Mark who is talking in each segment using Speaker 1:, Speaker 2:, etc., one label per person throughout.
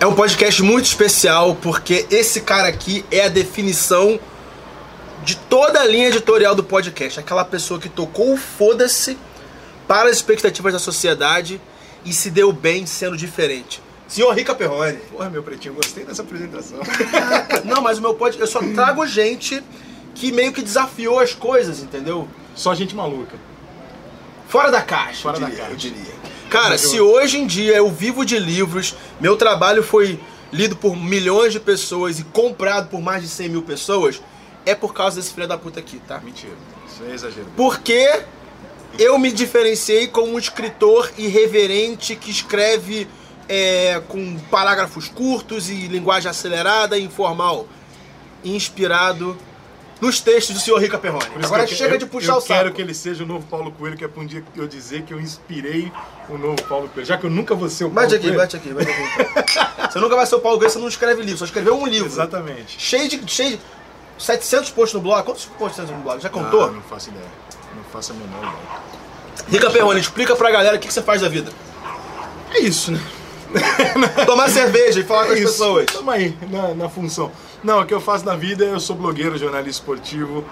Speaker 1: é um podcast muito especial porque esse cara aqui é a definição de toda a linha editorial do podcast. Aquela pessoa que tocou o foda-se para as expectativas da sociedade e se deu bem sendo diferente. Senhor Rica Perrone.
Speaker 2: Porra, meu pretinho, gostei dessa apresentação.
Speaker 1: Não, mas o meu podcast, eu só trago gente que meio que desafiou as coisas, entendeu?
Speaker 2: Só gente maluca.
Speaker 1: Fora da caixa,
Speaker 2: Fora
Speaker 1: eu
Speaker 2: da
Speaker 1: diria,
Speaker 2: caixa.
Speaker 1: eu diria. Cara, se hoje em dia eu vivo de livros, meu trabalho foi lido por milhões de pessoas e comprado por mais de 100 mil pessoas, é por causa desse filho da puta aqui, tá?
Speaker 2: Mentira. Isso é exagero.
Speaker 1: Porque eu me diferenciei como um escritor irreverente que escreve é, com parágrafos curtos e linguagem acelerada e informal, inspirado nos textos do senhor Rica Perrone.
Speaker 2: Por isso
Speaker 1: Agora
Speaker 2: que eu-
Speaker 1: chega
Speaker 2: eu-
Speaker 1: de puxar
Speaker 2: eu
Speaker 1: o saco.
Speaker 2: quero que ele seja o novo Paulo Coelho, que é pra um dia que eu dizer que eu inspirei o novo Paulo Coelho. Já que eu nunca vou ser o Paulo
Speaker 1: Bate aqui,
Speaker 2: Coelho.
Speaker 1: bate aqui, bate aqui. você nunca vai ser o Paulo Coelho, você não escreve livro, só escreveu um livro.
Speaker 2: Exatamente.
Speaker 1: Cheio de, cheio de 700 posts no blog. Quantos posts tem no blog? Já
Speaker 2: Ah,
Speaker 1: contou?
Speaker 2: não faço ideia. Não faço a menor ideia.
Speaker 1: Rica Perrone, explica pra galera o que, que você faz da vida.
Speaker 2: É isso, né?
Speaker 1: Tomar cerveja e falar com as
Speaker 2: É isso.
Speaker 1: pessoas.
Speaker 2: Tamo aí, na, na função. Não, o que eu faço na vida, eu sou blogueiro, jornalista esportivo.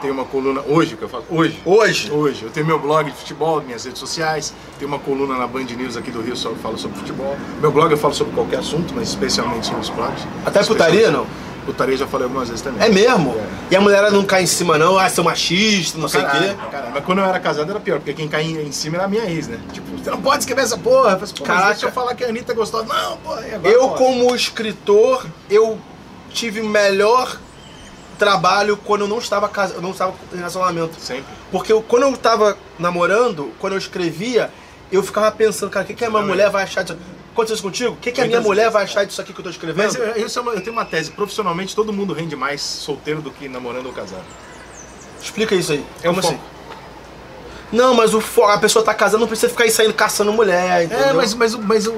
Speaker 2: Tenho uma coluna hoje, que eu faço hoje.
Speaker 1: Hoje,
Speaker 2: Hoje, eu tenho meu blog de futebol, minhas redes sociais, tenho uma coluna na Band News aqui do Rio só que falo sobre futebol. Meu blog eu falo sobre qualquer assunto, mas especialmente sobre esporte.
Speaker 1: Até putaria,
Speaker 2: Especialmente-
Speaker 1: não?
Speaker 2: Putaria eu já falei algumas vezes também.
Speaker 1: é mesmo? E a mulher não cai em cima, não, ah, seu machista, não sei o
Speaker 2: Caralho,
Speaker 1: quê.
Speaker 2: caralho. Mas quando eu era casado era pior, porque quem caía em cima era a minha ex, né? Tipo, você não pode escrever essa porra. Eu falei, assim, Pô, mas
Speaker 1: Caraca.
Speaker 2: deixa eu falar que a Anitta gostou. Não, pô, e agora
Speaker 1: Eu,
Speaker 2: pode?
Speaker 1: como escritor, eu tive melhor trabalho quando eu não estava casa, eu não estava em relacionamento.
Speaker 2: Sempre.
Speaker 1: Porque eu- quando eu tava namorando, quando eu escrevia, eu ficava pensando, cara, o que, que a minha
Speaker 2: Exatamente.
Speaker 1: mulher vai achar disso? Aconteceu isso contigo? O que, que a minha
Speaker 2: Muitas
Speaker 1: mulher
Speaker 2: vezes,
Speaker 1: vai achar disso aqui que eu tô escrevendo?
Speaker 2: Mas eu, isso é uma- eu tenho uma tese. Profissionalmente, todo mundo rende mais solteiro do que namorando ou casado.
Speaker 1: Explica isso aí.
Speaker 2: É um
Speaker 1: Como
Speaker 2: foco.
Speaker 1: assim? Não, mas o fo- a pessoa tá casando, não precisa ficar aí saindo caçando mulher, entendeu?
Speaker 2: É, mas, mas, mas é,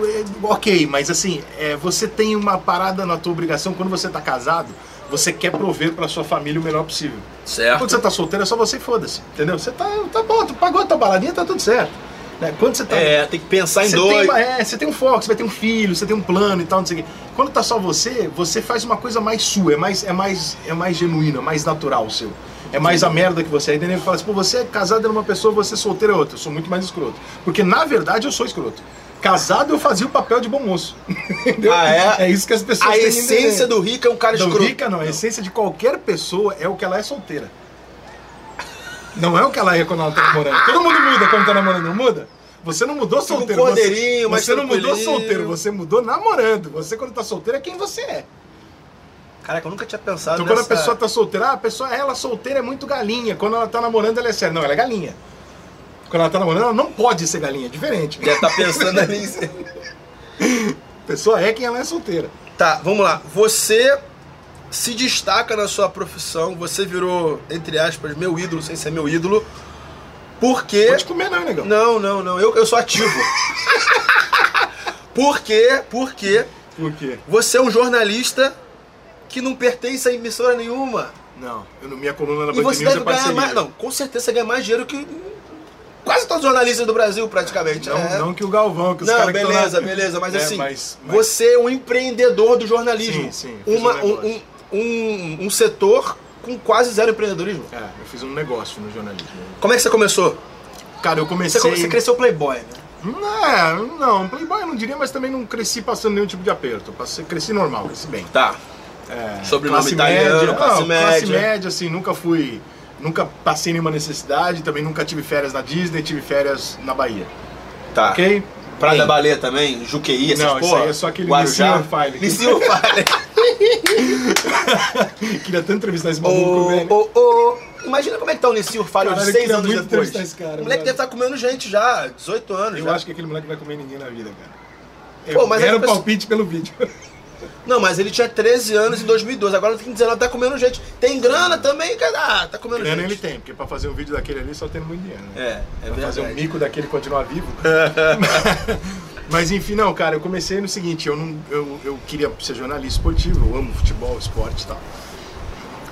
Speaker 2: ok, mas assim, é, você tem uma parada na tua obrigação quando você tá casado, você quer prover pra sua família o melhor possível.
Speaker 1: Certo.
Speaker 2: Quando você tá solteiro é só você e foda-se, entendeu? Você tá, tá bom, tu pagou a tua baladinha, tá tudo certo. né? Quando você tá.
Speaker 1: É, tem que pensar em
Speaker 2: Você
Speaker 1: dois.
Speaker 2: tem, uma- é, você tem um foco, você vai ter um filho, você tem um plano e tal, não sei o quê. Quando tá só você, você faz uma coisa mais sua, é mais, é mais, é mais genuína, mais natural o seu. É mais a merda que você é. E daí nego fala assim, pô, você é casado é uma pessoa, você é solteiro é outra. Eu sou muito mais escroto. Porque na verdade eu sou escroto. Casado eu fazia o papel de bom moço. Entendeu?
Speaker 1: Ah, é?
Speaker 2: É isso que as pessoas
Speaker 1: A
Speaker 2: têm que
Speaker 1: essência
Speaker 2: entender.
Speaker 1: do rico é um cara
Speaker 2: Não,
Speaker 1: escroto.
Speaker 2: rica não, a essência de qualquer pessoa é o que ela é solteira. Não é o que ela é quando ela tá namorando. Todo mundo muda quando tá namorando, não muda? Você não mudou
Speaker 1: Fica um
Speaker 2: solteiro.
Speaker 1: cordeirinho,
Speaker 2: Você,
Speaker 1: mais
Speaker 2: você não mudou
Speaker 1: tranquilinho.
Speaker 2: solteiro, você mudou namorando. Você quando tá solteiro é quem você é.
Speaker 1: Caraca, eu nunca tinha pensado
Speaker 2: Então quando a
Speaker 1: nessa-
Speaker 2: pessoa tá solteira, ah, a pessoa, ela solteira é muito galinha. Quando ela tá namorando, ela é séria. Não, ela é galinha. Quando ela tá namorando, ela não pode ser galinha, é diferente.
Speaker 1: Deve tá pensando ali. em-
Speaker 2: A pessoa é quem ela é solteira.
Speaker 1: Tá, vamos lá. Você se destaca na sua profissão, você virou, entre aspas, meu ídolo, sem ser meu ídolo, porque.
Speaker 2: Pode comer não, hein, negão.
Speaker 1: É. Não, não, não, eu, eu sou ativo. porque, porque
Speaker 2: Por quê?
Speaker 1: você é um jornalista que não pertence a emissora nenhuma.
Speaker 2: Não, eu não minha coluna na
Speaker 1: E
Speaker 2: Band
Speaker 1: você
Speaker 2: News é
Speaker 1: deve ganhar
Speaker 2: parceria.
Speaker 1: mais. Não, com certeza você ganha mais dinheiro que quase todos os jornalistas do Brasil, praticamente.
Speaker 2: Não,
Speaker 1: é.
Speaker 2: Então, não que o Galvão, que os
Speaker 1: Não,
Speaker 2: caras que tão
Speaker 1: beleza,
Speaker 2: lá-
Speaker 1: beleza, mas
Speaker 2: É,
Speaker 1: assim,
Speaker 2: mas- mas-
Speaker 1: você é um empreendedor do jornalismo.
Speaker 2: Sim, sim, fiz
Speaker 1: Uma,
Speaker 2: um
Speaker 1: um,
Speaker 2: negócio.
Speaker 1: um, um- um setor com quase zero empreendedorismo.
Speaker 2: É, eu fiz um negócio no jornalismo.
Speaker 1: Como é que você começou?
Speaker 2: Cara, eu
Speaker 1: Você,
Speaker 2: comecei.
Speaker 1: come- você cresceu Playboy, né?
Speaker 2: Não, não, Playboy eu não diria, mas também não cresci passando nenhum tipo de aperto. Eu Passei, cresci normal, cresci bem.
Speaker 1: Tá.
Speaker 2: É,
Speaker 1: Sobrenome italiano,
Speaker 2: média,
Speaker 1: classe
Speaker 2: não, classe
Speaker 1: média.
Speaker 2: média, assim, nunca fui. Nunca passei nenhuma necessidade, também nunca tive férias na Disney, tive férias na Bahia.
Speaker 1: Tá.
Speaker 2: Ok?
Speaker 1: Praia da
Speaker 2: Bem.
Speaker 1: Baleia também, Juqueí, essas
Speaker 2: Não, isso
Speaker 1: porra.
Speaker 2: aí é só aquele
Speaker 1: Guarujá.
Speaker 2: Nissin File.
Speaker 1: Nissin File.
Speaker 2: Queria tanto entrevistar esse maluco, velho.
Speaker 1: Ô, ô, ô. Imagina como é que tá o Nissin File
Speaker 2: Caralho,
Speaker 1: uns
Speaker 2: eu
Speaker 1: seis
Speaker 2: queria
Speaker 1: anos
Speaker 2: muito
Speaker 1: depois.
Speaker 2: entrevistar esse cara,
Speaker 1: o moleque
Speaker 2: mano.
Speaker 1: deve estar comendo gente já, 18 anos
Speaker 2: Eu
Speaker 1: já.
Speaker 2: acho que aquele moleque não vai comer ninguém na vida, cara.
Speaker 1: Pô,
Speaker 2: Pô,
Speaker 1: mas é
Speaker 2: mas era
Speaker 1: essa
Speaker 2: o
Speaker 1: pessoa-
Speaker 2: palpite pelo vídeo.
Speaker 1: Não, mas ele tinha 13 anos em 2012, agora tem 19, tá comendo gente. Tem grana também, cara. Ah, tá comendo
Speaker 2: Grana
Speaker 1: gente.
Speaker 2: ele tem, porque pra fazer um vídeo daquele ali só tem muito dinheiro. Né?
Speaker 1: É, é
Speaker 2: pra fazer um
Speaker 1: verdade.
Speaker 2: mico daquele e continuar vivo. Mas enfim, não, cara, eu comecei no seguinte, eu, não, eu, eu queria ser jornalista esportivo, eu amo futebol, esporte e tal.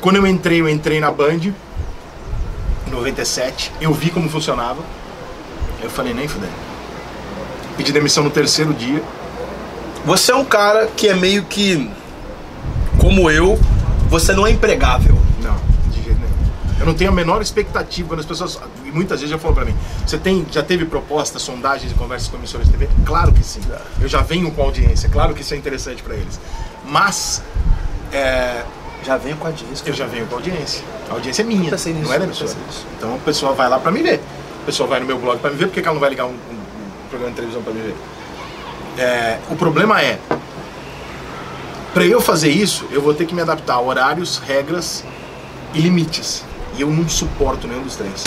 Speaker 2: Quando eu entrei, eu entrei na Band, em 97, eu vi como funcionava. Eu falei, nem fudendo. Pedi demissão no terceiro dia.
Speaker 1: Você é um cara que é meio que. Como eu, você não é empregável.
Speaker 2: Não, de jeito nenhum. Eu não tenho a menor expectativa quando as pessoas. E muitas vezes já falam pra mim, você tem, já teve propostas, sondagens e conversas com emissoras de TV? Claro que sim. Eu já venho com audiência, claro que isso é interessante pra eles. Mas é,
Speaker 1: Já venho com a disco.
Speaker 2: eu já venho com audiência. A audiência é minha,
Speaker 1: Pensei nisso,
Speaker 2: não é da
Speaker 1: pensei
Speaker 2: emissora.
Speaker 1: nisso.
Speaker 2: Então a pessoa vai lá pra me ver. A pessoa vai no meu blog pra me ver, por que que ela não vai ligar um, um- um programa de televisão pra me ver? É, o problema é, pra eu fazer isso, eu vou ter que me adaptar a horários, regras e limites. E eu não suporto nenhum dos três.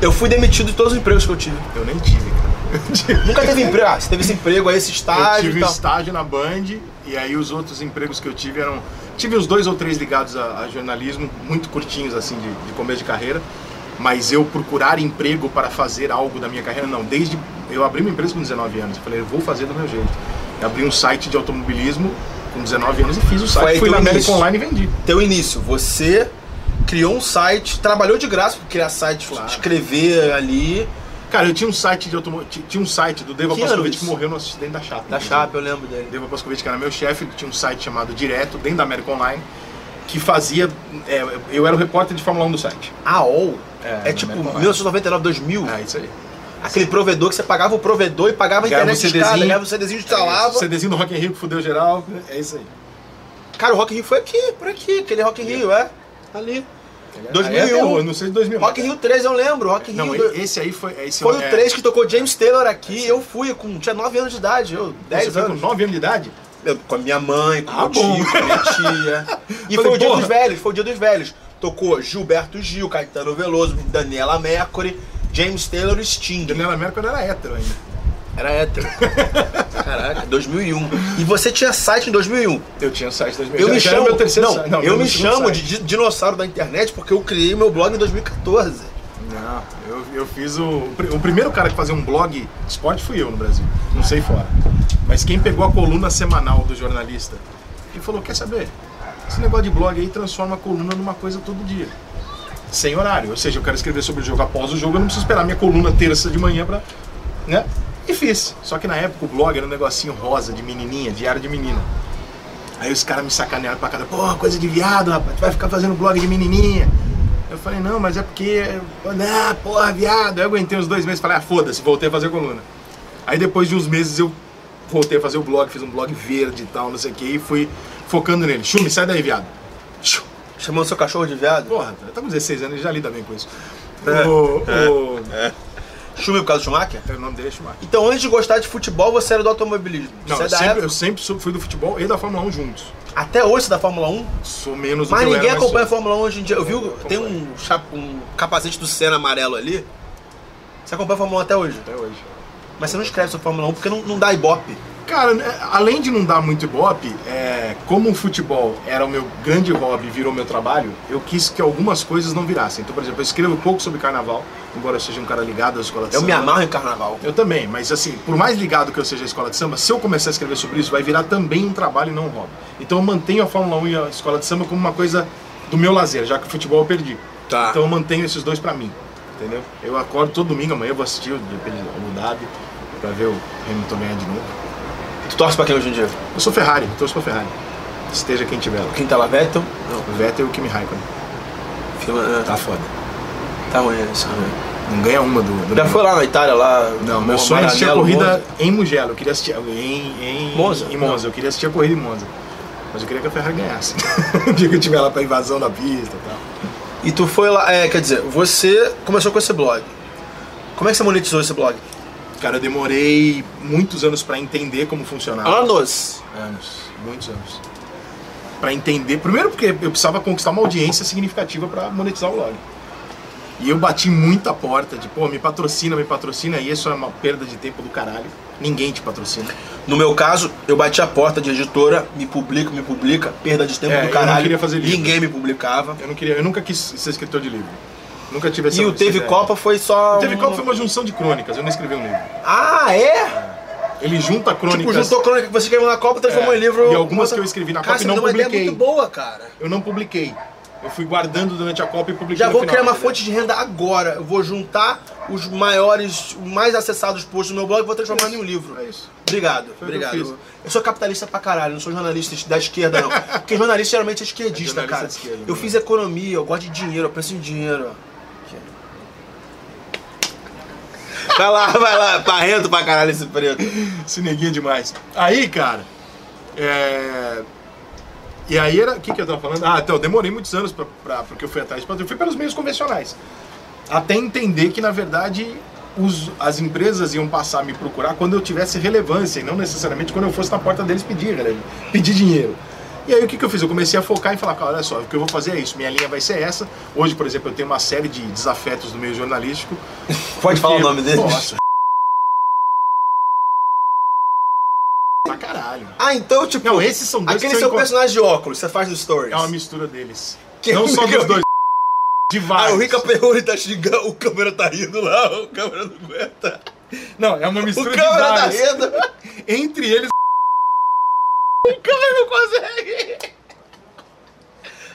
Speaker 1: Eu fui demitido de todos os empregos que eu tive.
Speaker 2: Eu nem tive, cara.
Speaker 1: Nunca teve emprego. Ah, você teve esse emprego aí, esse
Speaker 2: Eu
Speaker 1: estágio
Speaker 2: tive
Speaker 1: e
Speaker 2: um
Speaker 1: tal.
Speaker 2: estágio na Band e aí os outros empregos que eu tive eram. Tive uns dois ou três ligados a, a jornalismo, muito curtinhos assim, de, de começo de carreira. Mas eu procurar emprego para fazer algo da minha carreira, não. Desde. Eu abri minha empresa com 19 anos. Eu falei, eu vou fazer do meu jeito. Eu abri um site de automobilismo com 19 anos e fiz o site.
Speaker 1: aí
Speaker 2: fui
Speaker 1: teu
Speaker 2: na América
Speaker 1: início.
Speaker 2: Online e vendi.
Speaker 1: Teu início, você criou um site, trabalhou de graça pra criar site,
Speaker 2: Claro.
Speaker 1: escrever ali.
Speaker 2: Cara, eu tinha um site de automobilismo. Tinha um site do Deva
Speaker 1: Que ano
Speaker 2: Pascovitch que
Speaker 1: isso?
Speaker 2: morreu no acidente da chapa.
Speaker 1: Da
Speaker 2: inclusive.
Speaker 1: chapa, eu lembro dele.
Speaker 2: Deva Pascovitch, que era meu chefe, ele tinha um site chamado Direto, dentro da América Online, que fazia. é, eu era o repórter de Fórmula 1 do site.
Speaker 1: AOL é,
Speaker 2: É,
Speaker 1: tipo
Speaker 2: não é bom, é.
Speaker 1: 1999, 2000.
Speaker 2: É isso aí.
Speaker 1: Aquele provedor que você pagava o provedor e pagava a
Speaker 2: Ganhava
Speaker 1: internet
Speaker 2: um
Speaker 1: de escada,
Speaker 2: CDzinho.
Speaker 1: ganhava o CDzinho,
Speaker 2: É
Speaker 1: instalava.
Speaker 2: CDzinho do Rock in Rio que fudeu geral, é isso aí.
Speaker 1: Cara, o Rock in Rio foi aqui, por aqui, aquele Rock in Rio, é. Ali. 2001.
Speaker 2: Aí é terror, não sei de 2000.
Speaker 1: Rock in Rio 3, eu lembro, Rock in
Speaker 2: Não,
Speaker 1: Rio...
Speaker 2: esse aí foi. Esse
Speaker 1: Foi
Speaker 2: é-
Speaker 1: o 3 que tocou James Taylor aqui, eu fui, com, tinha 9 anos de idade, eu,
Speaker 2: Você
Speaker 1: 10
Speaker 2: foi com
Speaker 1: anos.
Speaker 2: 9 anos de idade?
Speaker 1: Eu- com a minha mãe, com o
Speaker 2: Ah,
Speaker 1: meu tio,
Speaker 2: bom.
Speaker 1: com a minha tia. E
Speaker 2: Falei,
Speaker 1: foi o dia
Speaker 2: porra.
Speaker 1: dos velhos, foi o dia dos velhos. Tocou Gilberto Gil, Caetano Veloso, Daniela Mercury, James Taylor e Sting.
Speaker 2: Daniela Mercury era hétero ainda.
Speaker 1: Era hétero. Caraca, 2001. E você tinha site em 2001.
Speaker 2: Eu tinha site em 2000.
Speaker 1: Eu um
Speaker 2: Já-
Speaker 1: me
Speaker 2: já era
Speaker 1: chamo,
Speaker 2: é meu terceiro
Speaker 1: não,
Speaker 2: site.
Speaker 1: eu
Speaker 2: meu
Speaker 1: me
Speaker 2: segundo
Speaker 1: chamo
Speaker 2: site.
Speaker 1: de di- dinossauro da internet porque eu criei meu blog em 2014.
Speaker 2: Não, eu, eu fiz o. O primeiro cara que fazia um blog esporte fui eu no Brasil. Não sei fora. Mas quem pegou a coluna semanal do jornalista e falou: quer saber? Esse negócio de blog aí transforma a coluna numa coisa todo dia. Sem horário. Ou seja, eu quero escrever sobre o jogo após o jogo, eu não preciso esperar minha coluna terça de manhã pra. né? E fiz. Só que na época o blog era um negocinho rosa de menininha, diário de menina. Aí os caras me sacanearam pra cada, pô, coisa de viado, rapaz, tu vai ficar fazendo blog de menininha. Eu falei, não, mas é porque, ah, porra, viado. Aí eu aguentei uns dois meses, falei, ah, foda-se, voltei a fazer coluna. Aí depois de uns meses eu voltei a fazer o blog, fiz um blog verde e tal, não sei o que, e fui focando nele. Chume, sai daí, viado. Shum.
Speaker 1: Chamando seu cachorro de viado.
Speaker 2: Porra, eu tava com 16 anos e já lida bem com isso.
Speaker 1: É,
Speaker 2: O, o,
Speaker 1: Chumi por causa do Schumacher?
Speaker 2: o nome dele é Schumacher.
Speaker 1: Então, antes de gostar de futebol, você era do automobilismo.
Speaker 2: Não,
Speaker 1: você é
Speaker 2: eu
Speaker 1: da
Speaker 2: sempre,
Speaker 1: época-
Speaker 2: eu sempre sou- fui do futebol e da Fórmula 1 juntos.
Speaker 1: Até hoje você é da Fórmula 1?
Speaker 2: Sou menos do
Speaker 1: Mas
Speaker 2: que eu
Speaker 1: ninguém
Speaker 2: era, um. mas
Speaker 1: acompanha a
Speaker 2: sou.
Speaker 1: Fórmula 1 hoje em dia. Eu vi, o-
Speaker 2: Ninguém
Speaker 1: tem um, chap- um capacete do Senna amarelo ali. Você acompanha a Fórmula 1 até hoje.
Speaker 2: Até hoje.
Speaker 1: Mas você não escreve sobre Fórmula 1 porque não, não dá ibope.
Speaker 2: Cara, né, além de não dar muito ibope, é, como o futebol era o meu grande hobby e virou meu trabalho, eu quis que algumas coisas não virassem. Então, por exemplo, eu escrevo pouco sobre carnaval, embora eu seja um cara ligado à escola de
Speaker 1: Eu me
Speaker 2: samba.
Speaker 1: amarro em carnaval.
Speaker 2: Eu também, mas assim, por mais ligado que eu seja à escola de samba, se eu começar a escrever sobre isso, vai virar também um trabalho e não um hobby. Então eu mantenho a Fórmula 1 e a escola de samba como uma coisa do meu lazer, já que o futebol eu perdi.
Speaker 1: Tá.
Speaker 2: Então eu mantenho esses dois pra mim, entendeu? Eu acordo todo domingo, amanhã eu vou assistir o Abu Dhabi pra ver o Hamilton ganhar de novo.
Speaker 1: Tu torce pra quem hoje em dia?
Speaker 2: Eu sou Ferrari, torço pra Ferrari. Esteja quem tiver lá.
Speaker 1: Quem tá lá, Vettel? Não.
Speaker 2: O Vettel e o Kimi Raikkonen.
Speaker 1: Fica-
Speaker 2: Tá foda.
Speaker 1: Tá ruim isso. né?
Speaker 2: Não ganha uma do... do
Speaker 1: Já foi lá na Itália, lá...
Speaker 2: Não,
Speaker 1: Mo-
Speaker 2: meu sonho é assistir a
Speaker 1: Maranello,
Speaker 2: corrida
Speaker 1: Monza.
Speaker 2: em Mugello. Eu queria assistir... Em, em
Speaker 1: Monza?
Speaker 2: Em Monza. Eu queria assistir a corrida em Monza. Mas eu queria que a Ferrari ganhasse. o dia que eu tiver lá pra invasão da pista e tal.
Speaker 1: E tu foi lá... É, quer dizer, você começou com esse blog. Como é que você monetizou esse blog?
Speaker 2: Cara, eu demorei muitos anos pra entender como funcionava.
Speaker 1: Ah, Anos.
Speaker 2: Anos. Muitos anos. Pra entender... Primeiro porque eu precisava conquistar uma audiência significativa pra monetizar o blog. E eu bati muita porta de, pô, me patrocina, me patrocina, e isso é uma perda de tempo do caralho. Ninguém te patrocina.
Speaker 1: No meu caso, eu bati a porta de editora, me publica, me publica, perda de tempo
Speaker 2: É, eu
Speaker 1: do
Speaker 2: não
Speaker 1: caralho.
Speaker 2: queria fazer livro.
Speaker 1: Ninguém me publicava.
Speaker 2: Eu não queria, eu nunca quis ser escritor de livro. Nunca tive essa
Speaker 1: E o
Speaker 2: essa
Speaker 1: Teve
Speaker 2: ideia.
Speaker 1: Copa foi só.
Speaker 2: O Teve
Speaker 1: um-
Speaker 2: Copa foi uma junção de crônicas, eu não escrevi um livro.
Speaker 1: Ah, é?
Speaker 2: Ele junta
Speaker 1: Tipo,
Speaker 2: crônicas.
Speaker 1: juntou crônica que você escreveu na Copa, transformou
Speaker 2: É.
Speaker 1: em livro.
Speaker 2: E algumas
Speaker 1: Nossa,
Speaker 2: que eu escrevi na
Speaker 1: cara,
Speaker 2: Copa
Speaker 1: você
Speaker 2: e não
Speaker 1: me deu uma ideia
Speaker 2: publiquei.
Speaker 1: muito boa, cara.
Speaker 2: Eu não publiquei. Eu fui guardando durante a Copa e publiquei.
Speaker 1: Já
Speaker 2: no
Speaker 1: vou
Speaker 2: um final,
Speaker 1: criar uma
Speaker 2: entendeu?
Speaker 1: fonte de renda agora. Eu vou juntar os maiores, os mais acessados posts do meu blog e vou transformar em um livro.
Speaker 2: É isso.
Speaker 1: Obrigado,
Speaker 2: o que eu
Speaker 1: obrigado.
Speaker 2: fiz.
Speaker 1: Eu, sou capitalista pra caralho, não sou jornalista da esquerda, não. Porque jornalista geralmente é esquerdista,
Speaker 2: É jornalista
Speaker 1: cara.
Speaker 2: de esquerda,
Speaker 1: eu
Speaker 2: né?
Speaker 1: fiz economia, eu gosto de dinheiro, eu penso em dinheiro. ó. Aqui, ó. Vai lá, vai lá, parrento pra caralho esse preto.
Speaker 2: Se neguinha é demais. Aí, cara. é, E aí era. O que, que eu tava falando? Ah, então, eu demorei muitos anos pra, pra- porque eu fui atrás de patrocínio. Eu fui pelos meios convencionais. Até entender que, na verdade, os- as empresas iam passar a me procurar quando eu tivesse relevância e não necessariamente quando eu fosse na porta deles pedir, galera, pedir dinheiro. E aí o que, que eu fiz? Eu comecei a focar em falar, cara, olha só, o que eu vou fazer é isso, minha linha vai ser essa. Hoje, por exemplo, eu tenho uma série de desafetos do meio jornalístico.
Speaker 1: Pode falar o nome deles?
Speaker 2: Nossa. Pra caralho.
Speaker 1: Ah, então, tipo,
Speaker 2: Não, esses são dois
Speaker 1: aquele
Speaker 2: que
Speaker 1: seu
Speaker 2: são encont-
Speaker 1: personagem de óculos, você faz no stories.
Speaker 2: É uma mistura deles.
Speaker 1: Que-
Speaker 2: não só
Speaker 1: que-
Speaker 2: dos dois. De
Speaker 1: Ah,
Speaker 2: vários.
Speaker 1: o Rica Perrone tá xingando, o câmera tá rindo lá, o câmera não aguenta.
Speaker 2: Não, é uma
Speaker 1: O
Speaker 2: mistura de
Speaker 1: câmera tá
Speaker 2: vários.
Speaker 1: rindo,
Speaker 2: Entre eles.
Speaker 1: não consegue.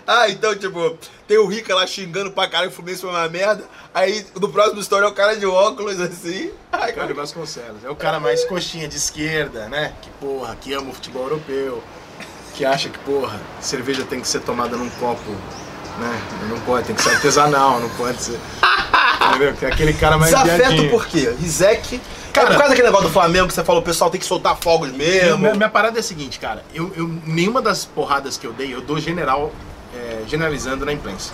Speaker 1: Ah, então, tipo, tem o Rica lá xingando pra caralho, o Fluminense foi uma merda. Aí, no próximo story, é o cara de óculos, assim. Ai, cara.
Speaker 2: Cara, Vasconcelos. É o cara mais coxinha de esquerda, né? Que porra, que ama o futebol europeu. Que acha que, porra, cerveja tem que ser tomada num copo. Né? Não pode, tem que ser artesanal, não pode ser. Entendeu? Que é aquele cara mais.
Speaker 1: Desafeto
Speaker 2: viadinho.
Speaker 1: por quê? Rizek. Cara, é
Speaker 2: Cara-
Speaker 1: por causa daquele negócio do Flamengo que você falou, o pessoal tem que soltar fogos
Speaker 2: Eu-
Speaker 1: mesmo.
Speaker 2: minha, minha parada é a seguinte, cara. Eu, eu- nenhuma das porradas que eu dei, eu dou general, é, generalizando na imprensa.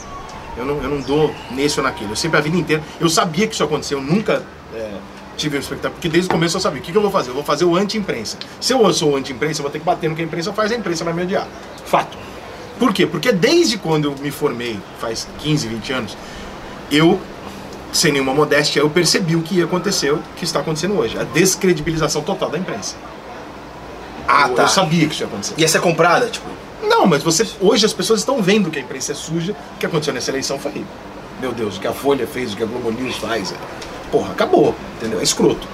Speaker 2: Eu não, eu não dou nesse ou naquele. Eu sempre, a vida inteira, eu sabia que isso aconteceu. Eu nunca é, tive um espectáculo. Porque desde o começo eu sabia. O que, que eu vou fazer? Eu vou fazer o anti-imprensa. Se eu sou o anti-imprensa, eu vou ter que bater no que a imprensa faz. A imprensa vai me odiar. Fato. Por quê? Porque desde quando eu me formei, faz 15, 20 anos, eu sem nenhuma modéstia, eu percebi o que aconteceu, o que está acontecendo hoje. A descredibilização total da imprensa.
Speaker 1: Ah,
Speaker 2: eu,
Speaker 1: tá.
Speaker 2: eu sabia que isso ia acontecer.
Speaker 1: Ia ser comprada, tipo.
Speaker 2: Não, mas você hoje as pessoas estão vendo que a imprensa é suja, o que aconteceu nessa eleição foi. Meu Deus, o que a Folha fez, o que a Globo News faz. é- Porra, acabou, entendeu? É escroto.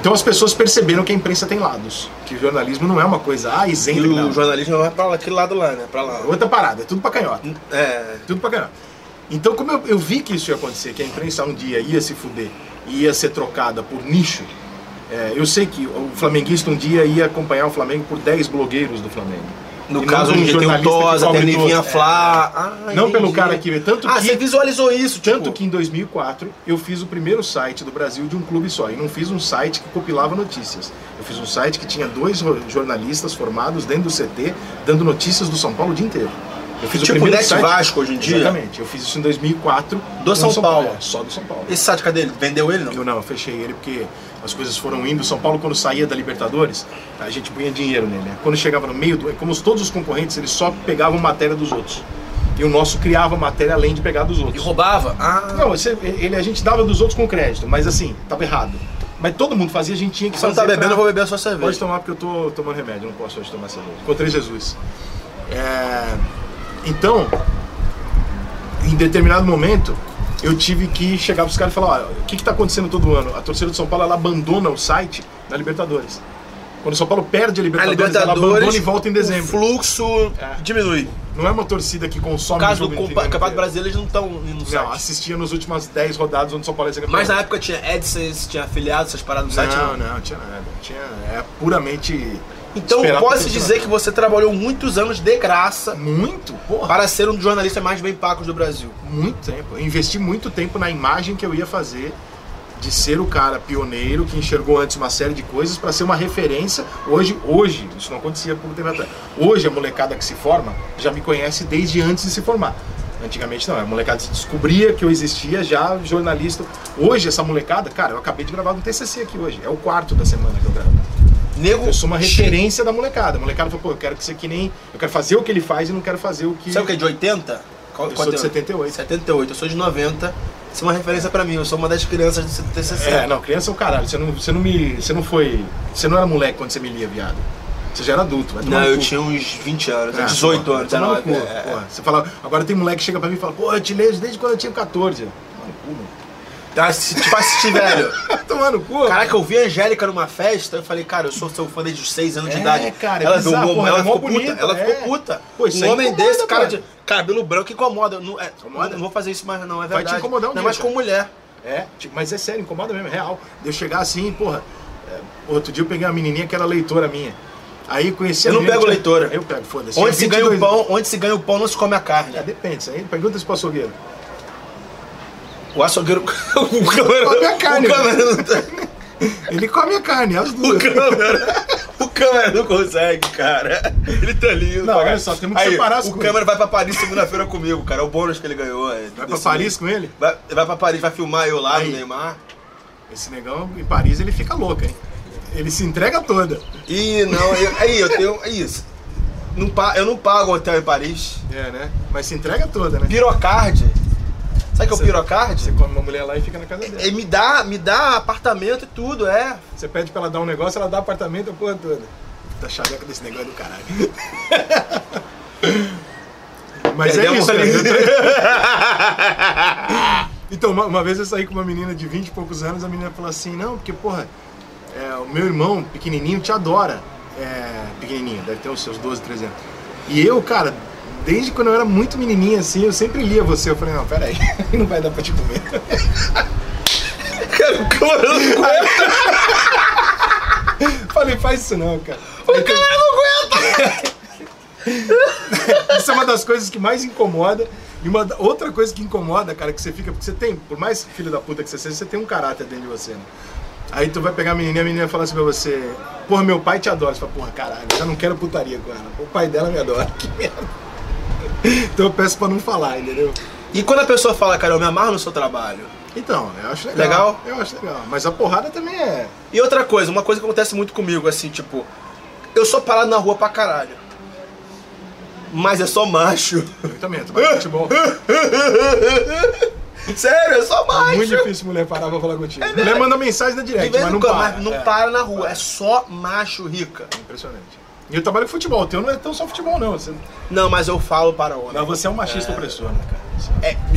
Speaker 2: Então as pessoas perceberam que a imprensa tem lados, que o jornalismo não é uma coisa, ah,
Speaker 1: E
Speaker 2: isenta.
Speaker 1: o
Speaker 2: Não.
Speaker 1: jornalismo vai pra lá, aquele lado lá, né? Pra lá.
Speaker 2: Outra parada, é tudo pra canhota.
Speaker 1: É.
Speaker 2: Tudo pra caramba. Então, como eu, eu vi que isso ia acontecer, que a imprensa um dia ia se fuder e ia ser trocada por nicho, é, eu sei que o flamenguista um dia ia acompanhar o Flamengo por 10 blogueiros do Flamengo.
Speaker 1: No
Speaker 2: E
Speaker 1: caso,
Speaker 2: não um
Speaker 1: onde tem o
Speaker 2: jornalista que É.
Speaker 1: Tosa, tem
Speaker 2: cobre
Speaker 1: a Livinha
Speaker 2: todos.
Speaker 1: Flá. Ah,
Speaker 2: Não
Speaker 1: entendi.
Speaker 2: pelo cara que vê, tanto
Speaker 1: Ah,
Speaker 2: que-
Speaker 1: você visualizou isso, tipo.
Speaker 2: Tanto que em 2004 eu fiz o primeiro site do Brasil de um clube só. E não fiz um site que compilava notícias. Eu fiz um site que tinha dois ro- jornalistas formados dentro do CT dando notícias do São Paulo o dia inteiro. Eu fiz
Speaker 1: Tipo o Next Vasco hoje em dia.
Speaker 2: Exatamente. Eu fiz isso em 2004.
Speaker 1: Do
Speaker 2: com
Speaker 1: São Paulo.
Speaker 2: É, só do São Paulo.
Speaker 1: Esse site, cadê ele? Vendeu ele, não?
Speaker 2: Eu não, eu fechei ele porque as coisas foram indo. São Paulo, quando saía da Libertadores, a gente punha dinheiro nele. né? Quando chegava no meio, do, como os- todos os concorrentes, eles só pegavam matéria dos outros. E o nosso criava matéria além de pegar dos
Speaker 1: E
Speaker 2: outros.
Speaker 1: roubava? Ah,
Speaker 2: Não, você- ele, a gente dava dos outros com crédito, mas assim, tava errado. Mas todo mundo fazia, a gente tinha que
Speaker 1: se não
Speaker 2: fazer.
Speaker 1: tá bebendo,
Speaker 2: pra-
Speaker 1: eu vou beber a sua
Speaker 2: Pode
Speaker 1: cerveja.
Speaker 2: tomar porque eu tô tomando remédio, não posso hoje tomar cerveja. Encontrei Jesus. É, Então, em determinado momento, eu tive que chegar pros caras e falar, ó, o que que tá acontecendo todo ano? A torcida do São Paulo, ela abandona o site na Libertadores. Quando o São Paulo perde a
Speaker 1: A
Speaker 2: Libertadores, ela
Speaker 1: Libertadores
Speaker 2: abandona e volta em
Speaker 1: O
Speaker 2: dezembro.
Speaker 1: fluxo
Speaker 2: É.
Speaker 1: diminui.
Speaker 2: Não é uma torcida que
Speaker 1: No
Speaker 2: consome
Speaker 1: caso
Speaker 2: o
Speaker 1: do
Speaker 2: jogo
Speaker 1: Copa-
Speaker 2: inteiro.
Speaker 1: Campeonato Brasileiro, eles não estão no
Speaker 2: Não, assim,
Speaker 1: site.
Speaker 2: assistia nas últimas 10 rodadas onde o São Paulo ia ser campeão.
Speaker 1: Mas na época tinha AdSense, tinha afiliado, essas paradas no site.
Speaker 2: não,
Speaker 1: Não.
Speaker 2: não, tinha nada. Tinha, é puramente.
Speaker 1: Então
Speaker 2: esperar pra
Speaker 1: pode-se
Speaker 2: funcionar.
Speaker 1: dizer que você trabalhou muitos anos de graça
Speaker 2: Muito? Porra,
Speaker 1: para ser um dos jornalistas mais bem pagos do Brasil.
Speaker 2: muito tempo. Eu investi muito tempo na imagem que eu ia fazer de ser o cara pioneiro que enxergou antes uma série de coisas para ser uma referência. Hoje, hoje, isso não acontecia há pouco tempo atrás. Hoje a molecada que se forma já me conhece desde antes de se formar. Antigamente não, a molecada se descobria que eu existia já jornalista. Hoje essa molecada, cara, eu acabei de gravar um TCC aqui hoje. É o quarto da semana que eu gravo.
Speaker 1: Nego,
Speaker 2: Eu sou uma
Speaker 1: che-
Speaker 2: referência da molecada. A molecada falou, pô, eu quero que você que nem. Eu quero fazer o que ele faz e não quero fazer o que.
Speaker 1: Sabe o que é de 80? Qual,
Speaker 2: Eu
Speaker 1: qual
Speaker 2: sou de
Speaker 1: é?
Speaker 2: 78.
Speaker 1: 78, eu sou de 90. Isso é uma referência pra mim, eu sou uma das crianças do TCC.
Speaker 2: É, não, criança é o caralho. Você não, você não me. Você não foi. Você não era moleque quando você me lia, viado. Você já era adulto, vai tomar
Speaker 1: Não,
Speaker 2: no
Speaker 1: eu
Speaker 2: cu.
Speaker 1: tinha uns 20 anos,
Speaker 2: Ah,
Speaker 1: 18
Speaker 2: porra,
Speaker 1: anos,
Speaker 2: vai tomar
Speaker 1: 19.
Speaker 2: no cu,
Speaker 1: é, é.
Speaker 2: porra. Você fala, agora tem moleque que chega pra mim e fala, pô, eu te leio desde quando eu tinha 14. Toma no cu, mano.
Speaker 1: Tá, se, tipo, assisti, velho.
Speaker 2: Tomar no cu.
Speaker 1: Caraca, eu vi a Angélica numa festa, eu falei, cara, eu sou seu fã desde os 6 anos de
Speaker 2: É,
Speaker 1: idade.
Speaker 2: cara, é
Speaker 1: ela
Speaker 2: bizarro,
Speaker 1: ficou-
Speaker 2: porra,
Speaker 1: ela
Speaker 2: é mó
Speaker 1: ficou puta,
Speaker 2: bonita,
Speaker 1: ela
Speaker 2: é.
Speaker 1: ficou puta.
Speaker 2: Pô, isso
Speaker 1: um
Speaker 2: aí
Speaker 1: homem
Speaker 2: incomoda,
Speaker 1: desse, cara
Speaker 2: pô.
Speaker 1: de cabelo branco, incomoda. Eu Não, é, incomoda, não vou fazer isso mais, não, é
Speaker 2: Vai te
Speaker 1: verdade.
Speaker 2: incomodar um
Speaker 1: Não
Speaker 2: dia,
Speaker 1: mais
Speaker 2: cara.
Speaker 1: com mulher.
Speaker 2: É, tipo, mas é sério, incomoda mesmo, é real. De eu chegar assim, porra. é, outro dia eu peguei uma menininha que era leitora minha. Aí conheci a
Speaker 1: Eu não
Speaker 2: menina,
Speaker 1: pego
Speaker 2: tinha-
Speaker 1: leitora.
Speaker 2: Eu pego, foda-se.
Speaker 1: Onde
Speaker 2: Tinha
Speaker 1: se, ganha o
Speaker 2: 22
Speaker 1: pão, onde se ganha o pão, não se come a
Speaker 2: É,
Speaker 1: carne.
Speaker 2: depende, isso aí pergunta se pro açougueiro.
Speaker 1: O açougueiro. O câmera.
Speaker 2: Come a
Speaker 1: o
Speaker 2: carne,
Speaker 1: câmera não tá-
Speaker 2: Ele come a carne, é as
Speaker 1: O
Speaker 2: duas.
Speaker 1: câmera. O câmera não consegue, cara. Ele tá lindo.
Speaker 2: Não,
Speaker 1: cara.
Speaker 2: olha só, temos que
Speaker 1: Aí,
Speaker 2: separar as
Speaker 1: O
Speaker 2: coisas.
Speaker 1: câmera vai pra Paris segunda-feira comigo, cara. É o bônus que ele ganhou. é,
Speaker 2: Vai pra
Speaker 1: desse mês.
Speaker 2: Paris com ele?
Speaker 1: Vai, vai pra Paris, vai filmar eu lá
Speaker 2: Aí.
Speaker 1: no Neymar.
Speaker 2: Esse negão em Paris ele fica louco, hein? Ele se entrega toda.
Speaker 1: Ih, não, eu- aí eu tenho. É isso. Não pa- eu não pago um hotel em Paris.
Speaker 2: É, né? Mas se entrega toda, né?
Speaker 1: Pirocard. Sabe o que é o
Speaker 2: Você
Speaker 1: pirocard?
Speaker 2: come uma mulher lá e fica na casa dela.
Speaker 1: É, me dá, me dá apartamento e tudo, é.
Speaker 2: Você pede pra ela dar um negócio, ela dá apartamento a porra toda. Puta chaveca desse negócio é do caralho. Mas é,
Speaker 1: Perdemos
Speaker 2: isso, cara.
Speaker 1: ali.
Speaker 2: Então, uma, uma vez eu saí com uma menina de 20 e poucos anos, a menina falou assim, não, porque, porra, é, o meu irmão pequenininho te adora. É, pequenininho, deve ter os seus 12, 13 anos. E eu, cara, desde quando eu era muito menininha, assim, eu sempre lia você. Eu falei, não, peraí, não vai dar pra te comer.
Speaker 1: Cara, o câmera não aguenta.
Speaker 2: Falei, faz isso não, cara. um
Speaker 1: O câmera não aguenta.
Speaker 2: Isso é uma das coisas que mais incomoda. E uma da- outra coisa que incomoda, cara, que você fica, porque você tem, por mais filho da puta que você seja, você tem um caráter dentro de você, né? Aí tu vai pegar a menininha, a menina fala assim pra você, porra, meu pai te adora. Você fala, porra, caralho, eu já não quero putaria com ela. O pai dela me adora, que merda. Então eu peço pra não falar, entendeu?
Speaker 1: E quando a pessoa fala, cara, eu me amarro no seu trabalho.
Speaker 2: Então, eu acho legal.
Speaker 1: Legal?
Speaker 2: Eu acho legal. Mas a porrada também é.
Speaker 1: E outra coisa, uma coisa que acontece muito comigo, assim, tipo, eu sou parado na rua pra caralho. Mas eu sou macho.
Speaker 2: Eu também, eu trabalho de futebol.
Speaker 1: Sério, eu sou macho.
Speaker 2: É Muito difícil mulher parar pra falar contigo. É mulher manda mensagem na
Speaker 1: De
Speaker 2: direct,
Speaker 1: vez
Speaker 2: mas
Speaker 1: em
Speaker 2: não
Speaker 1: quando,
Speaker 2: para.
Speaker 1: mas não
Speaker 2: É.
Speaker 1: para na rua, é só macho rica.
Speaker 2: Impressionante. E eu trabalho com futebol, o teu não é tão só futebol, não. Você,
Speaker 1: Não, mas eu falo para homem.
Speaker 2: mas você é um machista opressor, né, cara? Você,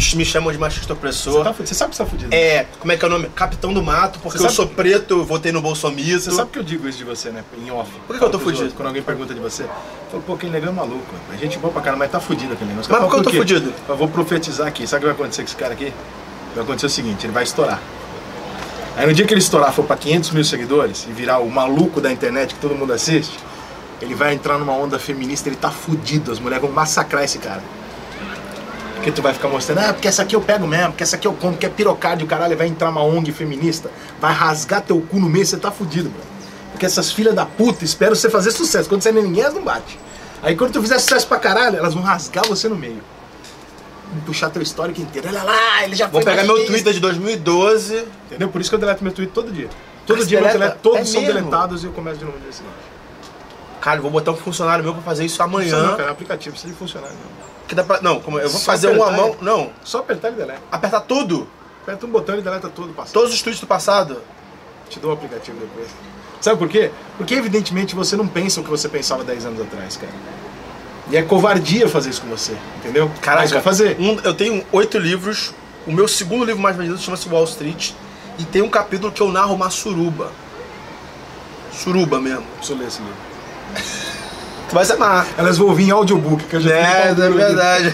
Speaker 1: É, me chamam de machista
Speaker 2: você
Speaker 1: opressor.
Speaker 2: tá fudido, você sabe que você tá fudido. né?
Speaker 1: É, como é que é o nome? Capitão do Mato, porque
Speaker 2: Você
Speaker 1: eu
Speaker 2: sabe-
Speaker 1: sou preto, eu votei no Bolsomito.
Speaker 2: Você sabe que eu digo isso de você, né? Em off.
Speaker 1: Por que que eu tô
Speaker 2: Pros
Speaker 1: fudido?
Speaker 2: outros, Quando alguém pergunta de você, eu falo, pô, aquele negão é maluco, mano. A gente boa pra caramba, mas tá fudido aquele negócio.
Speaker 1: Mas por que eu
Speaker 2: Falo,
Speaker 1: tô
Speaker 2: quê?
Speaker 1: fudido?
Speaker 2: Eu vou profetizar aqui. Sabe o que vai acontecer com esse cara aqui? Vai acontecer o seguinte, ele vai estourar. Aí no dia que ele estourar, for pra 500 mil seguidores e virar o maluco da internet que todo mundo assiste, ele vai entrar numa onda feminista, ele tá fudido. As mulheres vão massacrar esse cara. Porque tu vai ficar mostrando, ah, porque essa aqui eu pego mesmo, porque essa aqui eu como, porque é pirocádio, caralho, vai entrar uma ONG feminista, vai rasgar teu cu no meio, você tá fudido, mano. Porque essas filhas da puta esperam você fazer sucesso. Quando você não é ninguém, elas não bate. Aí quando tu fizer sucesso pra caralho, elas vão rasgar você no meio. Vão Puxar teu histórico inteiro. Olha lá, ele já
Speaker 1: Vou
Speaker 2: foi
Speaker 1: pegar meu
Speaker 2: machista.
Speaker 1: Twitter de 2012.
Speaker 2: Entendeu? Por isso que eu deleto meu Twitter todo dia. Todo
Speaker 1: Ah,
Speaker 2: dia
Speaker 1: você
Speaker 2: eu
Speaker 1: deleta?
Speaker 2: deleto, todos
Speaker 1: É
Speaker 2: são
Speaker 1: mesmo?
Speaker 2: deletados e eu começo de novo desse lado.
Speaker 1: Cara, eu vou botar um funcionário meu pra fazer isso
Speaker 2: Não,
Speaker 1: amanhã.
Speaker 2: cara, é um aplicativo, precisa de funcionário. Não.
Speaker 1: Que dá pra... Não, como é? eu vou
Speaker 2: Só
Speaker 1: fazer uma
Speaker 2: apertar,
Speaker 1: mão. Não,
Speaker 2: Só apertar ele deleta.
Speaker 1: apertar tudo.
Speaker 2: Aperta um botão e deleta todo o passado.
Speaker 1: Todos os tweets do passado.
Speaker 2: Te dou o aplicativo depois. Sabe por quê? Porque evidentemente você não pensa o que você pensava 10 anos atrás, cara. E é covardia fazer isso com você, entendeu? Mas vai fazer.
Speaker 1: um- eu tenho oito livros. O meu segundo livro mais vendido chama-se Wall Street. E tem um capítulo que eu narro uma suruba. Suruba mesmo.
Speaker 2: Preciso ler esse livro.
Speaker 1: Tu vai se amar.
Speaker 2: Elas vão ouvir em audiobook, que eu já
Speaker 1: É, é
Speaker 2: fiz um audiobook.
Speaker 1: verdade.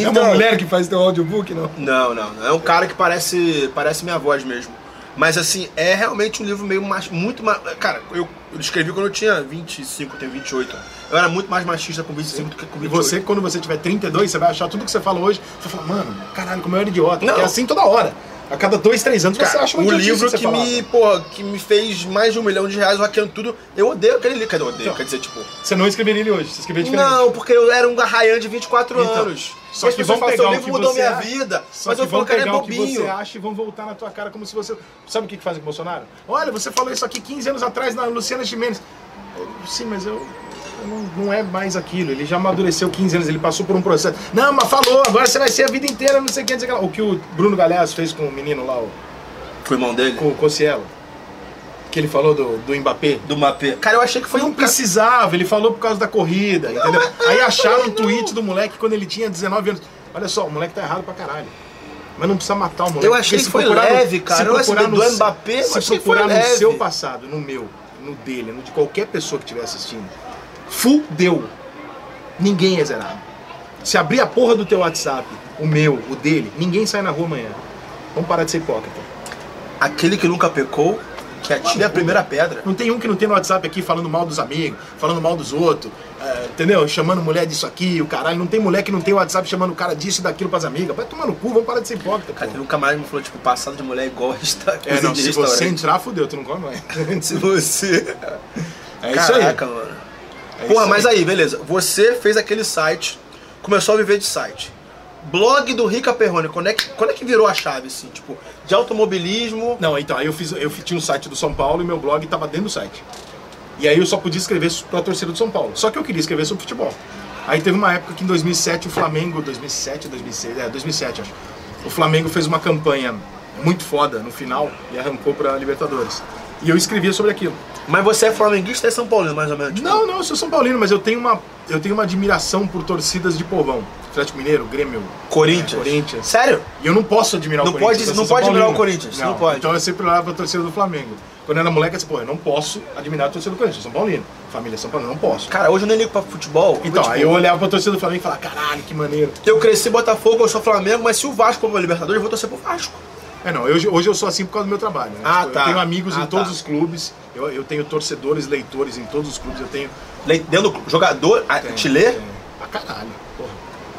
Speaker 1: Então,
Speaker 2: É uma mulher que faz teu audiobook, não?
Speaker 1: Não, não, não. É um cara que parece, parece minha voz mesmo. Mas assim, é realmente um livro meio mais. Muito mais. Cara, eu, eu escrevi quando eu tinha 25, eu tenho 28. Eu era muito mais machista com 25 do que com
Speaker 2: E
Speaker 1: 28.
Speaker 2: você, quando você tiver 32, você vai achar tudo que você fala hoje, você fala, mano, caralho, como eu era idiota.
Speaker 1: Não.
Speaker 2: Porque É assim toda hora. A cada dois, três anos você
Speaker 1: Cara,
Speaker 2: acha uma
Speaker 1: o
Speaker 2: idiotice
Speaker 1: livro
Speaker 2: você né?
Speaker 1: que
Speaker 2: falava.
Speaker 1: me, porra, que me fez mais de um milhão de reais hackeando tudo, eu odeio aquele livro. Quer dizer, eu odeio,
Speaker 2: Então.
Speaker 1: quer dizer, tipo.
Speaker 2: Você não escreveria ele hoje, você escreveria diferente.
Speaker 1: Não, porque eu era um garraian de 24
Speaker 2: Então,
Speaker 1: anos.
Speaker 2: só
Speaker 1: E as
Speaker 2: que
Speaker 1: pessoas
Speaker 2: vão
Speaker 1: falam,
Speaker 2: pegar
Speaker 1: seu
Speaker 2: o
Speaker 1: livro
Speaker 2: que
Speaker 1: mudou
Speaker 2: você
Speaker 1: minha
Speaker 2: acha,
Speaker 1: vida.
Speaker 2: Só
Speaker 1: Mas
Speaker 2: que
Speaker 1: eu falo,
Speaker 2: vão
Speaker 1: cara, é
Speaker 2: pegar o que você
Speaker 1: bobinho.
Speaker 2: acha e vão voltar na tua cara como se você. Sabe o que que fazem com o Bolsonaro? Olha, você falou isso aqui 15 anos atrás na Luciana Gimenez. Eu, Sim, mas eu. não, não é mais aquilo. Ele já amadureceu 15 anos, ele passou por um processo. Não, mas falou, agora você vai ser a vida inteira, não sei o que, não sei o que. lá. O que o Bruno Galhaz fez com o menino lá, o,
Speaker 1: Com o irmão dele?
Speaker 2: com o Cossielo. Que ele falou do, do Mbappé.
Speaker 1: Do Mapê. Cara, eu achei que foi
Speaker 2: Não
Speaker 1: um cara...
Speaker 2: precisava, ele falou por causa da corrida, entendeu? Aí acharam um tweet do moleque quando ele tinha 19 anos. Olha só, o moleque tá errado pra caralho. Mas não precisa matar o moleque.
Speaker 1: Eu achei
Speaker 2: porque
Speaker 1: que
Speaker 2: se
Speaker 1: foi
Speaker 2: procurar
Speaker 1: leve, cara.
Speaker 2: Se
Speaker 1: Eu achei
Speaker 2: procurar
Speaker 1: do
Speaker 2: no,
Speaker 1: Mbappé, eu
Speaker 2: se
Speaker 1: achei que foi
Speaker 2: procurar no
Speaker 1: leve.
Speaker 2: seu passado, no meu, no dele, no de qualquer pessoa que estiver assistindo, fudeu. Ninguém é zerado. Se abrir a porra do teu WhatsApp, o meu, o dele, ninguém sai na rua amanhã. Vamos parar de ser hipócrita.
Speaker 1: Aquele que nunca pecou, que atira a primeira pedra.
Speaker 2: Não tem um que não tem no WhatsApp aqui falando mal dos amigos, falando mal dos outros, é, entendeu? Chamando mulher disso aqui, o caralho. Não tem mulher que não tem WhatsApp chamando o cara disso e daquilo pras amigas. Vai tomar no cu, vamos parar de ser hipócrita,
Speaker 1: Cara, teve
Speaker 2: pô.
Speaker 1: um camarada que me falou, tipo, passado de mulher igual a gente tá
Speaker 2: É, não,
Speaker 1: de
Speaker 2: se você
Speaker 1: restaurante.
Speaker 2: entrar, fudeu, tu não come mais.
Speaker 1: Se você...
Speaker 2: É isso aí.
Speaker 1: Caraca, mano.
Speaker 2: É
Speaker 1: Porra,
Speaker 2: isso
Speaker 1: mas aí, beleza. Você fez aquele site, começou a viver de site. Blog do Rica Perrone, quando é que, quando é que virou a chave, assim? Tipo, de automobilismo...
Speaker 2: Não, então, aí eu fiz, eu fi- tinha um site do São Paulo e meu blog tava dentro do site. E aí eu só podia escrever pra torcida do São Paulo. Só que eu queria escrever sobre futebol. Aí teve uma época que em 2007 o Flamengo, 2007, 2006, é, 2007 acho. O Flamengo fez uma campanha muito foda no final e arrancou pra Libertadores. E eu escrevia sobre aquilo.
Speaker 1: Mas você é flamenguista e São Paulino, mais ou menos. tipo.
Speaker 2: Não, não, eu sou São Paulino, mas eu tenho uma, eu tenho uma admiração por torcidas de povão. Atlético Mineiro, Grêmio,
Speaker 1: Corinthians.
Speaker 2: É, Corinthians.
Speaker 1: Sério?
Speaker 2: E eu não posso admirar
Speaker 1: Não
Speaker 2: o Corinthians.
Speaker 1: pode-
Speaker 2: eu sou
Speaker 1: não
Speaker 2: São
Speaker 1: pode admirar
Speaker 2: Paulino.
Speaker 1: o Corinthians, não pode.
Speaker 2: Então eu sempre olhava pra torcida do Flamengo. Quando eu era moleque, eu disse, pô, eu não posso admirar a torcida do Corinthians, eu sou São Paulino. Família São Paulo, eu não posso.
Speaker 1: Cara, hoje eu nem ligo pra futebol.
Speaker 2: Então,
Speaker 1: tipo,
Speaker 2: aí eu olhava pra torcida do Flamengo e falava, caralho, que maneiro.
Speaker 1: eu cresci em Botafogo, eu sou Flamengo, mas se o Vasco for pra Libertadores, eu vou torcer pro Vasco.
Speaker 2: É, não, hoje, hoje eu sou assim por causa do meu trabalho. né?
Speaker 1: Ah, tá.
Speaker 2: Eu tenho amigos
Speaker 1: Ah,
Speaker 2: em todos
Speaker 1: tá.
Speaker 2: os clubes, eu, eu tenho torcedores, leitores em todos os clubes, eu tenho...
Speaker 1: Le- Dentro do clube, jogador, a-
Speaker 2: Tem,
Speaker 1: te lê,
Speaker 2: tem. Pra caralho, porra.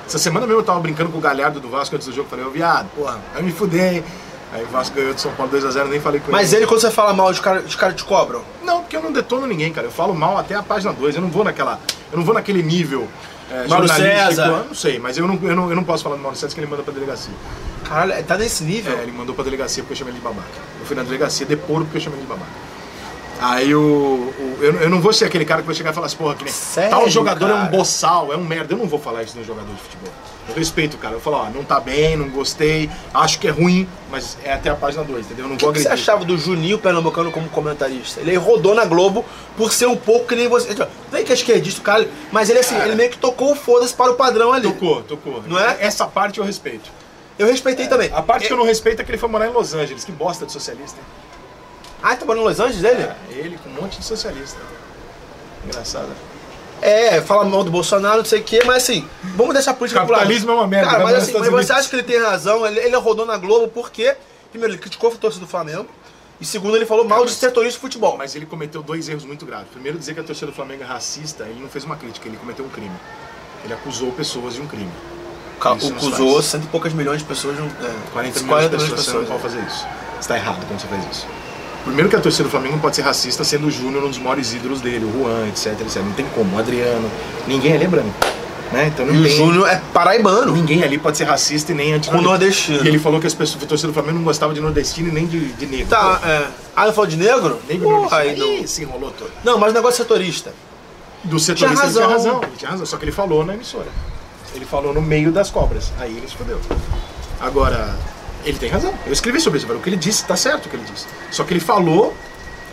Speaker 2: Essa semana mesmo eu tava brincando com o Galhardo do Vasco antes do jogo, falei, ô viado, porra, vai me fuder, hein? Aí o Vasco ganhou de São Paulo 2x0, nem falei com
Speaker 1: mas
Speaker 2: ele.
Speaker 1: ele quando você fala mal, os caras os cara te cobram.
Speaker 2: Não, porque eu não detono ninguém, cara. Eu falo mal até a página 2. Eu não vou naquela. Eu não vou naquele nível. É,
Speaker 1: Mauro
Speaker 2: jornalístico.
Speaker 1: César.
Speaker 2: Eu não sei, mas eu não, eu, não, eu não posso falar do Mauro César que ele manda pra delegacia.
Speaker 1: Caralho, tá nesse nível?
Speaker 2: É, ele mandou pra delegacia porque eu chamei ele de babaca. Eu fui na delegacia depor porque eu chamei ele de babaca. Aí o. o- eu, eu não vou ser aquele cara que vai chegar e falar assim, porra, que nem.
Speaker 1: Sério,
Speaker 2: tal jogador é um
Speaker 1: cara?
Speaker 2: boçal, é um merda. Eu não vou falar isso de um jogador de futebol. Eu respeito, cara. Eu falo, ó, não tá bem, não gostei, acho que é ruim, mas é até a página 2, entendeu? Eu não
Speaker 1: O
Speaker 2: vou
Speaker 1: que, que você
Speaker 2: agredir.
Speaker 1: achava do Juninho Pernambucano como comentarista? Ele rodou na Globo por ser um pouco que nem você. Tipo, Vem que é esquerdista, o cara. Mas ele assim, ele meio que tocou o foda-se para o padrão ali.
Speaker 2: É. Tocou, tocou.
Speaker 1: Não é?
Speaker 2: Essa parte eu respeito.
Speaker 1: Eu respeitei também.
Speaker 2: A parte que eu
Speaker 1: eu...
Speaker 2: não respeito é que ele foi morar em Los Angeles. Que bosta de socialista, hein?
Speaker 1: Ah, ele tá morando em Los Angeles, ele?
Speaker 2: É, ele com um monte de socialista. Engraçado.
Speaker 1: É, fala mal do Bolsonaro, não sei o quê, mas assim, vamos deixar a política pro lado.
Speaker 2: Capitalismo é uma merda,
Speaker 1: Cara,
Speaker 2: né?
Speaker 1: mas
Speaker 2: Mas
Speaker 1: assim,
Speaker 2: nos
Speaker 1: mas
Speaker 2: Estados
Speaker 1: você acha que ele tem razão? Ele, ele rodou na Globo porque, primeiro, ele criticou a torcida do Flamengo, e segundo, ele falou mal de setores de futebol. Mas
Speaker 2: Mas ele cometeu dois erros muito graves. Primeiro, dizer que a torcida do Flamengo é racista, ele não fez uma crítica, ele cometeu um crime. Ele acusou pessoas de um crime.
Speaker 1: ca-
Speaker 2: isso
Speaker 1: o
Speaker 2: não
Speaker 1: Cusou,
Speaker 2: faz.
Speaker 1: cento e poucas milhões de pessoas. não- É,
Speaker 2: 40 milhões de
Speaker 1: 40
Speaker 2: pessoas, você não pode fazer isso. Você está errado quando você faz isso. Primeiro que a torcida do Flamengo não pode ser racista, sendo o Júnior um dos maiores ídolos dele, o Juan, etc, etc. Não tem como, o Adriano. Ninguém ali é branco. Né? Então não
Speaker 1: E o
Speaker 2: tem...
Speaker 1: Júnior é paraibano.
Speaker 2: Ninguém ali pode ser racista e nem
Speaker 1: Com
Speaker 2: antinordestino.
Speaker 1: nordestino.
Speaker 2: E ele falou que as pessoas, a torcida do Flamengo não gostava de nordestino e nem de, de negro.
Speaker 1: Tá, é. Ah, eu falo de negro?
Speaker 2: Pô, negro e
Speaker 1: Porra,
Speaker 2: nordestino.
Speaker 1: aí não.
Speaker 2: Ih, se enrolou todo.
Speaker 1: Não, mas o negócio é setorista.
Speaker 2: Do
Speaker 1: Tinha
Speaker 2: setorista ele tinha
Speaker 1: razão.
Speaker 2: razão. Ele tinha razão. Só que ele falou na emissora. Ele falou no meio das cobras. Aí ele se fudeu. Agora, ele tem razão. Eu escrevi sobre isso. Agora, o que ele disse, tá certo o que ele disse. Só que ele falou.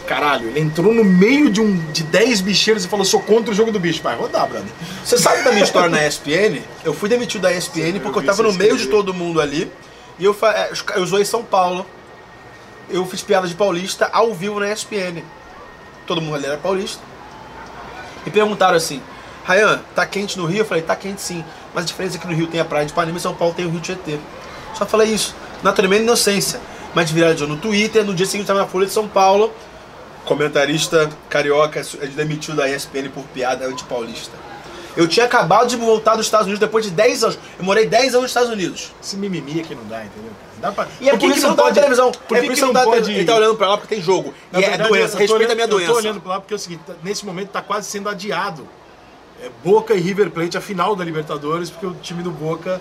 Speaker 2: Caralho, ele entrou no meio de um de 10 bicheiros e falou: sou contra o jogo do bicho. Vai rodar, brother.
Speaker 1: Você sabe da minha história na ESPN? Eu fui demitido da ESPN porque eu
Speaker 2: vi
Speaker 1: tava
Speaker 2: você
Speaker 1: no meio de
Speaker 2: escrever.
Speaker 1: todo mundo ali. E eu, fa- é, os ca- eu zoei São Paulo. Eu fiz piada de paulista ao vivo na ESPN. Todo mundo ali era paulista. E perguntaram assim: Rayan, tá quente no Rio? Eu falei: tá quente sim. Mas a diferença é que no Rio tem a praia de Panema e São Paulo tem o Rio Tietê. Só falei isso, na tremenda inocência. Mas viralizou no Twitter. No dia seguinte eu tava na Folha de São Paulo. Comentarista carioca é demitido da ESPN por piada antipaulista. Eu tinha acabado de voltar dos Estados Unidos depois de 10 anos. Eu morei 10 anos nos Estados Unidos.
Speaker 2: Esse mimimi aqui não dá, entendeu? Dá pra...
Speaker 1: E é por, isso que não tá na televisão.
Speaker 2: Por
Speaker 1: é
Speaker 2: que,
Speaker 1: por
Speaker 2: que
Speaker 1: isso
Speaker 2: não,
Speaker 1: tá na
Speaker 2: pode...
Speaker 1: televisão. Ele tá olhando pra lá porque tem jogo.
Speaker 2: Na
Speaker 1: e é
Speaker 2: verdade,
Speaker 1: doença.
Speaker 2: eu tô
Speaker 1: Respeita a
Speaker 2: olhando-
Speaker 1: minha doença.
Speaker 2: Eu tô olhando pra lá porque é o seguinte, tá- nesse momento tá quase sendo adiado. É Boca e River Plate a final da Libertadores, porque o time do Boca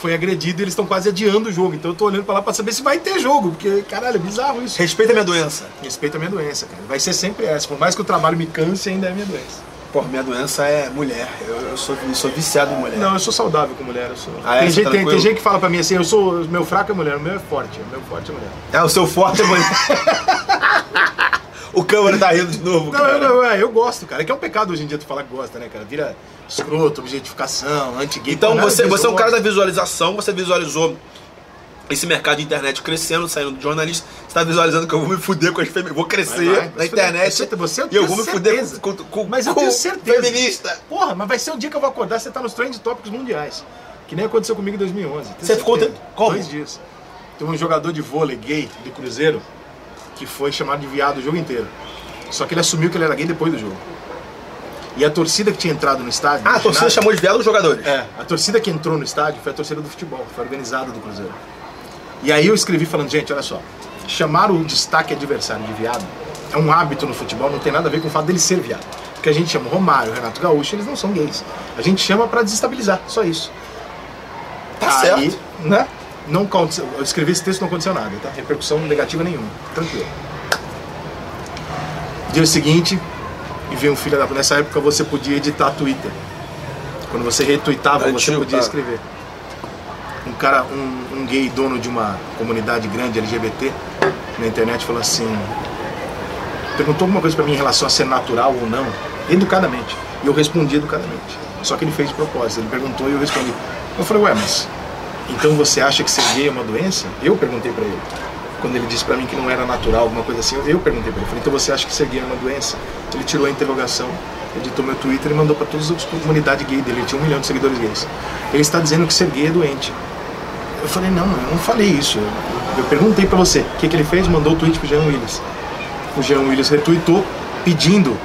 Speaker 2: foi agredido e eles estão quase adiando o jogo. Então eu tô olhando pra lá pra saber se vai ter jogo, porque caralho, é bizarro isso.
Speaker 1: Respeita a minha doença.
Speaker 2: Respeita a minha doença, cara. Vai ser sempre essa. Por mais que o trabalho me canse, ainda é a minha doença.
Speaker 1: Pô, minha doença é mulher. Eu, eu sou, eu sou viciado em mulher.
Speaker 2: Não, eu sou saudável com mulher. Eu sou...
Speaker 1: É. Ah, é?
Speaker 2: tem,
Speaker 1: Você
Speaker 2: gente,
Speaker 1: tá
Speaker 2: tem- tem
Speaker 1: tranquilo?
Speaker 2: gente que fala pra mim assim, eu sou, meu fraco é mulher, o meu é forte, o meu forte é mulher.
Speaker 1: É, o seu forte é mulher. o câmera tá rindo de novo,
Speaker 2: Não,
Speaker 1: cara.
Speaker 2: eu, não, é, eu gosto, cara. É que é um pecado hoje em dia tu falar que gosta, né, cara? Vira escroto, objetificação, anti-gay.
Speaker 1: Então
Speaker 2: pô, nada
Speaker 1: você,
Speaker 2: disso,
Speaker 1: você é
Speaker 2: eu
Speaker 1: um cara
Speaker 2: gosto.
Speaker 1: da visualização, você visualizou esse mercado de internet crescendo, saindo do jornalista, você tá visualizando que eu vou me fuder com as feministas. Vou crescer
Speaker 2: Vai, vai,
Speaker 1: na
Speaker 2: vai se fuder.
Speaker 1: internet.
Speaker 2: Você- você- eu
Speaker 1: e eu
Speaker 2: tenho
Speaker 1: vou me
Speaker 2: certeza.
Speaker 1: fuder com, com, com,
Speaker 2: Mas eu
Speaker 1: com
Speaker 2: tenho certeza.
Speaker 1: feminista.
Speaker 2: Porra, mas vai ser um dia que eu vou acordar você tá nos trend topics mundiais. Que nem aconteceu comigo em 2011. tenho
Speaker 1: Você ficou
Speaker 2: certeza.
Speaker 1: tempo- como?
Speaker 2: Dois dias. Teve um jogador de vôlei gay do Cruzeiro que foi chamado de viado o jogo inteiro. Só que ele assumiu que ele era gay depois do jogo. E a torcida que tinha entrado no estádio.
Speaker 1: Ah,
Speaker 2: no
Speaker 1: a torcida
Speaker 2: ginásio-
Speaker 1: chamou de viado os jogadores.
Speaker 2: É, a torcida que entrou no estádio foi a torcida do futebol, foi organizada do Cruzeiro. E aí eu escrevi falando, gente, olha só, chamar o destaque adversário de viado é um hábito no futebol, não tem nada a ver com o fato dele ser viado. Porque a gente chama o Romário, o Renato Gaúcho, eles não são gays. A gente chama pra desestabilizar, só isso.
Speaker 1: Tá
Speaker 2: aí,
Speaker 1: certo.
Speaker 2: né? Não aconteceu, eu escrevi esse texto não aconteceu nada, tá? Repercussão negativa nenhuma, tranquilo. Dia seguinte, e veio um filho da. Nessa época você podia editar Twitter. Quando você retweetava, você
Speaker 1: Antigo,
Speaker 2: podia
Speaker 1: tá.
Speaker 2: escrever. Um cara, um, um gay dono de uma comunidade grande LGBT na internet falou assim. Perguntou alguma coisa pra mim em relação a ser natural ou não, educadamente. E eu respondi educadamente. Só que ele fez de propósito, ele perguntou e eu respondi. Eu falei, ué, mas então você acha que ser gay é uma doença? Eu perguntei pra ele. Quando ele disse pra mim que não era natural, alguma coisa assim, eu perguntei pra ele. Falei, então você acha que ser gay é uma doença? Ele tirou a interrogação, editou meu Twitter e mandou pra todas as comunidades gay dele. Ele tinha um milhão de seguidores gays. Ele está dizendo que ser gay é doente. Eu falei, não, eu não falei isso. Eu, eu perguntei pra você. O que, que ele fez? Mandou o tweet pro Jean Willis. O Jean Willis retweetou pedindo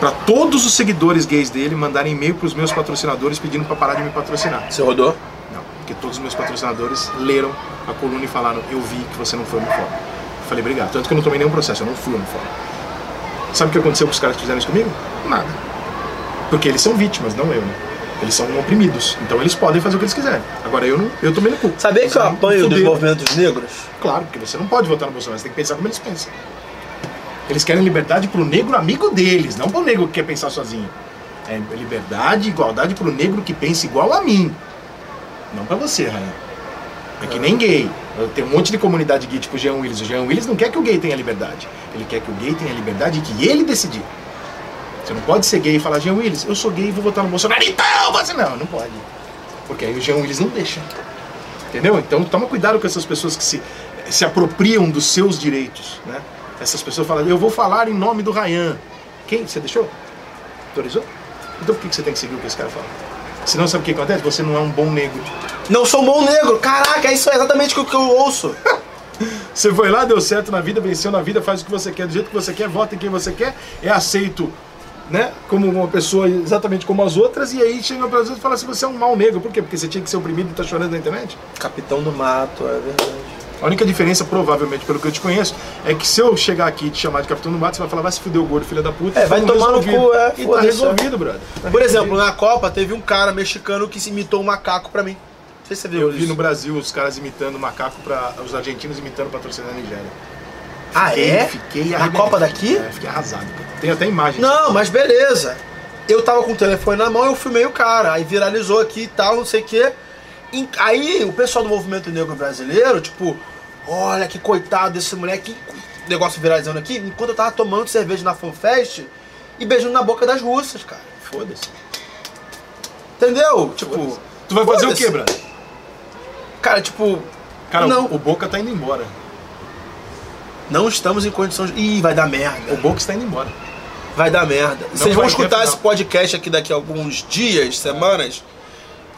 Speaker 2: pra todos os seguidores gays dele mandarem e-mail pros meus patrocinadores pedindo pra parar de me patrocinar.
Speaker 1: Você rodou?
Speaker 2: Não, porque todos os meus patrocinadores leram a coluna e falaram: Eu vi que você não foi homofóbico. Eu falei, obrigado. Tanto que eu não tomei nenhum processo, eu não fui homofóbico. Sabe o que aconteceu com os caras que fizeram isso comigo? Nada. Porque eles são vítimas, não eu, né? Eles são oprimidos, então eles podem fazer o que eles quiserem. Agora eu não, eu tomei no cu.
Speaker 1: Sabia
Speaker 2: Eles
Speaker 1: que eu
Speaker 2: vão me
Speaker 1: apanho dos
Speaker 2: fuder.
Speaker 1: movimentos negros?
Speaker 2: Claro, porque você não pode votar no Bolsonaro, você tem que pensar como eles pensam. Eles querem liberdade pro negro amigo deles, não pro negro que quer pensar sozinho. É liberdade, igualdade pro negro que pensa igual a mim. Não pra você, Rainha. É que nem gay. Tem um monte de comunidade gay, tipo o Jean Willis. O Jean Willis não quer que o gay tenha liberdade. Ele quer que o gay tenha liberdade e que ele decidir. Você não pode ser gay e falar, Jean Willis, eu sou gay e vou votar no Bolsonaro. Então você não, não pode. Porque aí o Jean Willis não deixa. Entendeu? Então toma cuidado com essas pessoas que se, se apropriam dos seus direitos, né? Essas pessoas falam, eu vou falar em nome do Ryan. Quem? Você deixou? Autorizou? Então por que que você tem que seguir o que esse cara fala? Senão sabe o que acontece? Você não é um bom negro.
Speaker 1: Não sou um bom negro! Caraca, isso é exatamente o que eu ouço.
Speaker 2: Você foi lá, deu certo na vida, venceu na vida, faz o que você quer, do jeito que você quer, vota em quem você quer, é aceito, né? Como uma pessoa exatamente como as outras, e aí chega para as outras e fala assim, você é um mau negro. Por quê? Porque você tinha que ser oprimido e tá chorando na internet?
Speaker 1: Capitão do Mato, é verdade.
Speaker 2: A única diferença, provavelmente, pelo que eu te conheço, é que se eu chegar aqui e te chamar de Capitão do Mato, você vai falar, vai se fuder o gordo, filha da puta.
Speaker 1: É, vai
Speaker 2: Tá
Speaker 1: tomar no
Speaker 2: resolvido.
Speaker 1: cu, é,
Speaker 2: E tá
Speaker 1: foda-se.
Speaker 2: resolvido, brother. Tá
Speaker 1: Por
Speaker 2: resolvido.
Speaker 1: exemplo, na Copa teve um cara mexicano que se imitou um macaco pra mim. Não sei se você viu
Speaker 2: eu vi
Speaker 1: isso.
Speaker 2: no Brasil os caras imitando macaco para os argentinos imitando pra torcida da Nigéria.
Speaker 1: Ah, é?
Speaker 2: Fiquei
Speaker 1: Na
Speaker 2: arrebentado.
Speaker 1: Copa daqui?
Speaker 2: É, fiquei arrasado. cara. Tem até imagem.
Speaker 1: Não, mas beleza. Eu tava com o telefone na mão, eu filmei o cara, aí viralizou aqui e tal, não sei o quê. Em- Aí o pessoal do movimento negro brasileiro, tipo, olha que coitado desse moleque, negócio viralizando aqui, enquanto eu tava tomando cerveja na FanFest e beijando na boca das russas, cara.
Speaker 2: Foda-se.
Speaker 1: Entendeu? Tipo.
Speaker 2: Tu vai fazer o
Speaker 1: foda-se.
Speaker 2: quê, brother?
Speaker 1: Cara, tipo.
Speaker 2: Cara,
Speaker 1: não,
Speaker 2: o Boca tá indo embora.
Speaker 1: não estamos em condições. de- Ih, vai dar merda.
Speaker 2: O Boca está indo embora.
Speaker 1: Vai dar merda. Vocês vão
Speaker 2: vai ter
Speaker 1: escutar
Speaker 2: final.
Speaker 1: esse podcast aqui daqui a alguns dias, semanas.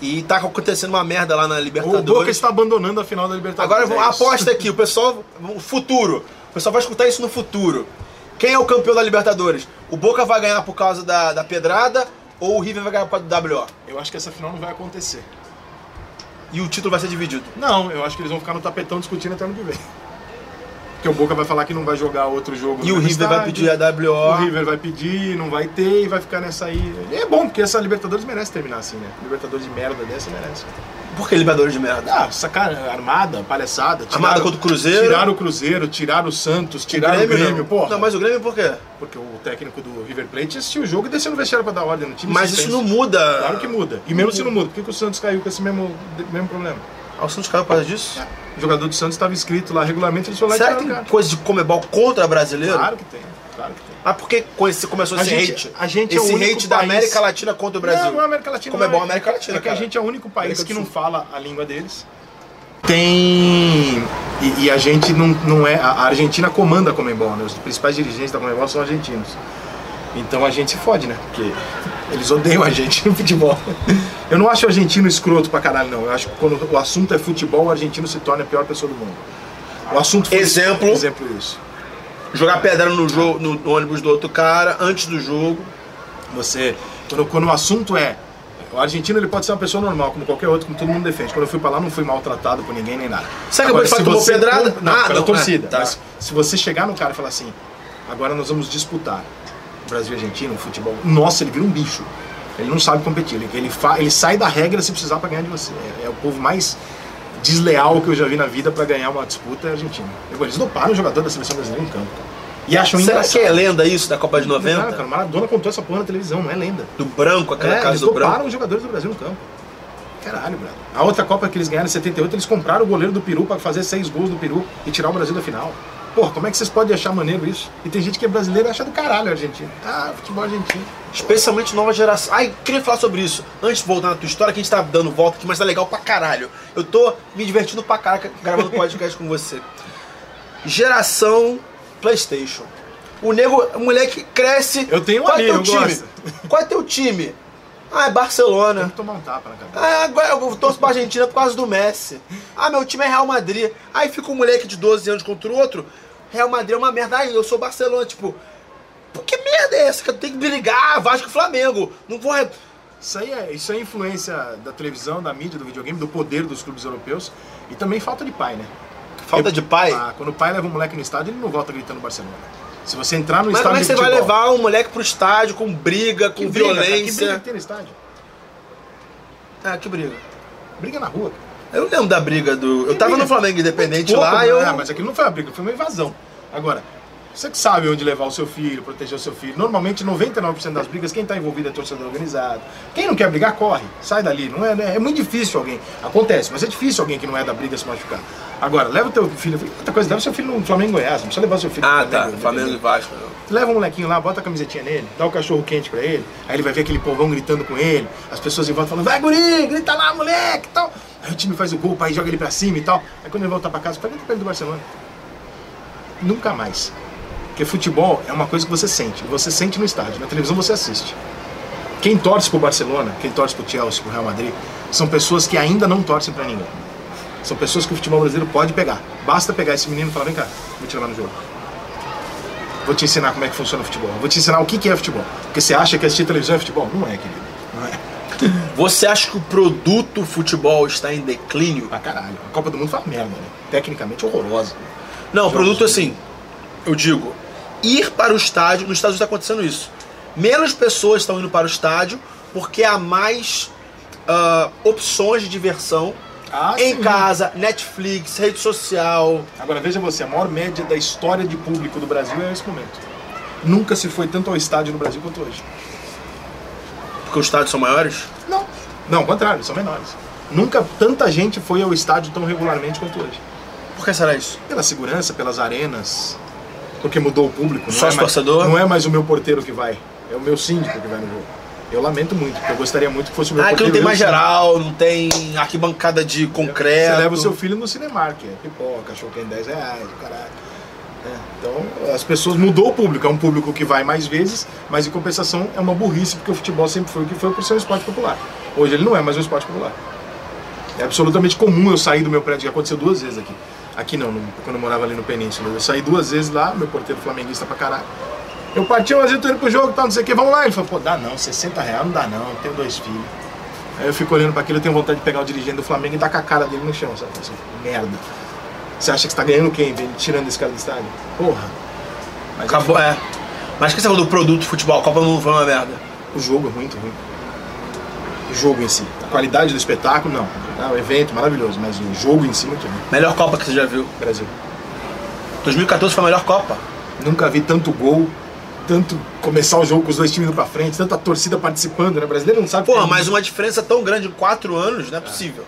Speaker 1: E tá acontecendo uma merda lá na
Speaker 2: O
Speaker 1: Libertadores.
Speaker 2: Boca está abandonando a final da Libertadores.
Speaker 1: Agora eu vou-
Speaker 2: É isso.
Speaker 1: aposta aqui, o pessoal. O futuro. O pessoal vai escutar isso no futuro. Quem é o campeão da Libertadores? O Boca vai ganhar por causa da, da pedrada ou o River vai ganhar por causa do WO?
Speaker 2: Eu acho que essa final não vai acontecer.
Speaker 1: E o título vai ser dividido.
Speaker 2: Não, eu acho que eles vão ficar no tapetão discutindo até ano que vem. Porque o Boca vai falar que não vai jogar outro jogo. no
Speaker 1: E o
Speaker 2: mesmo
Speaker 1: River vai
Speaker 2: estádio.
Speaker 1: pedir a
Speaker 2: O
Speaker 1: WO.
Speaker 2: River vai pedir, não vai ter e vai ficar nessa aí. E é bom, porque essa Libertadores merece terminar assim, né? Libertadores de merda dessa merece.
Speaker 1: Por que Libertadores de merda?
Speaker 2: Ah, sacaram armada, palhaçada. Tiraram,
Speaker 1: Armada contra o Cruzeiro.
Speaker 2: Tiraram o Cruzeiro, tiraram o Santos, tiraram o
Speaker 1: Grêmio,
Speaker 2: Grêmio,
Speaker 1: não.
Speaker 2: porra.
Speaker 1: Não, mas o Grêmio por quê?
Speaker 2: Porque o técnico do River Plate assistiu o jogo e desceu no vestiário pra dar ordem no time.
Speaker 1: Mas
Speaker 2: Vocês
Speaker 1: isso não
Speaker 2: pensam?
Speaker 1: muda.
Speaker 2: Claro que muda. E mesmo se não muda, por que, que o Santos caiu com esse mesmo, de- mesmo problema?
Speaker 1: Ah, o Santos caiu por causa disso?
Speaker 2: O jogador do Santos estava inscrito lá regularmente, eles foram lá e
Speaker 1: Será que
Speaker 2: tiraram o
Speaker 1: tem
Speaker 2: cara.
Speaker 1: coisa de comebol contra brasileiro?
Speaker 2: é Claro que tem, claro que tem.
Speaker 1: Ah, por que co- você começou
Speaker 2: A
Speaker 1: esse
Speaker 2: gente-
Speaker 1: hate?
Speaker 2: a gente é
Speaker 1: esse
Speaker 2: o único
Speaker 1: hate da
Speaker 2: país-
Speaker 1: América Latina contra o Brasil.
Speaker 2: Não, não é América Latina.
Speaker 1: Como é
Speaker 2: não
Speaker 1: bom a América Latina,
Speaker 2: É que
Speaker 1: cara.
Speaker 2: a gente é o único país
Speaker 1: América
Speaker 2: que
Speaker 1: do
Speaker 2: não
Speaker 1: Sul.
Speaker 2: fala a língua deles. Tem. E, e a gente não, não é. A Argentina comanda a Comembol, né? Os principais dirigentes da Comembol são argentinos. Então a gente se fode, né? Porque eles odeiam a gente no futebol. Eu não acho o argentino escroto pra caralho, não. Eu acho que quando o assunto é futebol, o argentino se torna a pior pessoa do mundo. O assunto foi-
Speaker 1: Exemplo.
Speaker 2: Exemplo isso.
Speaker 1: Jogar pedra no, jogo, no ônibus do outro cara antes do jogo.
Speaker 2: Você, quando, quando o assunto é. O argentino ele pode ser uma pessoa normal, como qualquer outro, como todo mundo defende. Quando eu fui pra lá, não fui maltratado por ninguém nem nada.
Speaker 1: Sabe como ele fala
Speaker 2: se
Speaker 1: que tomou
Speaker 2: você-
Speaker 1: pedrada?
Speaker 2: Não,
Speaker 1: Ah,
Speaker 2: pela
Speaker 1: não, é,
Speaker 2: torcida.
Speaker 1: tá.
Speaker 2: Mas se você chegar no cara e falar assim, agora nós vamos disputar Brasil e Argentina, um futebol. Nossa, ele vira um bicho. Ele não sabe competir. Ele, ele, fa- ele sai da regra se precisar pra ganhar de você. É, é o povo mais desleal que eu já vi na vida pra ganhar uma disputa é a Argentina. Eles doparam o jogador da seleção brasileira em campo. E acham
Speaker 1: Será
Speaker 2: engraçado.
Speaker 1: que é lenda isso da Copa de
Speaker 2: Não,
Speaker 1: 90?
Speaker 2: cara, Maradona contou essa porra na televisão, não é lenda.
Speaker 1: do branco, aquela
Speaker 2: É,
Speaker 1: casa
Speaker 2: eles
Speaker 1: do branco.
Speaker 2: doparam os jogadores do Brasil no campo. Caralho, brother. A outra Copa que eles ganharam em 78, eles compraram o goleiro do Peru pra fazer seis gols do Peru e tirar o Brasil da final. Porra, como é que vocês podem achar maneiro isso? E tem gente que é brasileira e acha do caralho a Argentina. Ah, futebol argentino.
Speaker 1: Especialmente nova geração. Ai, queria falar sobre isso. Antes de voltar na tua história, que a gente tá dando volta aqui, mas tá legal pra caralho. Eu tô me divertindo pra caraca gravando podcast com você. Geração PlayStation. O nego, o moleque cresce.
Speaker 2: Eu tenho um
Speaker 1: Qual é
Speaker 2: amigo,
Speaker 1: teu
Speaker 2: eu
Speaker 1: time? Qual é teu time? Ah, é Barcelona.
Speaker 2: Tem que tomar um tapa na cabeça.
Speaker 1: Ah, agora eu torço pra Argentina por causa do Messi. Ah, meu time é Real Madrid. Aí fica um moleque de 12 anos contra o outro. Real Madrid é uma merda. Aí eu sou Barcelona, tipo. Pô, que merda é essa? Que eu tenho que brigar, Vasco e Flamengo. Não vou. re-
Speaker 2: Isso aí é, isso aí é influência da televisão, da mídia, do videogame, do poder dos clubes europeus e também falta de pai, né?
Speaker 1: Falta de pai.
Speaker 2: Ah, quando o pai leva o moleque no estádio, ele não volta gritando Barcelona. Se você entrar no
Speaker 1: Mas
Speaker 2: estádio
Speaker 1: como é que
Speaker 2: de
Speaker 1: você vai
Speaker 2: futebol-
Speaker 1: levar um moleque pro estádio com briga, com
Speaker 2: Que briga, cara, que briga
Speaker 1: violência?
Speaker 2: que tem no estádio?
Speaker 1: ah, que briga.
Speaker 2: Briga na rua, cara.
Speaker 1: Eu lembro da briga do. Eu
Speaker 2: Que
Speaker 1: tava
Speaker 2: briga?
Speaker 1: no Flamengo Independente
Speaker 2: Pouco,
Speaker 1: lá,
Speaker 2: né?
Speaker 1: eu.
Speaker 2: Ah, mas aquilo não foi uma briga, foi uma invasão. Agora, você que sabe onde levar o seu filho, proteger o seu filho. Normalmente, 99% das brigas, quem está envolvido é torcedor organizado. Quem não quer brigar, corre, sai dali. Não é, né? é muito difícil alguém. Acontece, mas é difícil alguém que não é da briga se machucar. Agora, leva o teu filho. Outra coisa, leva o seu filho no Flamengo e Goiás, não precisa levar o seu filho no
Speaker 1: Ah, tá.
Speaker 2: né?
Speaker 1: Flamengo e Vasco.
Speaker 2: Leva um molequinho lá, bota a camisetinha nele, dá o cachorro quente pra ele, aí ele vai ver aquele povão gritando com ele, as pessoas em volta falando, vai guri, grita lá, moleque e tal. Aí o time faz o gol, o pai joga ele pra cima e tal. Aí quando ele volta pra casa, pergunta pra ele do Barcelona. Nunca mais. Porque futebol é uma coisa que você sente, você sente no estádio, na televisão você assiste. Quem torce pro Barcelona, quem torce pro Chelsea, pro Real Madrid, são pessoas que ainda não torcem pra ninguém. São pessoas que o futebol brasileiro pode pegar. Basta pegar esse menino e falar, vem cá, vou te levar no jogo. Vou te ensinar como é que funciona o futebol. Vou te ensinar o que que é futebol. Porque você acha que assistir televisão é futebol? Não é, querido. Não é.
Speaker 1: Você acha que o produto futebol está em declínio?
Speaker 2: Pra caralho. A Copa do Mundo foi uma merda, né? Tecnicamente horrorosa.
Speaker 1: Não, o
Speaker 2: Jogos,
Speaker 1: produto
Speaker 2: né?
Speaker 1: assim, eu digo, ir para o estádio, nos Estados Unidos está acontecendo isso. Menos pessoas estão indo para o estádio porque há mais ah, opções de diversão
Speaker 2: Ah,
Speaker 1: em
Speaker 2: sim.
Speaker 1: casa, Netflix, rede social.
Speaker 2: Agora veja você, a maior média da história de público do Brasil é esse momento. Nunca se foi tanto ao estádio no Brasil quanto hoje.
Speaker 1: Porque os estádios são maiores?
Speaker 2: Não. Não, ao contrário, são menores. Nunca tanta gente foi ao estádio tão regularmente quanto hoje.
Speaker 1: Por que será isso?
Speaker 2: Pela segurança, pelas arenas, porque mudou o público.
Speaker 1: Sócio
Speaker 2: mais-
Speaker 1: torcedor?
Speaker 2: Não é mais o meu porteiro que vai, é o meu síndico que vai no jogo. Eu lamento muito, porque eu gostaria muito que fosse o meu
Speaker 1: Ah, que
Speaker 2: porteiro.
Speaker 1: não tem
Speaker 2: e o
Speaker 1: mais
Speaker 2: síndico.
Speaker 1: geral, não tem arquibancada de concreto.
Speaker 2: Você leva o seu filho no Cinemark, é pipoca, cachorro quente 10 reais, o caralho. É, Então, as pessoas mudou o público, é um público que vai mais vezes, mas em compensação é uma burrice, porque o futebol sempre foi o que foi por ser um esporte popular. Hoje ele não é mais um esporte popular. É absolutamente comum eu sair do meu prédio, já aconteceu duas vezes aqui. Aqui não, no- quando eu morava ali no Península. Eu saí duas vezes lá, meu porteiro flamenguista pra caralho. Eu parti umas vezes, tô indo pro jogo, tal, não sei o que, vamos lá. Ele falou, pô, dá não, 60 reais não dá não, eu tenho dois filhos. Aí eu fico olhando pra aquilo, eu tenho vontade de pegar o dirigente do Flamengo e dar com a cara dele no chão, sabe? Assim, merda. Você acha que você tá ganhando quem, velho? Tirando esse cara do estádio? Porra. Mas
Speaker 1: Acabou, é. Mas o que você falou do produto futebol? A Copa não foi uma merda.
Speaker 2: O jogo é muito ruim. jogo em si. A qualidade do espetáculo, não. Ah, O evento maravilhoso, mas o jogo em si, é muito ruim.
Speaker 1: Melhor Copa que você já viu.
Speaker 2: Brasil.
Speaker 1: 2014 foi a melhor Copa.
Speaker 2: Nunca vi tanto gol, tanto começar o jogo com os dois times indo pra frente, tanta torcida participando, né? O brasileiro não sabe.
Speaker 1: Porra,
Speaker 2: que-
Speaker 1: mas uma diferença tão grande em quatro anos não é possível.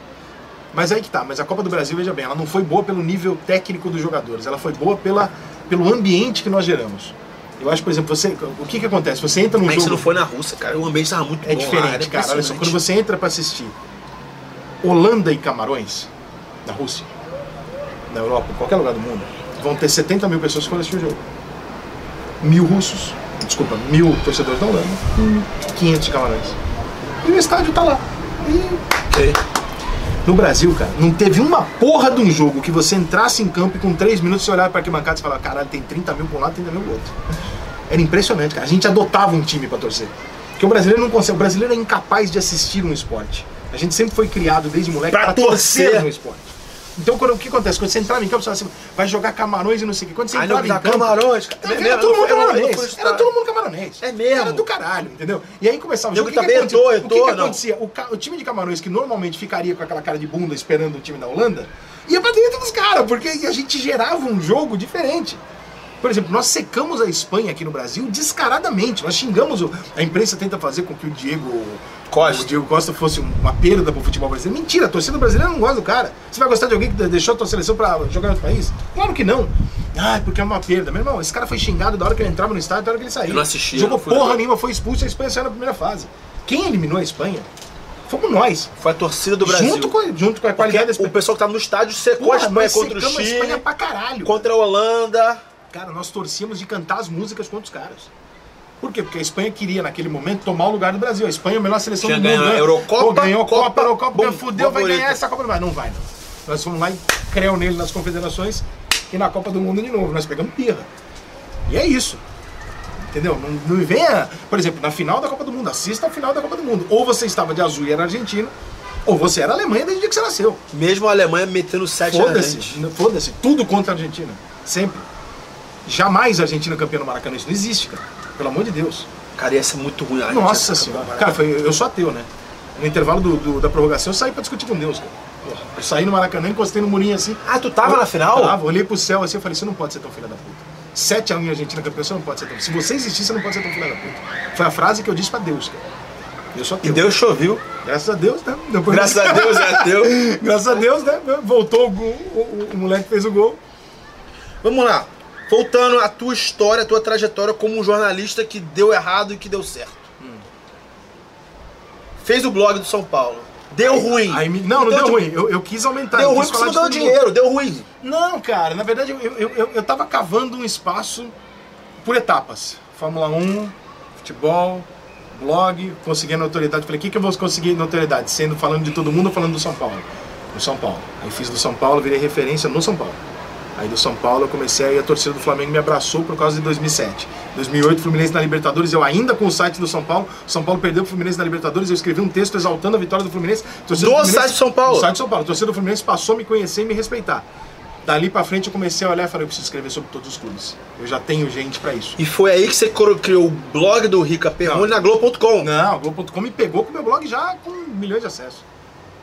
Speaker 2: Mas aí que tá, mas a Copa do Brasil, veja bem, ela não foi boa pelo nível técnico dos jogadores, ela foi boa pela, pelo ambiente que nós geramos. Eu acho, por exemplo, você. O é que que acontece? Você entra num
Speaker 1: Mas é você
Speaker 2: jogo.
Speaker 1: não foi na Rússia, cara. O ambiente tava muito bom.
Speaker 2: É
Speaker 1: lá,
Speaker 2: diferente,
Speaker 1: era
Speaker 2: cara. Olha só,
Speaker 1: impressionante.
Speaker 2: quando você entra pra assistir Holanda e Camarões, na Rússia, na Europa, em qualquer lugar do mundo, vão ter 70 mil pessoas que vão assistir o jogo. Mil russos, desculpa, mil torcedores da Holanda, e 500 camarões. E o estádio tá lá. E... No Brasil, cara, não teve uma porra de um jogo que você entrasse em campo e com 3 minutos você olhar pra arquibancada e falar, caralho, tem 30 mil pra um lado, 30 mil pro outro. Era impressionante, cara. A gente adotava um time pra torcer. Porque o brasileiro não consegue. O brasileiro é incapaz de assistir um esporte. A gente sempre foi criado desde moleque
Speaker 1: Pra
Speaker 2: pra, torcer.
Speaker 1: torcer.
Speaker 2: no esporte. Então quando, o que acontece? Quando você entrava em campo, você falava assim, vai jogar camarões e não sei o que. Quando você
Speaker 1: Aí não
Speaker 2: entrava em
Speaker 1: dá
Speaker 2: campo.
Speaker 1: camarões. cara.
Speaker 2: Tá Era,
Speaker 1: É mesmo,
Speaker 2: todo
Speaker 1: eu não
Speaker 2: mundo
Speaker 1: fui- eu não- eu não fui no
Speaker 2: camaronês. Era
Speaker 1: estádio.
Speaker 2: todo mundo camaronês.
Speaker 1: É mesmo.
Speaker 2: Era do caralho, entendeu? E aí começava o
Speaker 1: Nego
Speaker 2: jogo. O que,
Speaker 1: tá
Speaker 2: que
Speaker 1: bem,
Speaker 2: acontecia?
Speaker 1: eu tô, eu
Speaker 2: o que,
Speaker 1: tô,
Speaker 2: que
Speaker 1: não.
Speaker 2: acontecia? O, ca- o time de camarões, que normalmente ficaria com aquela cara de bunda esperando o time da Holanda, ia pra dentro dos caras, porque a gente gerava um jogo diferente. Por exemplo, nós secamos a Espanha aqui no Brasil descaradamente. Nós xingamos. O... A imprensa tenta fazer com que o Diego
Speaker 1: Costa.
Speaker 2: o Diego Costa fosse uma perda pro futebol brasileiro. Mentira, a torcida brasileira não gosta do cara. Você vai gostar de alguém que deixou a tua seleção pra jogar em outro país? Claro que não. Ah, porque é uma perda. Meu irmão, esse cara foi xingado da hora que ele entrava no estádio, da hora que ele saiu.
Speaker 1: Eu não assisti,
Speaker 2: Jogou
Speaker 1: eu não fui
Speaker 2: porra
Speaker 1: lá.
Speaker 2: nenhuma, foi expulso e a Espanha saiu na primeira fase. Quem eliminou a Espanha? Fomos nós.
Speaker 1: Foi a torcida do Brasil.
Speaker 2: Junto, com, junto com a
Speaker 1: Porque
Speaker 2: qualidade da Espanha.
Speaker 1: o pessoal que tava no estádio secou a Espanha
Speaker 2: nós
Speaker 1: contra o
Speaker 2: secamos
Speaker 1: Chile,
Speaker 2: a Espanha pra caralho.
Speaker 1: contra a Holanda.
Speaker 2: Cara, nós torcíamos de cantar as músicas contra os caras. Por quê? Porque a Espanha queria, naquele momento, tomar o lugar do Brasil. A Espanha é a melhor seleção
Speaker 1: Tinha
Speaker 2: do mundo.
Speaker 1: ganho a
Speaker 2: né?
Speaker 1: Eurocopa,
Speaker 2: Pô, ganhou a Copa,
Speaker 1: Copa,
Speaker 2: Eurocopa,
Speaker 1: bom,
Speaker 2: ganhou, fudeu, vai
Speaker 1: favorita.
Speaker 2: ganhar essa Copa. Mas não vai, não. Nós fomos lá e creu nele nas confederações e na Copa do Mundo de novo. Nós pegamos pirra. E é isso. Entendeu? Não, não me venha, por exemplo, na final da Copa do Mundo, assista a final da Copa do Mundo. Ou você estava de azul e era argentino, ou você era Alemanha desde o dia que você nasceu.
Speaker 1: Mesmo a Alemanha metendo 7 na
Speaker 2: Foda-se,
Speaker 1: gente.
Speaker 2: né? foda-se, tudo contra a Argentina. Sempre. Jamais a Argentina campeã no Maracanã, isso não existe, cara. Pelo amor de Deus.
Speaker 1: Cara, ia ser muito ruim. A gente
Speaker 2: Nossa
Speaker 1: ia
Speaker 2: senhora.
Speaker 1: acabar.
Speaker 2: Cara, foi, eu sou ateu, né? No intervalo do- do- da prorrogação eu saí pra discutir com Deus, cara. Porra, Eu saí no Maracanã, encostei no murinho assim.
Speaker 1: Ah, tu tava
Speaker 2: Eu-
Speaker 1: na final?
Speaker 2: Tava, olhei pro céu assim e falei, você não pode ser tão filha da puta. 7 a 1 em Argentina campeã, você não pode ser tão. Se você existir, você não pode ser tão filha da puta. Foi a frase que eu disse pra Deus, cara. Eu sou
Speaker 1: E
Speaker 2: ateu.
Speaker 1: Deus choveu.
Speaker 2: Graças a Deus, né? Depois-
Speaker 1: Graças a Deus é ateu.
Speaker 2: Graças a Deus, né? Voltou o, gol, o- o- o moleque fez o gol.
Speaker 1: Vamos lá. Voltando à tua história, à tua trajetória como um jornalista que deu errado e que deu certo. Fez o blog do São Paulo. Deu ruim.
Speaker 2: Aí me- Não, não
Speaker 1: Então,
Speaker 2: deu
Speaker 1: tipo,
Speaker 2: ruim. Eu, eu quis aumentar.
Speaker 1: Deu
Speaker 2: eu
Speaker 1: ruim
Speaker 2: quis
Speaker 1: porque você não
Speaker 2: falar
Speaker 1: deu
Speaker 2: de todo
Speaker 1: dinheiro,
Speaker 2: mundo.
Speaker 1: deu ruim.
Speaker 2: Não, cara. Na verdade, eu, eu, eu, eu tava cavando um espaço por etapas. Fórmula 1, futebol, blog, conseguindo autoridade. Falei, o que, que eu vou conseguir notoriedade? Sendo falando de todo mundo ou falando do São Paulo? Do São Paulo. Aí fiz do São Paulo, virei referência no São Paulo. Aí do São Paulo eu comecei aí a torcida do Flamengo me abraçou por causa de 2007. 2008 Fluminense na Libertadores, eu ainda com o site do São Paulo, o São Paulo perdeu o Fluminense na Libertadores, eu escrevi um texto exaltando a vitória do Fluminense. torcida
Speaker 1: Do
Speaker 2: Fluminense-
Speaker 1: site do São Paulo?
Speaker 2: Do site do São Paulo. A torcida do Fluminense passou a me conhecer e me respeitar. Dali pra frente eu comecei a olhar e falei, eu preciso escrever sobre todos os clubes. Eu já tenho gente pra isso.
Speaker 1: E foi aí que você cro- criou o blog do Rica Perrone na Globo.com.
Speaker 2: Não, o Globo.com me pegou com o meu blog já com milhões de acessos.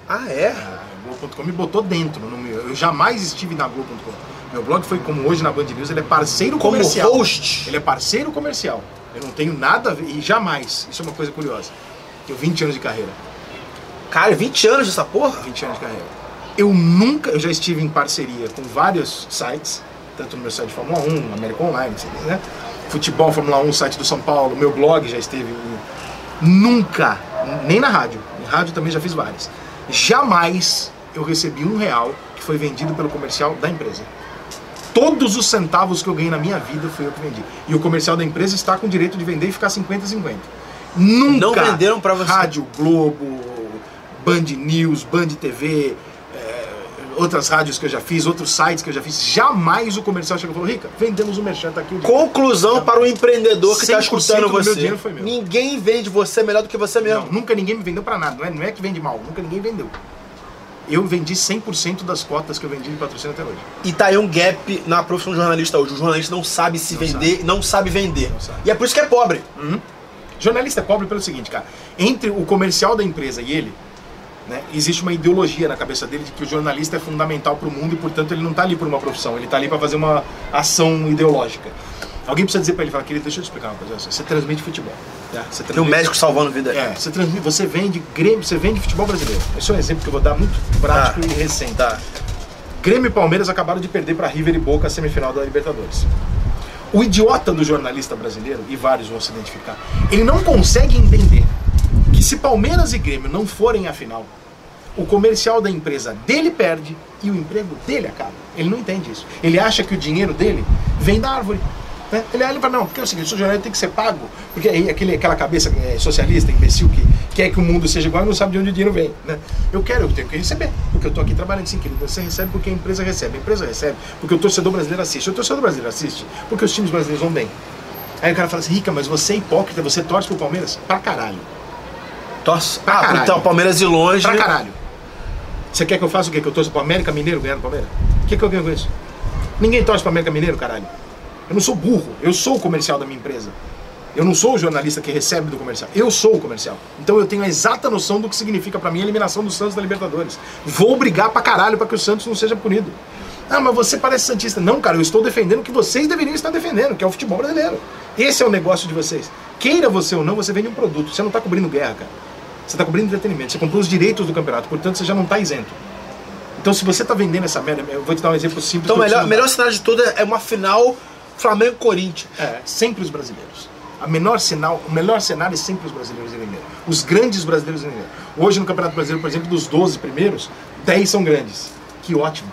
Speaker 1: Ah, é?
Speaker 2: O Globo.com me botou dentro. no meu- eu jamais estive na Globo.com. Meu blog foi como hoje na Band News, ele é parceiro
Speaker 1: Como
Speaker 2: comercial.
Speaker 1: host.
Speaker 2: Ele é parceiro comercial. Eu não tenho nada a ver, e jamais. Isso é uma coisa curiosa. Tenho 20 anos de carreira.
Speaker 1: Cara, 20 anos dessa porra?
Speaker 2: 20 anos de carreira. Eu nunca, eu já estive em parceria com vários sites, tanto no meu site de Fórmula 1, América Online, sei lá, né? Futebol, Fórmula 1, site do São Paulo, meu blog já esteve. em- Nunca, nem na rádio. Em rádio também já fiz várias. Jamais eu recebi um real que foi vendido pelo comercial da empresa. Todos os centavos que eu ganhei na minha vida foi eu que vendi. E o comercial da empresa está com o direito de vender e ficar 50-50. Nunca.
Speaker 1: Não venderam pra você.
Speaker 2: Rádio Globo, Band News, Band TV, é, outras rádios que eu já fiz, outros sites que eu já fiz. Jamais o comercial chegou e falou: Rica, vendemos o merchan, tá aqui o dinheiro."
Speaker 1: Conclusão para o empreendedor que tá
Speaker 2: 100%
Speaker 1: escutando
Speaker 2: do meu
Speaker 1: você.
Speaker 2: dinheiro foi meu.
Speaker 1: Ninguém vende você melhor do que você mesmo.
Speaker 2: Não, nunca ninguém me vendeu pra nada. Não é, não é que vende mal, nunca ninguém vendeu. Eu vendi 100% das cotas que eu vendi de patrocínio até hoje.
Speaker 1: E tá aí um gap na profissão um do jornalista hoje. O jornalista não sabe se
Speaker 2: Não
Speaker 1: vender, não sabe vender.
Speaker 2: Não sabe.
Speaker 1: E é por isso que é pobre.
Speaker 2: Jornalista é pobre pelo seguinte, cara. Entre o comercial da empresa e ele, né, existe uma ideologia na cabeça dele de que o jornalista é fundamental para o mundo e, portanto, ele não está ali por uma profissão, ele está ali para fazer uma ação ideológica. Alguém precisa dizer para ele, fala, querido, deixa eu te explicar uma coisa. Você transmite futebol. né? Você
Speaker 1: Tem um
Speaker 2: transmite-
Speaker 1: médico salvando vida.
Speaker 2: É, você transmite, você vende Grêmio, você vende futebol brasileiro. Esse é um exemplo que eu vou dar muito prático
Speaker 1: Tá.
Speaker 2: e recente.
Speaker 1: Tá.
Speaker 2: Grêmio e Palmeiras acabaram de perder para River e Boca a semifinal da Libertadores. O idiota do jornalista brasileiro, e vários vão se identificar, ele não consegue entender que se Palmeiras e Grêmio não forem à final, o comercial da empresa dele perde e o emprego dele acaba. Ele não entende isso. Ele acha que o dinheiro dele vem da árvore. né? Ele olha e fala, não, porque é o seguinte, o seu jornalista tem que ser pago, porque aí aquele, aquela cabeça é, socialista, imbecil, que quer que o mundo seja igual e não sabe de onde o dinheiro vem. Né? Eu quero, eu tenho que receber, porque eu estou aqui trabalhando sim, querido. Você recebe porque a empresa recebe, a empresa recebe, porque o torcedor brasileiro assiste, o torcedor brasileiro assiste, porque os times brasileiros vão bem. Aí o cara fala assim, Rica, mas você é hipócrita, você torce pro Palmeiras? Pra caralho.
Speaker 1: Torce.
Speaker 2: Pra
Speaker 1: Ah,
Speaker 2: caralho.
Speaker 1: então, Palmeiras e longe.
Speaker 2: Pra caralho. Você quer que eu faça o quê? Que eu torça pro América Mineiro ganhando o Palmeiras? O que, que eu ganho com isso? Ninguém torce pro América Mineiro, caralho. Eu não sou burro. Eu sou o comercial da minha empresa. Eu não sou o jornalista que recebe do comercial. Eu sou o comercial. Então eu tenho a exata noção do que significa pra mim a eliminação do Santos da Libertadores. Vou brigar pra caralho pra que o Santos não seja punido. Ah, mas você parece Santista. Não, cara, eu estou defendendo o que vocês deveriam estar defendendo, que é o futebol brasileiro. Esse é o negócio de vocês. Queira você ou não, você vende um produto. Você não tá cobrindo guerra, cara. Você está cobrindo entretenimento, você comprou os direitos do campeonato, portanto você já não está isento. Então se você está vendendo essa merda, eu vou te dar um exemplo simples.
Speaker 1: Então,
Speaker 2: que eu
Speaker 1: melhor,
Speaker 2: preciso
Speaker 1: melhor cenário de tudo é uma final Flamengo-Corinthians.
Speaker 2: dar. É, sempre os brasileiros. A menor sinal, o melhor cenário é sempre os brasileiros venderam. Os grandes brasileiros venderam. Hoje no Campeonato Brasileiro, por exemplo, dos 12 primeiros, 10 são grandes. Que ótimo.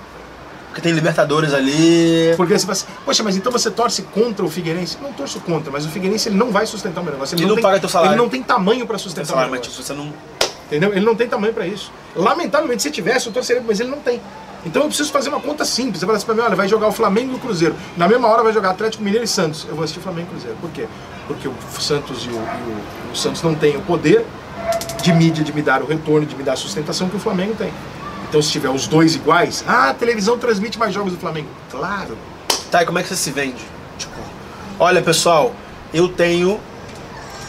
Speaker 1: Porque tem Libertadores ali.
Speaker 2: Porque você fala assim, poxa, mas então você torce contra o Figueirense? Não torço contra, mas o Figueirense ele não vai sustentar o meu negócio.
Speaker 1: Ele não paga teu salário.
Speaker 2: Ele não tem tamanho para
Speaker 1: Tem
Speaker 2: sustentar o
Speaker 1: salário,
Speaker 2: meu
Speaker 1: mas
Speaker 2: negócio.
Speaker 1: tipo, você não.
Speaker 2: Entendeu? Ele não tem tamanho pra isso. Lamentavelmente, se tivesse, eu torceria, mas ele não tem. Então eu preciso fazer uma conta simples. Você fala assim pra mim, olha, vai jogar o Flamengo e o Cruzeiro. Na mesma hora vai jogar Atlético Mineiro e Santos. Eu vou assistir Flamengo e Cruzeiro. Por quê? Porque o Santos e o, e o- o Santos não têm o poder de mídia, de me dar o retorno, de me dar a sustentação que o Flamengo tem. Então se tiver os dois iguais, ah, a televisão transmite mais jogos do Flamengo. Claro.
Speaker 1: Tá, e como é que você se vende? Tipo, olha pessoal, eu tenho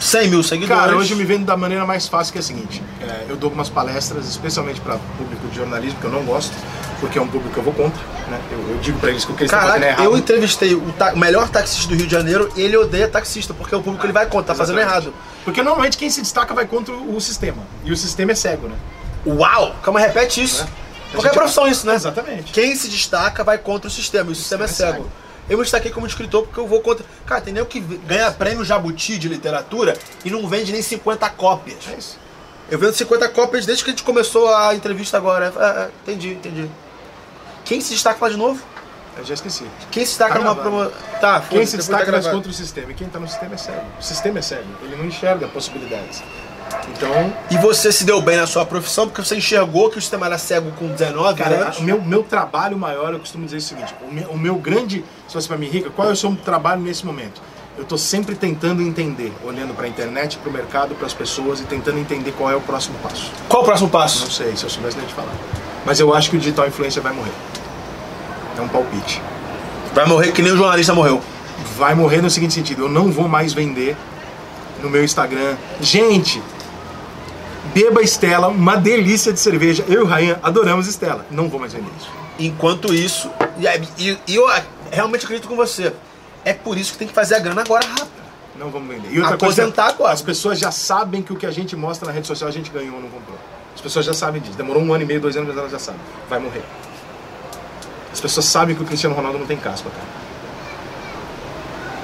Speaker 1: 100 mil seguidores.
Speaker 2: Cara, hoje eu me vendo da maneira mais fácil que é a seguinte: é, eu dou algumas palestras, especialmente para público de jornalismo, que eu não gosto, porque é um público que eu vou contra. Né? Eu, eu digo para eles que o que eles estão fazendo é
Speaker 1: Caraca,
Speaker 2: errado.
Speaker 1: eu entrevistei o ta- o melhor taxista do Rio de Janeiro e ele odeia taxista, porque o público ele vai contra, tá fazendo
Speaker 2: Exatamente.
Speaker 1: errado.
Speaker 2: Porque normalmente quem se destaca vai contra o sistema. E o sistema é cego, né?
Speaker 1: Uau! Calma, repete isso.
Speaker 2: Né? A
Speaker 1: Qualquer
Speaker 2: gente-
Speaker 1: profissão é isso, né?
Speaker 2: Exatamente.
Speaker 1: Quem se destaca vai contra o sistema, e o sistema é
Speaker 2: sistema é
Speaker 1: cego. Eu me destaquei como escritor porque eu vou contra. Cara, tem nego que ganha prêmio Jabuti de literatura e não vende nem 50 cópias.
Speaker 2: É isso.
Speaker 1: Eu vendo 50 cópias desde que a gente começou a entrevista agora. É, é, entendi, entendi. Quem se destaca lá de novo?
Speaker 2: Eu já esqueci.
Speaker 1: Quem se destaca
Speaker 2: Tá
Speaker 1: numa
Speaker 2: gravado.
Speaker 1: promo... Tá,
Speaker 2: Quem
Speaker 1: foda-se,
Speaker 2: se
Speaker 1: depois
Speaker 2: destaca
Speaker 1: tá
Speaker 2: mais
Speaker 1: gravado.
Speaker 2: contra o sistema. E quem tá no sistema é cego. O sistema é cego. Ele não enxerga possibilidades. Então,
Speaker 1: E você se deu bem na sua profissão porque você enxergou que o sistema era cego com 19
Speaker 2: Cara,
Speaker 1: anos.
Speaker 2: o meu, meu trabalho maior, eu costumo dizer o seguinte: o meu, o meu grande, se fosse pra mim rica, qual é o seu trabalho nesse momento? Eu tô sempre tentando entender, olhando pra internet, pro mercado, pras pessoas e tentando entender qual é o próximo passo.
Speaker 1: Qual o próximo passo?
Speaker 2: Não sei, se eu soubesse nem te falar. Mas eu acho que o digital influencer vai morrer. É um palpite.
Speaker 1: Vai morrer que nem o jornalista morreu.
Speaker 2: Vai morrer no seguinte sentido: eu não vou mais vender no meu Instagram. Gente, beba Estela, uma delícia de cerveja. Eu e o Rayan adoramos Estela. Não vou mais vender isso.
Speaker 1: Enquanto isso, e, e- e eu realmente acredito com você. É por isso que tem que fazer a grana agora rápido.
Speaker 2: Não vamos vender. E outra coisa,
Speaker 1: Aposentar agora.
Speaker 2: as pessoas já sabem que o que a gente mostra na rede social a gente ganhou ou não comprou. As pessoas já sabem disso. Demorou um ano e meio, dois anos, mas elas já sabem. Vai morrer. As pessoas sabem que o Cristiano Ronaldo não tem caspa, cara.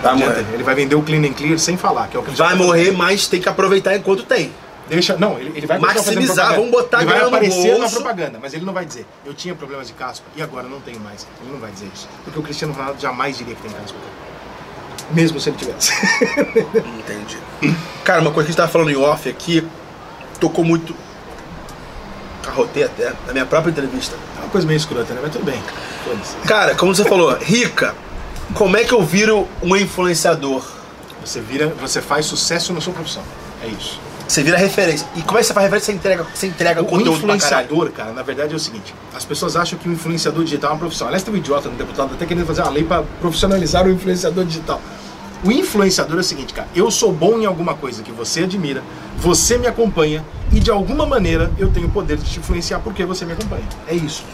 Speaker 1: Vai
Speaker 2: Não adianta. Ele vai vender o Clean and Clear sem falar, que é o que ele
Speaker 1: Vai
Speaker 2: já-
Speaker 1: morrer, mas tem que aproveitar enquanto tem.
Speaker 2: Deixa, não, ele, ele vai continuar fazendo
Speaker 1: Maximizar,
Speaker 2: propaganda.
Speaker 1: vamos botar
Speaker 2: ele vai
Speaker 1: grana no
Speaker 2: aparecer na
Speaker 1: bolso.
Speaker 2: propaganda, mas ele não vai dizer. Eu tinha problemas de caspa e agora não tenho mais. Ele não vai dizer isso, porque o Cristiano Ronaldo jamais diria que tem caspa. cara. Mesmo se ele tivesse. É
Speaker 1: Entendi. Cara, uma coisa que a gente tava falando em off aqui, tocou muito. Carrotei até, na minha própria entrevista.
Speaker 2: É uma coisa meio escrota, né? Mas tudo bem. Foda-se.
Speaker 1: Cara, como você falou, rica, como é que eu viro um influenciador?
Speaker 2: Você vira, você faz sucesso na sua profissão. É isso.
Speaker 1: Você vira referência. E como é que você faz referência? Você entrega, você entrega
Speaker 2: O
Speaker 1: conteúdo pra caralho.
Speaker 2: influenciador, cara, na verdade é o seguinte: as pessoas acham que o um influenciador digital é uma profissão. Aliás, tem um idiota no deputado até querendo fazer uma lei para profissionalizar o influenciador digital. O influenciador é o seguinte, cara, eu sou bom em alguma coisa que você admira, você me acompanha e de alguma maneira eu tenho o poder de te influenciar porque você me acompanha. É isso.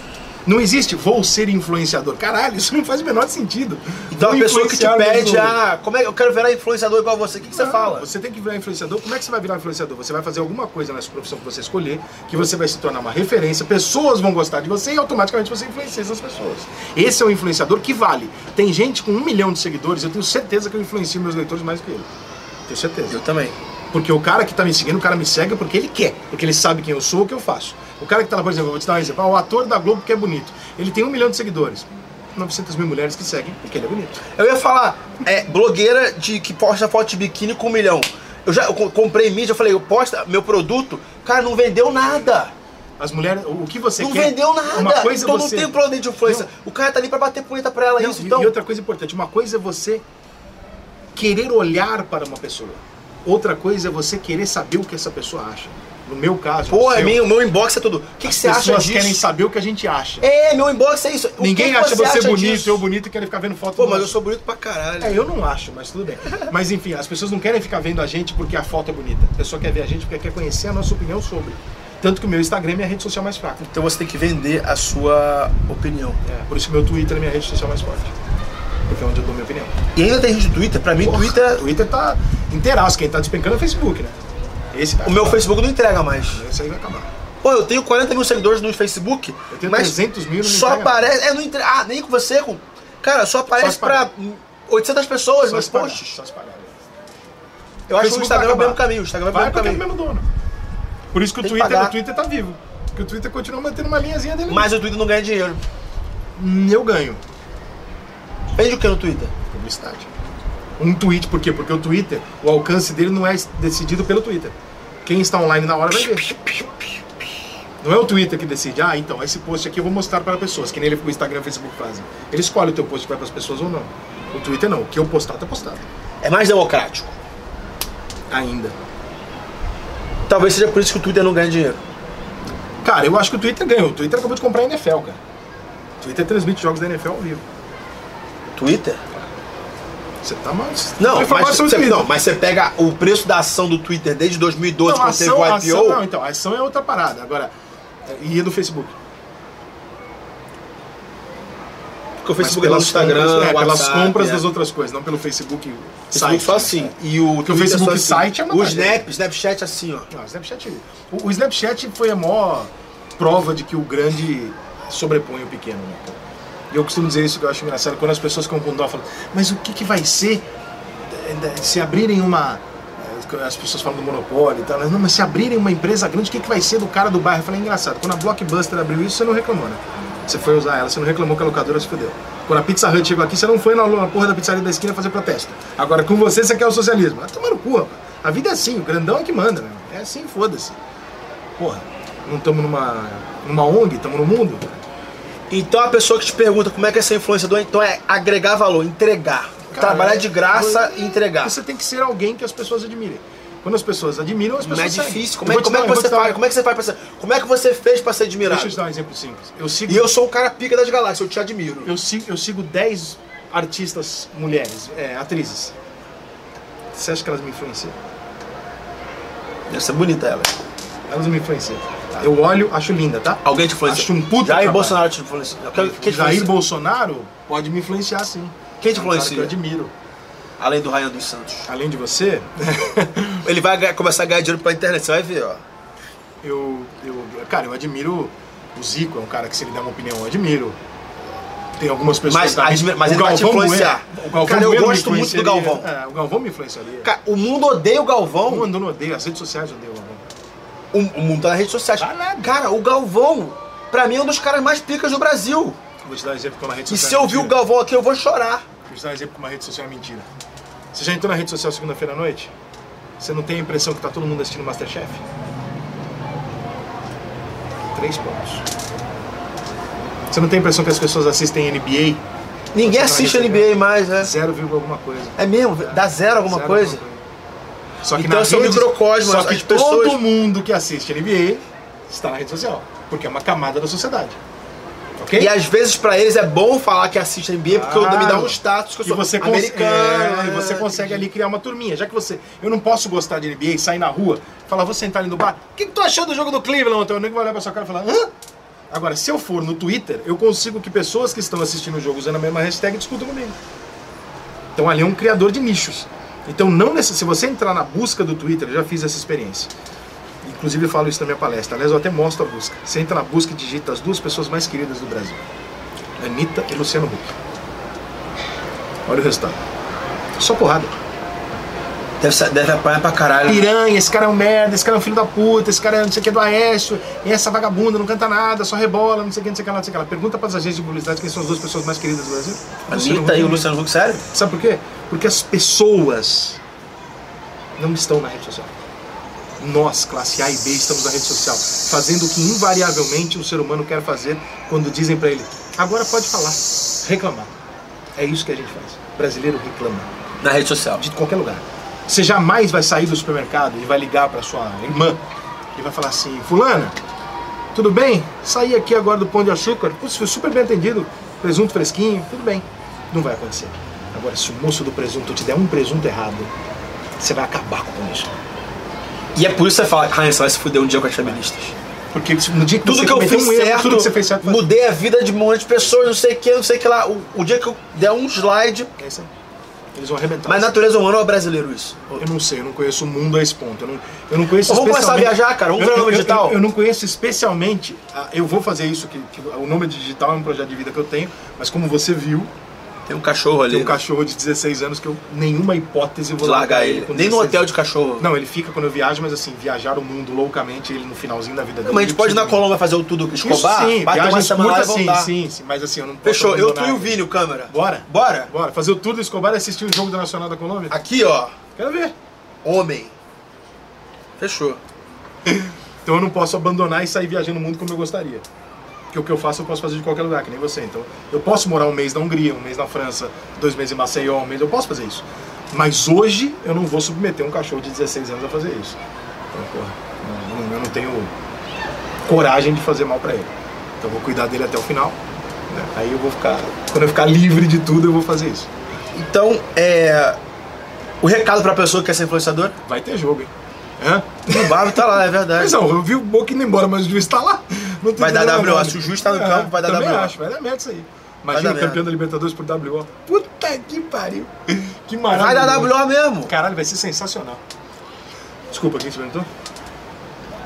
Speaker 2: Não existe vou ser influenciador. Caralho, isso não faz o menor sentido.
Speaker 1: Então
Speaker 2: Vou
Speaker 1: a pessoa que te
Speaker 2: influenciar os
Speaker 1: pede,
Speaker 2: outros.
Speaker 1: ah, como é que eu quero virar influenciador igual você, o que, que você
Speaker 2: Não,
Speaker 1: fala?
Speaker 2: Você tem que virar influenciador. Como é que você vai virar influenciador? Você vai fazer alguma coisa nessa profissão que você escolher, que você vai se tornar uma referência, pessoas vão gostar de você e automaticamente você influencia essas pessoas. Esse é o influenciador que vale. Tem gente com um milhão de seguidores, eu tenho certeza que eu influencio meus leitores mais que ele. Tenho certeza.
Speaker 1: Eu também.
Speaker 2: Porque o cara que tá me seguindo, o cara me segue porque ele quer, porque ele sabe quem eu sou, o que eu faço. O cara que tá lá, por exemplo, eu vou te dar um exemplo, ah, o ator da Globo que é bonito. Ele tem um milhão de seguidores. 900 mil mulheres que seguem porque ele é bonito.
Speaker 1: Eu ia falar, é, blogueira de que posta foto de biquíni com um milhão. Eu já eu co- comprei mídia, eu falei, eu posto meu produto, cara, não vendeu nada.
Speaker 2: As mulheres, o É que você
Speaker 1: não
Speaker 2: quer.
Speaker 1: vendeu nada.
Speaker 2: Uma coisa é
Speaker 1: então
Speaker 2: você...
Speaker 1: não tem problema de influência. O cara tá ali pra bater punheta pra ela,
Speaker 2: Não,
Speaker 1: isso,
Speaker 2: e-
Speaker 1: então.
Speaker 2: E outra coisa importante, uma coisa é você querer olhar para uma pessoa. Outra coisa é você querer saber o que essa pessoa acha. No meu caso, no
Speaker 1: Porra,
Speaker 2: seu,
Speaker 1: meu, meu inbox é tudo. O que, que
Speaker 2: as
Speaker 1: você acha
Speaker 2: pessoas
Speaker 1: disso?
Speaker 2: querem saber o que a gente acha.
Speaker 1: É, meu inbox é isso. O
Speaker 2: Ninguém
Speaker 1: que que
Speaker 2: acha você,
Speaker 1: acha
Speaker 2: bonito,
Speaker 1: disso?
Speaker 2: eu bonito e querem ficar vendo foto
Speaker 1: Pô,
Speaker 2: do
Speaker 1: mas eu
Speaker 2: nosso.
Speaker 1: sou bonito pra caralho.
Speaker 2: É, eu não acho, mas tudo bem. Mas enfim, as pessoas não querem ficar vendo a gente porque a foto é bonita. A pessoa quer ver a gente porque quer conhecer a nossa opinião sobre. Tanto que o meu Instagram é minha rede social mais fraca.
Speaker 1: Então você tem que vender a sua opinião.
Speaker 2: É, por isso meu Twitter é minha rede social mais forte. Porque é onde eu dou minha opinião.
Speaker 1: E ainda tem gente do Twitter. Pra mim,
Speaker 2: Porra,
Speaker 1: Twitter.
Speaker 2: Twitter tá inteiraço. Quem tá despencando é o Facebook, né? Esse tá.
Speaker 1: O meu Facebook não entrega mais.
Speaker 2: Esse aí vai acabar.
Speaker 1: Pô, eu tenho 40 mil seguidores no Facebook.
Speaker 2: Eu tenho
Speaker 1: mas
Speaker 2: 300 mil, não me
Speaker 1: Só
Speaker 2: entrega.
Speaker 1: aparece. É, não entre... Ah, nem com você, com. Cara, só aparece
Speaker 2: Só
Speaker 1: pra
Speaker 2: espalhar.
Speaker 1: 800 pessoas
Speaker 2: Só
Speaker 1: meus
Speaker 2: espalhar,
Speaker 1: posts.
Speaker 2: Só espalhar.
Speaker 1: Eu acho que o
Speaker 2: Facebook
Speaker 1: Instagram
Speaker 2: vai
Speaker 1: é o mesmo
Speaker 2: acabar.
Speaker 1: caminho. O Instagram é o
Speaker 2: Vai
Speaker 1: mesmo
Speaker 2: porque é o
Speaker 1: caminho.
Speaker 2: mesmo dono. Por isso que o
Speaker 1: Tem que
Speaker 2: Twitter,
Speaker 1: pagar.
Speaker 2: o Twitter tá vivo. Porque o Twitter continua mantendo uma linhazinha dele.
Speaker 1: Mas o Twitter não ganha dinheiro.
Speaker 2: Hum, eu ganho.
Speaker 1: Vende o que no Twitter?
Speaker 2: Publicidade. Um tweet, por quê? Porque o Twitter, o alcance dele não é decidido pelo Twitter. Quem está online na hora vai ver. Não é o Twitter que decide, ah, então, esse post aqui eu vou mostrar para pessoas, que nem ele, o Instagram e o Facebook fazem. Ele escolhe o teu post para as pessoas ou não. O Twitter não, o que eu postar tá postado.
Speaker 1: É mais democrático.
Speaker 2: Ainda.
Speaker 1: Talvez seja por isso que o Twitter não ganha dinheiro.
Speaker 2: Cara, eu acho que o Twitter ganhou. O Twitter acabou de comprar a NFL, cara. O Twitter transmite jogos da NFL ao vivo.
Speaker 1: Twitter?
Speaker 2: Você tá mal. você tá
Speaker 1: Não,
Speaker 2: informado
Speaker 1: mas
Speaker 2: sobre o
Speaker 1: você,
Speaker 2: Twitter.
Speaker 1: não, mas você pega o preço da ação do Twitter desde 2012,
Speaker 2: Não,
Speaker 1: quando teve o IPO.
Speaker 2: ação- não, então, a ação é outra parada. Agora, é, e do Facebook?
Speaker 1: porque o
Speaker 2: Mas
Speaker 1: Facebook é lá no
Speaker 2: pelas
Speaker 1: Instagram,
Speaker 2: compras, é,
Speaker 1: WhatsApp,
Speaker 2: pelas compras
Speaker 1: é.
Speaker 2: das outras coisas, não pelo Facebook
Speaker 1: O Facebook
Speaker 2: site. né?
Speaker 1: só assim. E o
Speaker 2: Porque o
Speaker 1: Twitter
Speaker 2: Facebook
Speaker 1: só assim.
Speaker 2: site é uma
Speaker 1: O
Speaker 2: coisa.
Speaker 1: Snap, Snapchat assim, ó.
Speaker 2: É. Não, o Snapchat. O, o Snapchat foi a maior prova de que o grande sobrepõe o pequeno, né? cara? E eu costumo dizer isso que eu acho engraçado, quando as pessoas ficam com dó, falam, mas o que, que vai ser eh, eh, se abrirem uma. eh, As pessoas falam do monopólio e tal, mas não, mas se abrirem uma empresa grande, o que, que vai ser do cara do bairro? Eu falei, é engraçado, quando a Blockbuster abriu isso, você não reclamou, né? Você foi usar ela, você não reclamou que a locadora se fudeu. Quando a Pizza Hut chegou aqui, você não foi na, na porra da pizzaria da esquina fazer protesto. Agora com você, você quer o socialismo. Ah, tomar no cu, rapaz. A vida é assim, o grandão é que manda, né? É assim, foda-se. Porra, não estamos numa, numa ONG, estamos no mundo?
Speaker 1: Então a pessoa que te pergunta como é que é ser influenciador, então é agregar valor, entregar.
Speaker 2: Cara,
Speaker 1: Trabalhar de graça
Speaker 2: você-
Speaker 1: e entregar.
Speaker 2: Você tá tem que ser alguém que as pessoas admirem. Quando as pessoas admiram, as
Speaker 1: Não é
Speaker 2: pessoas seguem.
Speaker 1: difícil.
Speaker 2: Eu
Speaker 1: Como é,
Speaker 2: vou te
Speaker 1: como é que
Speaker 2: dar- eu vou
Speaker 1: você
Speaker 2: te dar-
Speaker 1: faz? Como é que você faz pra ser, Como é que você fez pra ser
Speaker 2: Deixa
Speaker 1: admirado?
Speaker 2: eu te dar um exemplo simples. Eu sigo,
Speaker 1: E eu sou um cara pica das galáxias, eu te admiro.
Speaker 2: eu sigo, eu sigo 10 artistas mulheres, é, atrizes. Você acha que elas me influenciam?
Speaker 1: Deve ser bonita ela.
Speaker 2: Elas não me influenciam. Eu olho, acho linda, tá?
Speaker 1: Alguém te influencia.
Speaker 2: Acho um
Speaker 1: Jair
Speaker 2: puta trabalho.
Speaker 1: Bolsonaro te influencia. Quem, quem te
Speaker 2: Jair
Speaker 1: influencia?
Speaker 2: Bolsonaro pode me influenciar, sim.
Speaker 1: Quem te
Speaker 2: É um cara que eu
Speaker 1: influencia?
Speaker 2: admiro.
Speaker 1: Além do Ryan dos Santos.
Speaker 2: Além de você,
Speaker 1: Ele vai ganhar- começar a ganhar dinheiro pela internet, você vai ver, ó.
Speaker 2: eu, eu. Cara, eu admiro o Zico, é um cara que se ele der uma opinião, eu admiro. Tem algumas pessoas
Speaker 1: Mas
Speaker 2: também.
Speaker 1: admira- mas
Speaker 2: O
Speaker 1: ele vai te
Speaker 2: Galvão
Speaker 1: influenciar.
Speaker 2: Bueno- o Galvão
Speaker 1: Cara, eu
Speaker 2: Bueno me
Speaker 1: gosto muito do
Speaker 2: influenciaria.
Speaker 1: Galvão.
Speaker 2: É, o Galvão me influenciaria.
Speaker 1: Cara, o mundo odeia o
Speaker 2: O
Speaker 1: Galvão.
Speaker 2: mundo não odeia, as redes sociais odeiam o Galvão.
Speaker 1: O, o mundo tá nas redes sociais.
Speaker 2: Tá nada.
Speaker 1: Cara, o Galvão, pra mim, é um dos caras mais picas do Brasil.
Speaker 2: Vou te dar um exemplo com uma rede
Speaker 1: E
Speaker 2: social.
Speaker 1: se eu
Speaker 2: é
Speaker 1: vi o
Speaker 2: mentira.
Speaker 1: Galvão aqui, eu vou chorar.
Speaker 2: Vou te dar um exemplo com uma rede social é mentira. Você já entrou na rede social segunda-feira à noite? Você não tem a impressão que tá todo mundo assistindo Masterchef? Três pontos. Você não tem a impressão que as pessoas assistem NBA?
Speaker 1: Ninguém
Speaker 2: Você tá
Speaker 1: assiste
Speaker 2: recebendo.
Speaker 1: NBA mais, né?
Speaker 2: Zero vírgula alguma coisa.
Speaker 1: É mesmo? Dá zero alguma
Speaker 2: Zero
Speaker 1: coisa?
Speaker 2: Só que
Speaker 1: Então,
Speaker 2: na
Speaker 1: são
Speaker 2: rede-
Speaker 1: microcosmos,
Speaker 2: Só que
Speaker 1: as pessoas-
Speaker 2: todo mundo que assiste NBA está na rede social, porque é uma camada da sociedade. ok?
Speaker 1: E às vezes pra eles é bom falar que assiste NBA porque eu- me dá um
Speaker 2: Claro.
Speaker 1: status que eu
Speaker 2: Ah, E
Speaker 1: sou
Speaker 2: você, cons-
Speaker 1: americano. né?
Speaker 2: é, e você consegue ali criar uma turminha. Já que você. Eu não posso gostar de NBA e sair na rua, falar, vou sentar ali no bar. O que, que tu achou do jogo do Cleveland ontem? O nego vai olhar pra sua cara e falar, hã? Agora, se eu for no Twitter, eu consigo que pessoas que estão assistindo o jogo usando a mesma hashtag discutam comigo. Então ali é um criador de nichos. Então não necess... se você entrar na busca do Twitter, eu já fiz essa experiência. Inclusive eu falo isso na minha palestra. Aliás, eu até mostro a busca. Você entra na busca e digita as duas pessoas mais queridas do Brasil. Anitta e Luciano Huck. Olha o resultado. Só porrada.
Speaker 1: Deve, ser- deve apanhar pra caralho.
Speaker 2: Piranha, esse cara é um merda, esse cara é um filho da puta, esse cara é não sei o que do Aécio, e essa vagabunda não canta nada, só rebola, não sei o que, não sei o que lá, não sei o que lá. Pergunta para as agências de publicidade quem são as duas pessoas mais queridas do Brasil. Luciano
Speaker 1: Anitta
Speaker 2: Huck
Speaker 1: e o
Speaker 2: Huck.
Speaker 1: Luciano Huck, sério?
Speaker 2: Sabe por quê? Porque as pessoas não estão na rede social. Nós, classe A e B, estamos na rede social, fazendo o que invariavelmente o ser humano quer fazer quando dizem pra ele: agora pode falar, reclamar. É isso que a gente faz. Brasileiro reclama,
Speaker 1: Na rede social.
Speaker 2: de qualquer lugar. Você jamais vai sair do supermercado e vai ligar pra sua irmã e vai falar assim: Fulana, tudo bem? Saí aqui agora do Pão de Açúcar. Putz, fui super bem atendido. Presunto fresquinho, tudo bem. Não vai acontecer. Agora, se o moço do presunto te der um presunto errado, você vai acabar com isso.
Speaker 1: E é por isso que você fala, Ryan, você vai se fuder um dia com as feministas.
Speaker 2: Porque no dia que
Speaker 1: Tudo
Speaker 2: você
Speaker 1: que eu
Speaker 2: cometeu
Speaker 1: fiz
Speaker 2: um erro,
Speaker 1: certo,
Speaker 2: tudo que você fez certo, faz-
Speaker 1: mudei a vida de um monte de pessoas, não sei o que, não sei o que lá. O, o dia que eu der um slide.
Speaker 2: É isso aí. Eles vão arrebentar.
Speaker 1: Mas natureza humana ou é brasileiro isso?
Speaker 2: Eu não sei, eu não conheço o mundo a esse ponto. Eu não, eu não conheço
Speaker 1: Vamos começar a
Speaker 2: especialmente-
Speaker 1: viajar, cara, vamos
Speaker 2: Eu-
Speaker 1: virar
Speaker 2: eu-
Speaker 1: nômade
Speaker 2: eu-
Speaker 1: digital.
Speaker 2: Eu, não conheço especialmente. a- Eu vou fazer isso, que, que o nome digital é um projeto de vida que eu tenho, mas como você viu,
Speaker 1: Tem um cachorro ali.
Speaker 2: tem um cachorro de 16 anos que eu nenhuma hipótese eu
Speaker 1: Vou
Speaker 2: vou
Speaker 1: largar ele.
Speaker 2: com
Speaker 1: Nem no
Speaker 2: 16
Speaker 1: hotel de cachorro.
Speaker 2: Não, ele fica quando eu viajo, mas assim, viajar o mundo loucamente, ele no finalzinho da vida dele.
Speaker 1: Mas a gente pode ir na
Speaker 2: Isso
Speaker 1: Colômbia fazer o tudo Escobar, bater
Speaker 2: sim,
Speaker 1: uma
Speaker 2: viagens
Speaker 1: semana lá e
Speaker 2: curtas, sim,
Speaker 1: voltar.
Speaker 2: sim, sim, mas assim, eu não posso
Speaker 1: Fechou, eu, tu
Speaker 2: abandonar
Speaker 1: e o
Speaker 2: ele.
Speaker 1: Vini, o câmera.
Speaker 2: Bora?
Speaker 1: Bora?
Speaker 2: Bora, fazer o tour do Escobar e assistir o jogo do Nacional da Colômbia?
Speaker 1: Aqui, ó.
Speaker 2: Quero ver.
Speaker 1: Homem. Fechou.
Speaker 2: Então eu não posso abandonar e sair viajando o mundo como eu gostaria. Porque o que eu faço eu posso fazer de qualquer lugar, que nem você. Então eu posso morar um mês na Hungria, um mês na França, dois meses em Maceió, um mês, eu posso fazer isso. Mas hoje eu não vou submeter um cachorro de 16 anos a fazer isso. Então, porra, eu não- eu não tenho coragem de fazer mal pra ele. Então eu vou cuidar dele até o final. né? Aí eu vou ficar, quando eu ficar livre de tudo, eu vou fazer isso.
Speaker 1: Então, é. O recado pra pessoa que quer ser influenciador?
Speaker 2: Vai ter jogo, hein? Hã?
Speaker 1: O Barbie tá lá, é
Speaker 2: Mas
Speaker 1: verdade.
Speaker 2: não, eu vi o Boca indo embora, mas o juiz tá lá. Não tem
Speaker 1: Vai dar
Speaker 2: problema,
Speaker 1: WO.
Speaker 2: não. É,
Speaker 1: Se o juiz tá no campo, vai dar
Speaker 2: também
Speaker 1: WO.
Speaker 2: acho, vai dar merda isso aí.
Speaker 1: dar
Speaker 2: Imagina o
Speaker 1: merda.
Speaker 2: campeão da Libertadores por WO. Puta que pariu. Que maravilha.
Speaker 1: Vai dar WO mesmo.
Speaker 2: Caralho, vai ser sensacional. Desculpa, quem te perguntou?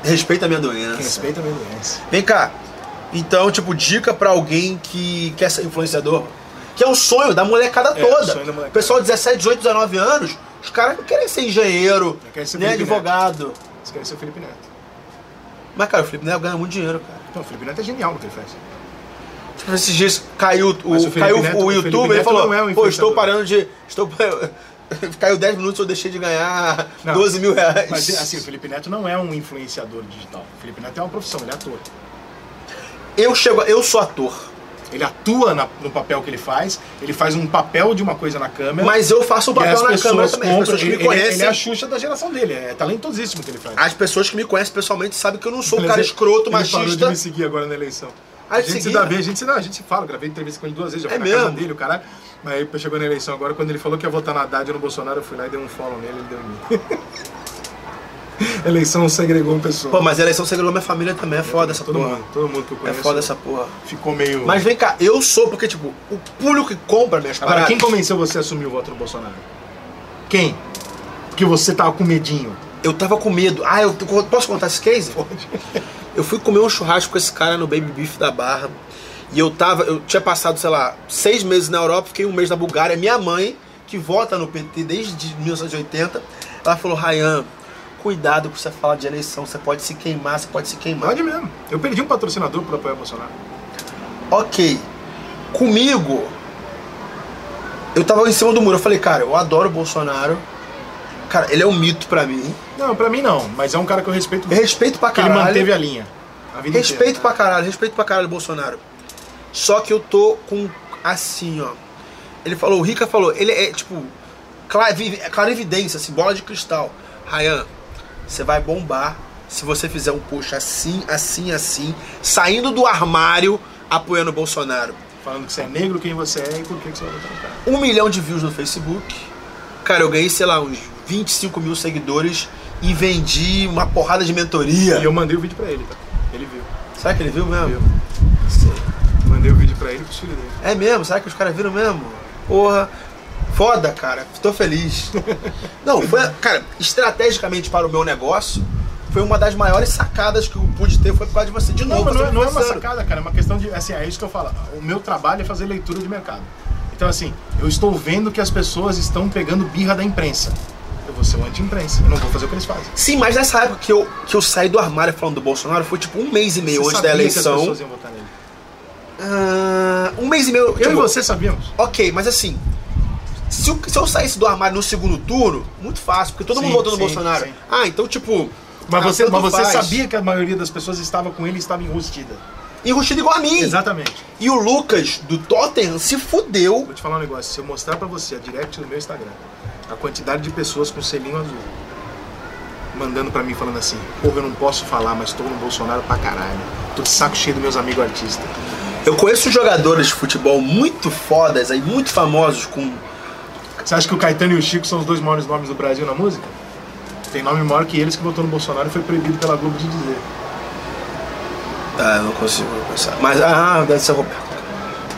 Speaker 1: Respeita a minha doença.
Speaker 2: Respeita a minha doença.
Speaker 1: Vem cá. Então, tipo, dica pra alguém que quer ser influenciador, que é um sonho da molecada
Speaker 2: É,
Speaker 1: toda.
Speaker 2: o sonho da molecada.
Speaker 1: Pessoal de 17, 18, 19 anos, os caras não querem ser engenheiro,
Speaker 2: Não querem ser
Speaker 1: nem
Speaker 2: Felipe
Speaker 1: advogado.
Speaker 2: Você quer ser o Felipe Neto?
Speaker 1: Mas, cara, o Felipe Neto ganha muito dinheiro, cara.
Speaker 2: Não, o Felipe Neto é genial no que ele faz.
Speaker 1: Tipo, esses dias caiu o,
Speaker 2: Mas o Felipe
Speaker 1: caiu o
Speaker 2: Neto- o Felipe
Speaker 1: YouTube e
Speaker 2: Neto
Speaker 1: falou,
Speaker 2: não é um
Speaker 1: pô,
Speaker 2: influenciador."
Speaker 1: estou parando de... Estou... caiu 10 minutos, eu deixei de ganhar
Speaker 2: Não.
Speaker 1: 12 mil reais.
Speaker 2: Mas assim, o Felipe Neto não é um influenciador digital. O Felipe Neto é uma profissão, ele é ator.
Speaker 1: eu, chego, eu sou ator.
Speaker 2: Ele atua na- no papel que ele faz, ele faz um papel de uma coisa na câmera.
Speaker 1: Mas eu faço o
Speaker 2: E as
Speaker 1: papel na câmera
Speaker 2: pessoas
Speaker 1: também. As
Speaker 2: compram,
Speaker 1: pessoas que me
Speaker 2: ele, ele,
Speaker 1: conhecem.
Speaker 2: ele é a Xuxa da geração dele, é talentosíssimo o que ele faz.
Speaker 1: As pessoas que me conhecem pessoalmente sabem que eu não sou um cara
Speaker 2: Ele-
Speaker 1: escroto,
Speaker 2: ele Parou de
Speaker 1: machista.
Speaker 2: me seguir agora na eleição.
Speaker 1: Ah,
Speaker 2: a
Speaker 1: ele
Speaker 2: gente se
Speaker 1: seguia?
Speaker 2: dá bem, a gente se dá, a gente se fala, gravei entrevista com ele duas vezes, já
Speaker 1: É
Speaker 2: fui na
Speaker 1: mesmo?
Speaker 2: casa dele, o caralho. Mas aí chegou na eleição agora, quando ele falou que ia votar na Haddad ou no Bolsonaro, eu fui lá e dei um follow nele, ele deu em mim. eleição segregou uma pessoa.
Speaker 1: Pô, mas a eleição segregou minha família também, é foda essa
Speaker 2: todo
Speaker 1: porra.
Speaker 2: mundo, todo mundo que eu
Speaker 1: É
Speaker 2: conheço.
Speaker 1: foda essa porra.
Speaker 2: Ficou meio.
Speaker 1: Mas vem cá, eu sou, porque, tipo, o público que compra minhas
Speaker 2: agora,
Speaker 1: paradas.
Speaker 2: quem convenceu você a assumir o voto no Bolsonaro? Quem? Porque você tava com medinho.
Speaker 1: Eu tava com medo. Ah, eu posso contar esse case? Eu fui comer um churrasco com esse cara no Baby Beef da Barra. E eu tava, eu tinha passado, sei lá, seis meses na Europa, fiquei um mês na Bulgária. Minha mãe, que vota no PT desde 1980, ela falou: Rayan, cuidado com você falar de eleição, você pode se queimar, você pode se queimar.
Speaker 2: Pode mesmo. Eu perdi um patrocinador por apoiar o Bolsonaro.
Speaker 1: Ok. Comigo, eu tava em cima do muro. Eu falei, cara, eu adoro o Bolsonaro. Cara, ele é um mito pra mim.
Speaker 2: Não, pra mim não, mas é um cara que eu respeito
Speaker 1: Eu
Speaker 2: muito.
Speaker 1: respeito pra
Speaker 2: Porque ele
Speaker 1: caralho.
Speaker 2: manteve a linha. A vida
Speaker 1: Respeito
Speaker 2: inteira.
Speaker 1: pra caralho, respeito pra caralho, Bolsonaro. Só que eu tô com assim, ó. Ele falou, o Rica falou, ele é tipo, clarivi- clarividência, assim, bola de cristal. Ryan, você vai bombar se você fizer um push assim, assim, assim, saindo do armário, apoiando o Bolsonaro.
Speaker 2: Falando que você é negro, quem você é e por que que você vai votar no cara.
Speaker 1: Um milhão de views no Facebook. Cara, eu ganhei, sei lá, uns 25 mil seguidores e vendi uma porrada de mentoria.
Speaker 2: E eu mandei o vídeo pra ele, tá? Ele viu.
Speaker 1: Será que ele viu mesmo?
Speaker 2: Viu.
Speaker 1: Sei.
Speaker 2: Mandei o vídeo pra ele e pros filhos dele.
Speaker 1: É mesmo? Será que os caras viram mesmo? Porra. Foda, cara. Tô feliz. Não, foi, cara, estrategicamente para o meu negócio, foi uma das maiores sacadas que eu pude ter, foi por causa de você. De
Speaker 2: Não,
Speaker 1: novo,
Speaker 2: mas não, é-
Speaker 1: você
Speaker 2: não é uma
Speaker 1: pensando.
Speaker 2: sacada, cara. É uma questão de. Assim, é isso que eu falo. O meu trabalho é fazer leitura de mercado. Então, assim, eu estou vendo que as pessoas estão pegando birra da imprensa. Eu vou ser o anti-imprensa. Eu não vou fazer o que eles fazem.
Speaker 1: Sim, mas nessa época que eu, que eu saí do armário falando do Bolsonaro, foi tipo um mês e meio
Speaker 2: Você
Speaker 1: antes da
Speaker 2: sabia que as
Speaker 1: eleição.
Speaker 2: pessoas iam votar nele.
Speaker 1: Ah, um mês e meio.
Speaker 2: Eu
Speaker 1: tipo,
Speaker 2: e você sabíamos.
Speaker 1: Ok, mas assim. Se eu, se eu saísse do armário no segundo turno, muito fácil, porque todo
Speaker 2: Sim,
Speaker 1: mundo votou no
Speaker 2: sim,
Speaker 1: Bolsonaro.
Speaker 2: sim.
Speaker 1: Ah, então tipo.
Speaker 2: Mas
Speaker 1: ah,
Speaker 2: você,
Speaker 1: tanto
Speaker 2: mas você
Speaker 1: faz.
Speaker 2: sabia que a maioria das pessoas estava com ele e estava enrustida.
Speaker 1: Enrustido igual a mim.
Speaker 2: Exatamente.
Speaker 1: E o Lucas do Tottenham se fudeu.
Speaker 2: Vou te falar um negócio. Se eu mostrar pra você a direct do meu Instagram, a quantidade de pessoas com selinho azul, mandando pra mim falando assim, porra, eu não posso falar, mas tô no Bolsonaro pra caralho. Tô de saco cheio dos meus amigos artistas.
Speaker 1: Eu conheço jogadores de futebol muito fodas aí, muito famosos com.
Speaker 2: Você acha que o Caetano e o Chico são os dois maiores nomes do Brasil na música? Tem nome maior que eles que votou no Bolsonaro e foi proibido pela Globo de dizer.
Speaker 1: Ah, eu não consigo pensar. Mas, ah, deve ser o Roberto.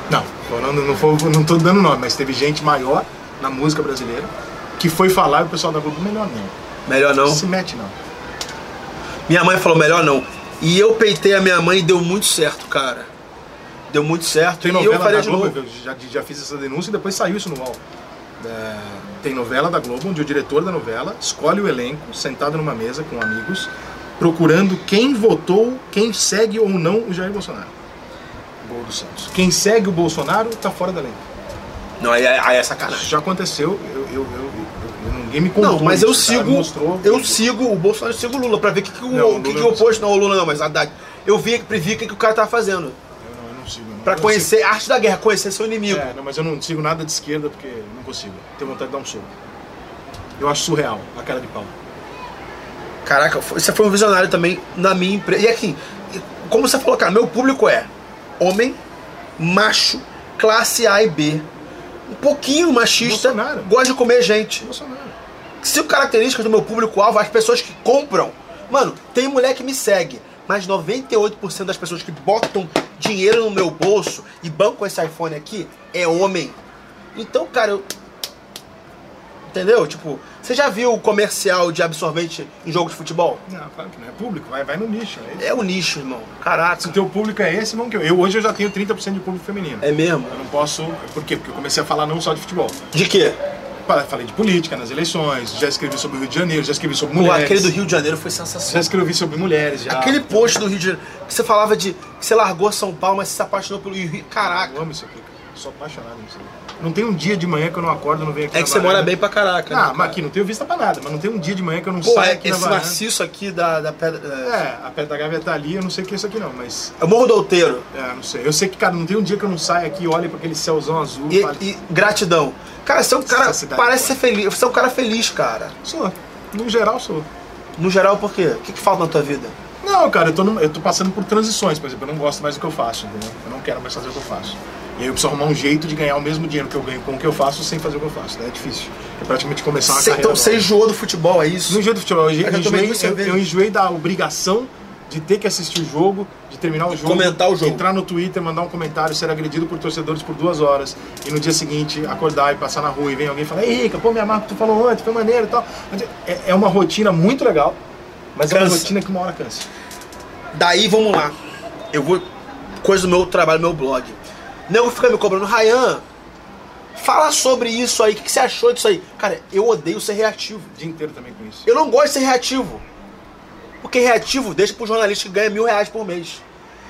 Speaker 2: Não, eu não, não, foi, não tô dando nome, mas teve gente maior na música brasileira que foi falar e o pessoal da Globo, melhor não.
Speaker 1: Melhor não.
Speaker 2: Não se mete não.
Speaker 1: Minha mãe falou, melhor não. E eu peitei a minha mãe e deu muito certo, cara. Deu muito certo.
Speaker 2: Tem
Speaker 1: e eu
Speaker 2: novela
Speaker 1: faria
Speaker 2: da
Speaker 1: de
Speaker 2: Globo,
Speaker 1: novo.
Speaker 2: eu já, já fiz essa denúncia e depois saiu isso no UOL. É, Tem novela da Globo, onde o diretor da novela escolhe o elenco, sentado numa mesa com amigos, procurando quem votou, quem segue ou não o Jair Bolsonaro. Gol do Santos. Quem segue o Bolsonaro tá fora da lei.
Speaker 1: Não, aí, aí é sacanagem.
Speaker 2: Isso já aconteceu, eu, eu, eu, eu- eu- ninguém me contou.
Speaker 1: Não, mas eu
Speaker 2: isso, o cara
Speaker 1: sigo.
Speaker 2: me mostrou,
Speaker 1: eu sigo o Bolsonaro, eu sigo o Lula pra ver o que, que o,
Speaker 2: Não, o
Speaker 1: que, que
Speaker 2: Lula
Speaker 1: o oposto. Não, o Lula não, mas Haddad. Eu vi, previ o que, que o cara tá fazendo.
Speaker 2: Eu não, eu não sigo. eu não-
Speaker 1: Pra
Speaker 2: eu não
Speaker 1: conhecer a arte da guerra, conhecer seu inimigo.
Speaker 2: É, não, mas eu não sigo nada de esquerda porque não consigo. Tenho vontade de dar um soco. Eu acho surreal a cara de pau.
Speaker 1: Caraca, foi- você foi um visionário também na minha empresa. E aqui, como você falou, cara, meu público é homem, macho, classe A e B. Um pouquinho machista,
Speaker 2: Bolsonaro.
Speaker 1: gosta de comer gente.
Speaker 2: Bolsonaro.
Speaker 1: Cinco características do meu público-alvo, as pessoas que compram. Mano, tem mulher que me segue, mas 98% das pessoas que botam dinheiro no meu bolso e bancam esse iPhone aqui é homem. Então, cara, eu. Entendeu? Tipo, você já viu o comercial de absorvente em jogo de futebol?
Speaker 2: Não, claro que não é público, vai, vai no nicho. né?
Speaker 1: É o nicho, irmão.
Speaker 2: Se o
Speaker 1: Caraca.
Speaker 2: teu público é esse, não que eu. eu hoje eu já tenho 30% de público feminino.
Speaker 1: É mesmo?
Speaker 2: Eu não posso. Por quê? Porque eu comecei a falar não só de futebol.
Speaker 1: De quê?
Speaker 2: Fala- Falei de política nas eleições, já escrevi sobre o Rio de Janeiro, já escrevi sobre
Speaker 1: Pô,
Speaker 2: mulheres.
Speaker 1: aquele do Rio de Janeiro foi
Speaker 2: Já
Speaker 1: sensacional.
Speaker 2: escrevi sobre mulheres, já.
Speaker 1: Aquele post do Rio de Janeiro que você falava de que você largou São Paulo, mas se apaixonou pelo Rio. Caraca.
Speaker 2: Eu amo isso aqui, cara. Sou apaixonado nisso aqui. Não tem um dia de manhã que eu não acordo e não venho aqui
Speaker 1: É
Speaker 2: na
Speaker 1: que você
Speaker 2: varanda.
Speaker 1: mora bem pra caraca. né,
Speaker 2: Ah, mas
Speaker 1: cara?
Speaker 2: aqui não tenho vista pra nada, mas não tem um dia de manhã que eu não
Speaker 1: Pô,
Speaker 2: saio
Speaker 1: é-
Speaker 2: aqui na
Speaker 1: esse
Speaker 2: varanda.
Speaker 1: maciço aqui da, da pedra. É,
Speaker 2: É, a Pedra da Gávea tá ali, eu não sei o que é isso aqui não, mas.
Speaker 1: é o Morro do Outeiro.
Speaker 2: É, não sei. Eu sei que, cara, não tem um dia que eu não saio aqui e olhe pra aquele céuzão azul
Speaker 1: E,
Speaker 2: fale,
Speaker 1: e gratidão. Cara, você é um cara.
Speaker 2: Essa cidade,
Speaker 1: Parece
Speaker 2: pô.
Speaker 1: ser feliz. Você é um cara feliz, cara.
Speaker 2: Sou. No geral, sou.
Speaker 1: No geral, por quê? O que, que falta na tua vida?
Speaker 2: Não, cara, eu tô, num- eu tô passando por transições, por exemplo, eu não gosto mais do que eu faço, entendeu? Eu não quero mais fazer o que eu faço. E aí eu preciso arrumar um jeito de ganhar o mesmo dinheiro que eu ganho com o que eu faço sem fazer o que eu faço, né? É difícil. É praticamente começar uma
Speaker 1: Cê-
Speaker 2: carreira
Speaker 1: então você
Speaker 2: nova.
Speaker 1: enjoou do futebol, é isso?
Speaker 2: No jeito do futebol, eu,
Speaker 1: já tomei
Speaker 2: enjoei,
Speaker 1: duas cervejas.
Speaker 2: eu- eu enjoei da obrigação de ter que assistir o jogo, de terminar o jogo,
Speaker 1: comentar o jogo.
Speaker 2: entrar no Twitter, mandar um comentário, ser agredido por torcedores por duas horas, e no dia seguinte acordar e passar na rua e vem alguém falar, ei, Ica, pô, minha marca, tu falou ontem, foi maneiro e tal. Mas É, é uma rotina muito legal, mas é uma
Speaker 1: Cansa.
Speaker 2: rotina que uma hora cansa.
Speaker 1: Daí vamos lá. Eu vou. Coisa do meu trabalho, meu blog. Não fica me cobrando, Rayan. Fala sobre isso aí. O que, que você achou disso aí? Cara, eu odeio ser reativo.
Speaker 2: O dia inteiro também com isso.
Speaker 1: Eu não gosto de ser reativo. Porque reativo deixa pro jornalista que ganha mil reais por mês.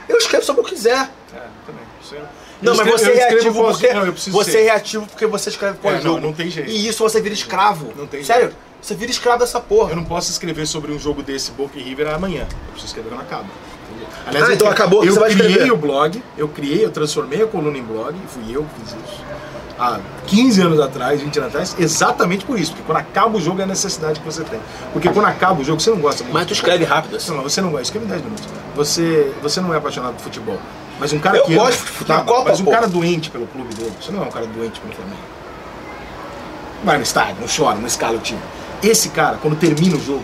Speaker 1: Eu escrevo sobre o que eu quiser.
Speaker 2: É, também. Isso eu-
Speaker 1: Não, mas
Speaker 2: eu escrevo-
Speaker 1: você é
Speaker 2: eu escrevo
Speaker 1: reativo
Speaker 2: pós-
Speaker 1: porque.
Speaker 2: Não, eu preciso
Speaker 1: você é
Speaker 2: ser.
Speaker 1: reativo porque você escreve pós-jogo.
Speaker 2: É, não, não tem jeito.
Speaker 1: E isso você vira escravo.
Speaker 2: Não tem
Speaker 1: Sério, você vira escravo dessa porra.
Speaker 2: Eu não posso escrever sobre um jogo desse, Boca e River, amanhã. Eu preciso escrever quando acaba. Entendeu? Aliás,
Speaker 1: Ah,
Speaker 2: eu
Speaker 1: então
Speaker 2: cri-
Speaker 1: acabou,
Speaker 2: Eu
Speaker 1: você vai
Speaker 2: criei
Speaker 1: escrever.
Speaker 2: o blog, eu criei, eu transformei a coluna em blog, e fui eu que fiz isso. Há 15 anos atrás, 20 anos atrás, exatamente por isso. Porque quando acaba o jogo é a necessidade que você tem. Porque quando acaba o jogo, você não gosta muito.
Speaker 1: Mas tu escreve rápido assim.
Speaker 2: Não, você não gosta, escreve 10 minutos. Você, você não é apaixonado por futebol. Mas um cara
Speaker 1: Eu
Speaker 2: que
Speaker 1: gosto de futebol, Copa,
Speaker 2: mas um
Speaker 1: pô.
Speaker 2: cara doente pelo clube dele. Você não é um cara doente pelo Flamengo. Vai no estádio, não chora, não escala o time. Esse cara, quando termina o jogo,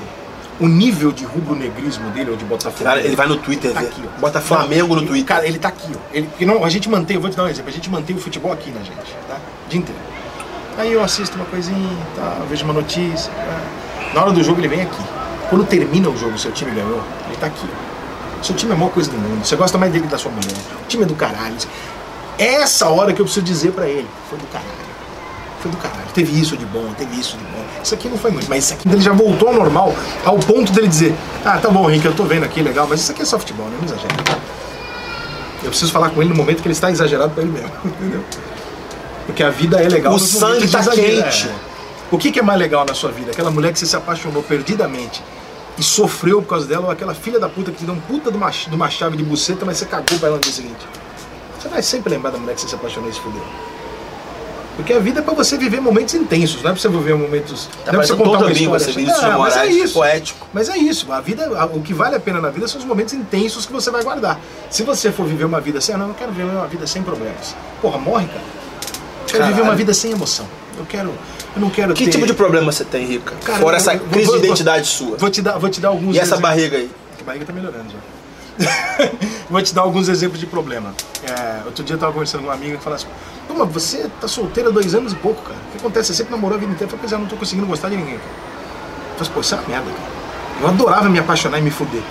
Speaker 2: o nível de rubro-negrismo dele ou de Botafogo.
Speaker 1: Cara, ele vai no Twitter
Speaker 2: tá
Speaker 1: ver.
Speaker 2: aqui, ó.
Speaker 1: Bota Flamengo no
Speaker 2: Ele-
Speaker 1: Twitter.
Speaker 2: Cara, ele tá aqui, ó. Ele, porque não, a gente mantém, eu vou te dar um exemplo, a gente mantém o futebol aqui na gente, tá? O dia inteiro. Aí eu assisto uma coisinha, tá? vejo uma notícia. tá? Na hora do jogo ele vem aqui. Quando termina o jogo, seu time ganhou, ele tá aqui. ó. Seu time é a maior coisa do mundo, você gosta mais dele que da sua mulher. O time é do caralho. Essa hora que eu preciso dizer pra ele, foi do caralho. Foi do caralho. Teve isso de bom, teve isso de bom. Isso aqui não foi muito, mas isso aqui ele já voltou ao normal, ao ponto dele dizer: Ah, tá bom, Henrique, eu tô vendo aqui, legal, mas isso aqui é só futebol, né? não exagera. Eu preciso falar com ele no momento que ele está exagerado pra ele mesmo, entendeu? Porque a vida é legal.
Speaker 1: O
Speaker 2: nos momentos
Speaker 1: sangue
Speaker 2: de
Speaker 1: tá
Speaker 2: exagero,
Speaker 1: quente.
Speaker 2: é. O que, que é mais legal na sua vida? Aquela mulher que você se apaixonou perdidamente e sofreu por causa dela, ou aquela filha da puta que te deu um puta de uma, de uma chave de buceta, mas você cagou pra ela no dia seguinte. Você vai sempre lembrar da mulher que você se apaixonou e se fudeu. Porque a vida é pra você viver momentos intensos, não é pra você viver momentos.
Speaker 1: Tá
Speaker 2: não é pra você
Speaker 1: parecendo
Speaker 2: contar
Speaker 1: todo
Speaker 2: uma
Speaker 1: domingo
Speaker 2: história.
Speaker 1: você Vinícius
Speaker 2: Ah,
Speaker 1: de
Speaker 2: mas
Speaker 1: Moraes,
Speaker 2: é isso.
Speaker 1: poético.
Speaker 2: Mas é isso, a vida, a- o que vale a pena na vida são os momentos intensos que você vai guardar. Se você for viver uma vida assim, ah, não, eu quero viver uma vida sem problemas. Porra, morre, cara. Eu quero
Speaker 1: Caralho.
Speaker 2: viver uma vida sem emoção. Eu quero, eu não quero
Speaker 1: Que
Speaker 2: ter...
Speaker 1: tipo de problema você tem, Rica?
Speaker 2: Cara,
Speaker 1: Fora
Speaker 2: eu-
Speaker 1: essa
Speaker 2: eu- eu-
Speaker 1: crise
Speaker 2: vou-
Speaker 1: de
Speaker 2: vou-
Speaker 1: identidade sua.
Speaker 2: Vou te dar, vou te dar alguns
Speaker 1: E essa
Speaker 2: exemplos.
Speaker 1: barriga aí?
Speaker 2: A barriga tá melhorando já. Vou te dar alguns exemplos de problema. É, outro dia eu tava conversando com um amigo e falava assim: Pô, mas você tá solteira há dois anos e pouco, cara. O que acontece? Você sempre namorou a vida inteira. Eu falei, pois é, não tô conseguindo gostar de ninguém, cara. Eu falei, pô, isso é uma merda, cara. Eu adorava me apaixonar e me fuder.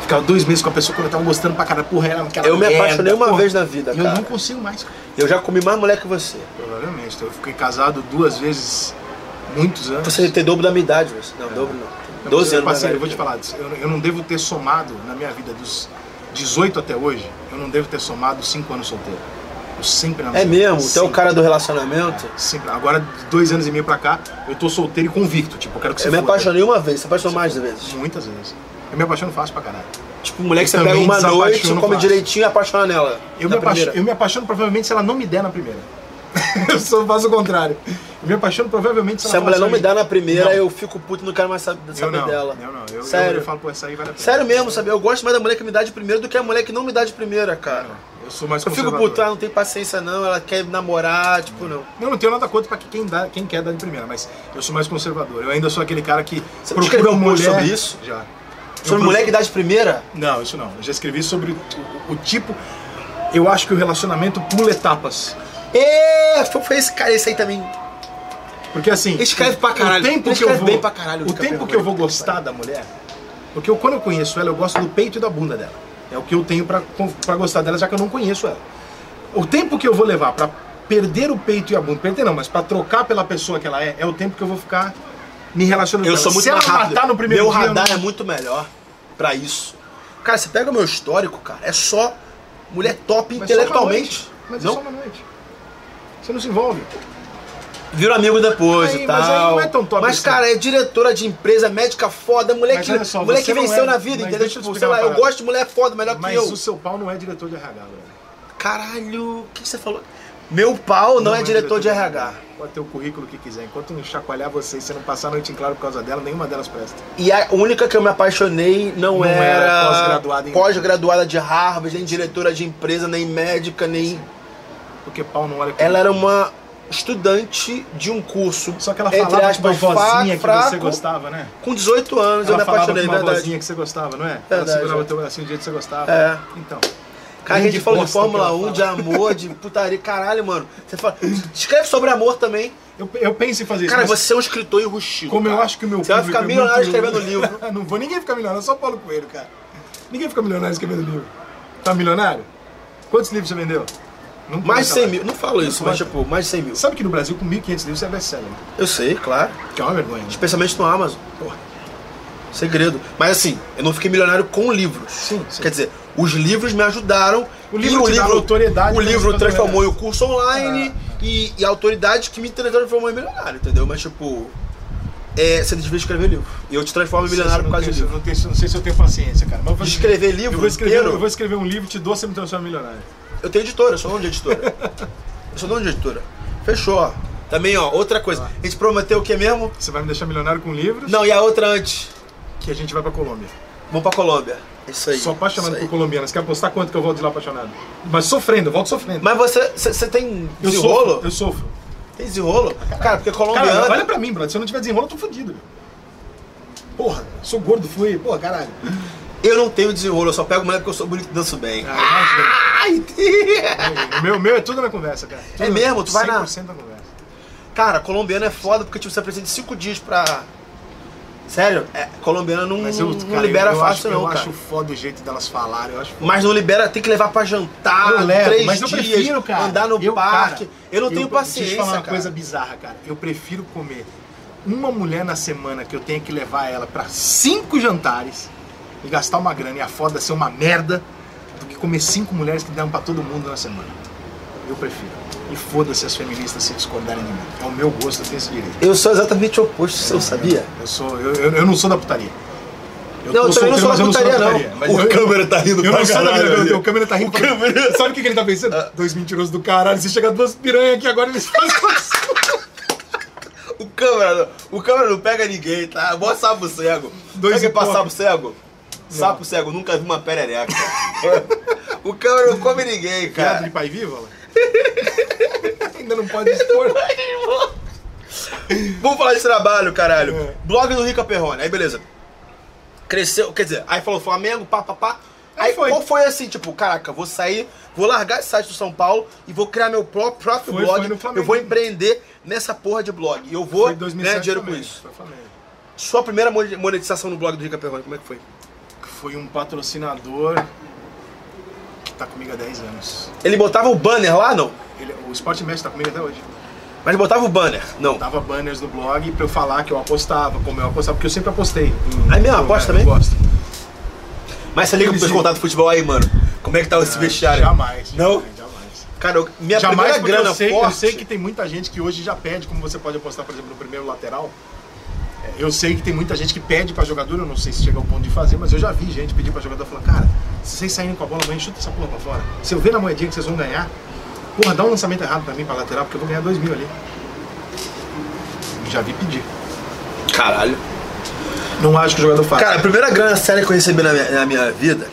Speaker 2: Ficava dois meses com a pessoa quando eu tava gostando pra caralho. Porra, era aquela
Speaker 1: Eu me
Speaker 2: merda,
Speaker 1: apaixonei uma
Speaker 2: porra.
Speaker 1: vez na vida,
Speaker 2: E eu não
Speaker 1: cara.
Speaker 2: consigo mais, cara.
Speaker 1: Eu já comi mais mulher que você.
Speaker 2: Provavelmente. Eu fiquei casado duas vezes, muitos anos.
Speaker 1: Você tem dobro da minha idade, você. Não, dobro não. Tem
Speaker 2: Não,
Speaker 1: 12
Speaker 2: eu
Speaker 1: anos.
Speaker 2: Passei,
Speaker 1: mais
Speaker 2: eu vou te
Speaker 1: velho.
Speaker 2: falar, eu, eu não devo ter somado na minha vida dos 18 até hoje, eu não devo ter somado 5 anos solteiro. Eu sempre namorei.
Speaker 1: É mesmo? Você é o
Speaker 2: sempre,
Speaker 1: cara do relacionamento?
Speaker 2: sempre. Agora, de dois anos e meio pra cá, eu tô solteiro e convicto. Tipo, eu quero que você
Speaker 1: Eu me
Speaker 2: foda.
Speaker 1: apaixonei uma vez, você apaixonou mais vezes.
Speaker 2: Muitas vezes. Eu me apaixono fácil pra caralho.
Speaker 1: Tipo, mulher que você
Speaker 2: Eu
Speaker 1: pega
Speaker 2: também
Speaker 1: uma noite,
Speaker 2: desapaixono
Speaker 1: come
Speaker 2: fácil.
Speaker 1: direitinho e apaixona nela.
Speaker 2: Eu
Speaker 1: Na
Speaker 2: me, apaixo-
Speaker 1: primeira.
Speaker 2: eu me apaixono provavelmente se ela não me der na primeira. eu só faço o contrário. Eu me apaixono provavelmente se,
Speaker 1: Se a
Speaker 2: ela
Speaker 1: mulher não me dá na primeira,
Speaker 2: Não.
Speaker 1: eu fico puto e não quero mais saber,
Speaker 2: eu
Speaker 1: saber
Speaker 2: não,
Speaker 1: dela.
Speaker 2: Eu não, eu, eu-
Speaker 1: Sério.
Speaker 2: eu falo, pô, essa aí vale a pena.
Speaker 1: Sério mesmo, sabe? Eu gosto mais da mulher que me dá de primeira do que a mulher que não me dá de primeira, cara.
Speaker 2: Eu sou mais
Speaker 1: Eu fico
Speaker 2: conservador.
Speaker 1: puto, ah, não tem paciência não, ela quer namorar, tipo, não.
Speaker 2: Eu não tenho nada contra pra quem, dá, quem quer dar de primeira, mas eu sou mais conservador. Eu ainda sou aquele cara que
Speaker 1: Você não escreveu um post sobre isso?
Speaker 2: Já. Eu
Speaker 1: Sobre mulher que dá um de primeira?
Speaker 2: Não, isso não. Eu já escrevi sobre o, o- o tipo... Eu acho que o relacionamento pula etapas.
Speaker 1: É, foi, foi esse cara, esse aí também.
Speaker 2: Porque assim...
Speaker 1: Escreve pra caralho.
Speaker 2: O tempo
Speaker 1: Ele
Speaker 2: que eu
Speaker 1: escreve
Speaker 2: vou,
Speaker 1: bem pra caralho,
Speaker 2: o
Speaker 1: fica
Speaker 2: tempo
Speaker 1: bem
Speaker 2: que eu
Speaker 1: ruim.
Speaker 2: vou gostar da mulher... Porque eu, quando eu conheço ela, eu gosto do peito e da bunda dela. É o que eu tenho pra, pra gostar dela, já que eu não conheço ela. O tempo que eu vou levar pra perder o peito e a bunda... Perder não, mas pra trocar pela pessoa que ela é, é o tempo que eu vou ficar... Me relacionando
Speaker 1: Eu
Speaker 2: com ela.
Speaker 1: sou muito
Speaker 2: Se ela
Speaker 1: mais rápido.
Speaker 2: matar no primeiro
Speaker 1: meu
Speaker 2: dia, eu não-
Speaker 1: radar é muito melhor pra isso. Cara, você pega o meu histórico, cara, é só mulher top
Speaker 2: Mas é
Speaker 1: intelectualmente.
Speaker 2: só uma noite. Mas é só
Speaker 1: não,
Speaker 2: uma noite. Você não se envolve.
Speaker 1: vira amigo depois
Speaker 2: Aí,
Speaker 1: e tal.
Speaker 2: mas aí não é tão top
Speaker 1: Mas,
Speaker 2: assim.
Speaker 1: cara, é diretora de empresa, médica foda, mulher
Speaker 2: Mas
Speaker 1: que,
Speaker 2: olha só,
Speaker 1: mulher
Speaker 2: você
Speaker 1: que
Speaker 2: não
Speaker 1: venceu
Speaker 2: é-
Speaker 1: na vida,
Speaker 2: mas
Speaker 1: entendeu?
Speaker 2: deixa eu te
Speaker 1: Tipo,
Speaker 2: explicar
Speaker 1: sei lá,
Speaker 2: uma
Speaker 1: eu
Speaker 2: parada.
Speaker 1: gosto de mulher foda, melhor que
Speaker 2: Mas
Speaker 1: eu.
Speaker 2: o seu pau não é diretor de RH, velho.
Speaker 1: Caralho, o que que você falou? Meu pau não, é, diretor de RH.
Speaker 2: Pode ter o currículo que quiser. Enquanto não chacoalhar você e você não passar a noite em claro por causa dela, nenhuma delas presta.
Speaker 1: E a única que eu me apaixonei não,
Speaker 2: Não era
Speaker 1: era
Speaker 2: pós-graduada em-
Speaker 1: pós-graduada de Harvard, nem diretora de empresa, nem médica, nem.
Speaker 2: Porque pau é não olha pra
Speaker 1: Ela era uma estudante de um curso.
Speaker 2: Só que ela
Speaker 1: entre
Speaker 2: falava
Speaker 1: aspas,
Speaker 2: com uma vozinha
Speaker 1: fa-
Speaker 2: que
Speaker 1: fraco,
Speaker 2: você gostava, né?
Speaker 1: Com 18 anos eu
Speaker 2: Ela
Speaker 1: me
Speaker 2: falava com uma
Speaker 1: apaixonei, verdade.
Speaker 2: vozinha que você gostava, não é? ela
Speaker 1: Verdade,
Speaker 2: segurava
Speaker 1: é.
Speaker 2: o teu bracinho do jeito que você gostava.
Speaker 1: É.
Speaker 2: Então.
Speaker 1: Cara, a
Speaker 2: grande
Speaker 1: gente falou de
Speaker 2: bosta que
Speaker 1: Fórmula
Speaker 2: ela
Speaker 1: 1,
Speaker 2: fala.
Speaker 1: de amor, de putaria. Caralho, mano. Você fala. Escreve sobre amor também.
Speaker 2: Eu, eu penso em fazer
Speaker 1: Cara,
Speaker 2: isso. mas
Speaker 1: você é um escritor enrustido.
Speaker 2: Como eu
Speaker 1: cara.
Speaker 2: acho que o meu
Speaker 1: Você vai
Speaker 2: público
Speaker 1: ficar
Speaker 2: é
Speaker 1: milionário
Speaker 2: muito-
Speaker 1: escrevendo livro.
Speaker 2: não vou ninguém ficar milionário, só Paulo Coelho, cara. Ninguém fica milionário escrevendo livro. Tá milionário? Quantos livros você vendeu? Não
Speaker 1: Mais de 100
Speaker 2: conta, vai.
Speaker 1: mil. Não falo isso, mas tipo, mais de 100 mil.
Speaker 2: Sabe que no Brasil, com 1.500 livros, você é best-seller. né?
Speaker 1: Eu sei, claro.
Speaker 2: Que é uma vergonha. né?
Speaker 1: Especialmente no Amazon.
Speaker 2: Porra.
Speaker 1: Segredo. Mas assim, eu não fiquei milionário com livros.
Speaker 2: Sim, sim.
Speaker 1: Quer dizer, os livros me ajudaram.
Speaker 2: O livro
Speaker 1: e o
Speaker 2: te dá
Speaker 1: livro,
Speaker 2: autoridade
Speaker 1: O
Speaker 2: pra
Speaker 1: livro
Speaker 2: você Ah,
Speaker 1: transformou
Speaker 2: fazer.
Speaker 1: o curso online e, e a autoridade que me transformou em milionário, entendeu? Mas tipo, é, você devia escrever livro. E eu te transformo em milionário
Speaker 2: não
Speaker 1: por causa
Speaker 2: sei
Speaker 1: de
Speaker 2: se eu
Speaker 1: livro.
Speaker 2: não, tenho, não sei se eu tenho paciência, cara. Mas eu vou fazer-
Speaker 1: Escrever livro
Speaker 2: eu vou escrever,
Speaker 1: inteiro?
Speaker 2: eu vou escrever um livro, te dou, você me transforma em milionário.
Speaker 1: Eu tenho editora, eu sou dono de editora. eu sou dono de editora. Fechou, ó. Também, ó, outra
Speaker 2: Ah.
Speaker 1: coisa. A gente prometeu o que mesmo?
Speaker 2: Você vai me deixar milionário com livros
Speaker 1: Não, e a outra antes.
Speaker 2: que a gente vai pra Colômbia.
Speaker 1: Vou pra Colômbia. Isso aí.
Speaker 2: Sou apaixonado
Speaker 1: isso aí.
Speaker 2: por colombianas. Quer apostar quanto que eu volto de lá apaixonado? Mas sofrendo, eu volto sofrendo.
Speaker 1: Mas você, você você tem
Speaker 2: eu
Speaker 1: desenrolo?
Speaker 2: sofro, eu sofro.
Speaker 1: Tem desenrolo? Cara, porque é colombiano.
Speaker 2: Cara, olha pra mim, brother. Se eu não tiver desenrolo, eu tô fudido. Porra, sou gordo, fui. Porra, caralho.
Speaker 1: Eu não tenho desenrolo, eu só pego mulher porque eu sou bonito e danço bem.
Speaker 2: Ah,
Speaker 1: Ai,
Speaker 2: imagina. O meu, o meu é tudo na conversa, cara. Tudo
Speaker 1: É mesmo? Tu vai na-
Speaker 2: 100% na conversa.
Speaker 1: Cara, colombiano é foda porque tipo, você precisa de cinco dias pra. Sério? É, colombiano não,
Speaker 2: Mas eu,
Speaker 1: não
Speaker 2: cara,
Speaker 1: libera
Speaker 2: eu, eu
Speaker 1: fácil,
Speaker 2: acho,
Speaker 1: não,
Speaker 2: eu
Speaker 1: cara.
Speaker 2: acho foda o jeito delas falarem. Eu acho foda.
Speaker 1: Mas não libera, tem que levar pra jantar,
Speaker 2: Eu levo,
Speaker 1: três
Speaker 2: mas eu
Speaker 1: dias,
Speaker 2: prefiro, cara.
Speaker 1: andar no
Speaker 2: Eu,
Speaker 1: parque.
Speaker 2: cara,
Speaker 1: eu não tenho paciência,
Speaker 2: Deixa eu te falar uma
Speaker 1: cara.
Speaker 2: coisa bizarra, cara. Eu prefiro comer uma mulher na semana que eu tenha que levar ela pra cinco jantares e gastar uma grana e a foda ser uma merda do que comer cinco mulheres que dão pra todo mundo na semana. Eu prefiro. E foda-se as feministas se discordarem de mim. É o meu gosto, eu tenho esse direito.
Speaker 1: Eu sou exatamente o oposto seu, sabia?
Speaker 2: Eu sou, eu, eu, eu não sou da putaria.
Speaker 1: Não, eu
Speaker 2: tô
Speaker 1: também não sou da
Speaker 2: solteiro, mas
Speaker 1: putaria,
Speaker 2: eu
Speaker 1: não.
Speaker 2: Mas eu-
Speaker 1: tá rindo
Speaker 2: eu não sou da câmera, o câmera tá rindo.
Speaker 1: O câmera- Ah.
Speaker 2: Sabe o que, que ele tá pensando? Dois mentirosos do caralho, se chegar duas piranhas aqui agora, eles fazem confusão.
Speaker 1: O câmera, não, o câmera não pega ninguém, tá? Bota sapo cego.
Speaker 2: Dois
Speaker 1: Dois
Speaker 2: e
Speaker 1: Pega pra
Speaker 2: pouco.
Speaker 1: sapo cego. Sapo cego, nunca vi uma perereca. o câmera não come ninguém,
Speaker 2: Piada
Speaker 1: cara.
Speaker 2: de pai vivo, olha lá. Ainda não pode expor.
Speaker 1: Vamos falar de trabalho, caralho.
Speaker 2: É.
Speaker 1: Blog do Rica Perrone, aí beleza. Cresceu, quer dizer, aí falou Flamengo, pá, pá, pá. Aí,
Speaker 2: Aí foi.
Speaker 1: qual foi assim, tipo, caraca, vou sair, vou largar esse site do São Paulo e vou criar meu pró- próprio
Speaker 2: Foi,
Speaker 1: blog.
Speaker 2: foi no Flamengo.
Speaker 1: eu vou empreender nessa porra de blog. E eu vou
Speaker 2: Foi em
Speaker 1: ganhar dinheiro
Speaker 2: também,
Speaker 1: com isso.
Speaker 2: foi Flamengo.
Speaker 1: Sua primeira mon- monetização no blog do Rica Perrone, como é que foi?
Speaker 2: Foi um patrocinador que tá comigo há 10 anos.
Speaker 1: Ele botava o banner lá, não?
Speaker 2: Ele- o Sport Mestre tá comigo até hoje.
Speaker 1: Mas botava o banner, não.
Speaker 2: Dava banners no blog pra eu falar que eu apostava, como eu apostava, porque eu sempre apostei. né?
Speaker 1: Aí Ah, é mesmo, aposta também?
Speaker 2: Gosto.
Speaker 1: Mas você liga pro
Speaker 2: Eles-
Speaker 1: seu contato de futebol aí, mano. Como é que tá esse vestiário?
Speaker 2: Ah, Jamais.
Speaker 1: Não?
Speaker 2: Jamais. jamais.
Speaker 1: Cara, eu- minha
Speaker 2: Jamais
Speaker 1: É primeira
Speaker 2: porque
Speaker 1: grana
Speaker 2: eu sei,
Speaker 1: forte...
Speaker 2: eu sei que tem muita gente que hoje já pede, como você pode apostar, por exemplo, no primeiro lateral. É, Eu sei que tem muita gente que pede pra jogador, eu não sei se chega ao ponto de fazer, mas eu já vi gente pedir pra jogador falar, cara, se vocês saírem com a bola amanhã, chuta essa porra pra fora. Se eu ver na moedinha que vocês vão ganhar, porra, dá um lançamento errado pra mim pra lateral, porque eu vou ganhar dois mil ali. Já vi pedir.
Speaker 1: Caralho.
Speaker 2: Não acho que o jogador faça.
Speaker 1: Cara, a primeira grana séria que eu recebi na minha, na minha vida,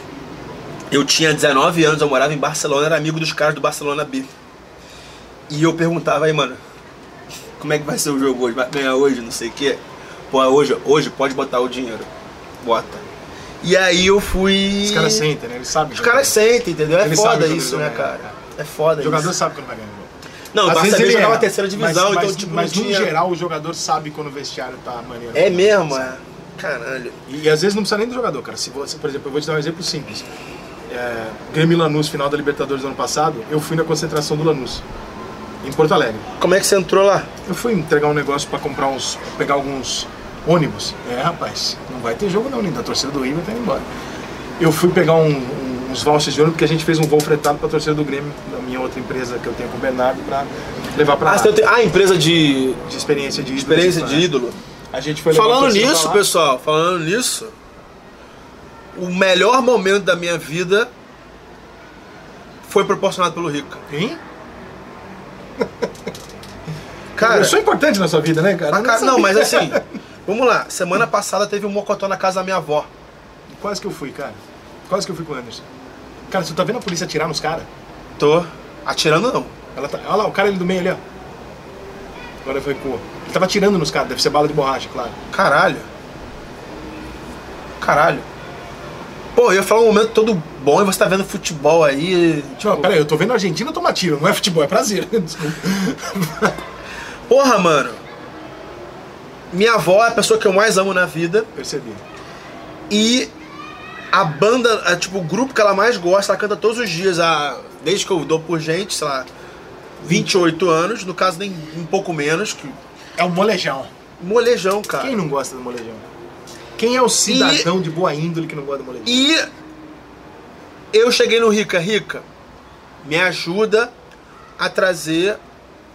Speaker 1: eu tinha 19 anos, eu morava em Barcelona, era amigo dos caras do Barcelona B. E eu perguntava aí, mano, como é que vai ser o jogo hoje? Vai ganhar hoje, não sei o quê? Pô, hoje, hoje pode botar o dinheiro. Bota. E aí eu fui.
Speaker 2: os caras sentem, né? Eles sabem.
Speaker 1: Os caras sentem, entendeu? É
Speaker 2: Eles
Speaker 1: foda
Speaker 2: sabem que
Speaker 1: isso,
Speaker 2: eles
Speaker 1: né,
Speaker 2: vão ganhar.
Speaker 1: cara? É foda
Speaker 2: O jogador
Speaker 1: isso.
Speaker 2: sabe que não vai ganhar o jogo.
Speaker 1: Não, o
Speaker 2: Às
Speaker 1: Barça
Speaker 2: vezes ele
Speaker 1: B jogava
Speaker 2: erra,
Speaker 1: a terceira divisão,
Speaker 2: mas,
Speaker 1: então,
Speaker 2: mas,
Speaker 1: tipo,
Speaker 2: mas
Speaker 1: não
Speaker 2: no
Speaker 1: tinha-
Speaker 2: geral o jogador sabe quando o vestiário tá maneiro.
Speaker 1: É mesmo, é. Caralho.
Speaker 2: E, e às vezes não precisa nem do jogador, cara. Se você, por exemplo, eu vou te dar um exemplo simples. É, Grêmio e Lanús, final da Libertadores do ano passado, eu fui na concentração do Lanús, em Porto Alegre.
Speaker 1: Como é que você entrou lá?
Speaker 2: Eu fui entregar um negócio pra comprar uns. pegar alguns ônibus. É, rapaz, não vai ter jogo não, nem da torcida do River tá indo embora. Eu fui pegar um- um- uns vouchers de ônibus, porque a gente fez um voo fretado pra torcida do Grêmio, da minha outra empresa que eu tenho com o Bernardo, pra levar pra
Speaker 1: Ah,
Speaker 2: lá.
Speaker 1: você tem... ah empresa de.
Speaker 2: De experiência de ídolo,
Speaker 1: Experiência
Speaker 2: tipo,
Speaker 1: de
Speaker 2: né?
Speaker 1: ídolo.
Speaker 2: A gente foi levar a
Speaker 1: Falando
Speaker 2: torcida pra
Speaker 1: nisso,
Speaker 2: lá.
Speaker 1: pessoal, falando nisso, o melhor momento da minha vida foi proporcionado pelo Rica.
Speaker 2: Hein?
Speaker 1: Cara,
Speaker 2: eu sou importante na sua vida, né, cara?
Speaker 1: ah,
Speaker 2: Eu
Speaker 1: cara,
Speaker 2: sabia.
Speaker 1: não, mas assim, vamos lá. Semana passada teve um mocotó na casa da minha avó.
Speaker 2: Quase que eu fui, cara. Quase que eu fui com o Anderson. Cara, você tá vendo a polícia atirar nos caras?
Speaker 1: Tô atirando não.
Speaker 2: Ela tá... Olha lá, o cara ali do meio ali, ó. Agora foi com. Ele tava atirando nos caras, deve ser bala de borracha, claro.
Speaker 1: Caralho. Caralho. Pô, eu ia falar um momento todo bom e você tá vendo futebol aí.
Speaker 2: Tipo, peraí, eu tô vendo a Argentina tomar tiro, não é futebol, é prazer. Desculpa.
Speaker 1: Porra, mano. Minha avó é a pessoa que eu mais amo na vida.
Speaker 2: Percebi.
Speaker 1: E a banda, a, tipo, o grupo que ela mais gosta, ela canta todos os dias, a, desde que eu dou por gente, sei lá, 28 anos, no caso nem um pouco menos, que
Speaker 2: É o molejão.
Speaker 1: molejão, cara.
Speaker 2: Quem não gosta do molejão? Quem é o cidadão de boa índole que não gosta do molejão?
Speaker 1: E eu cheguei no Rica, Rica, me ajuda a trazer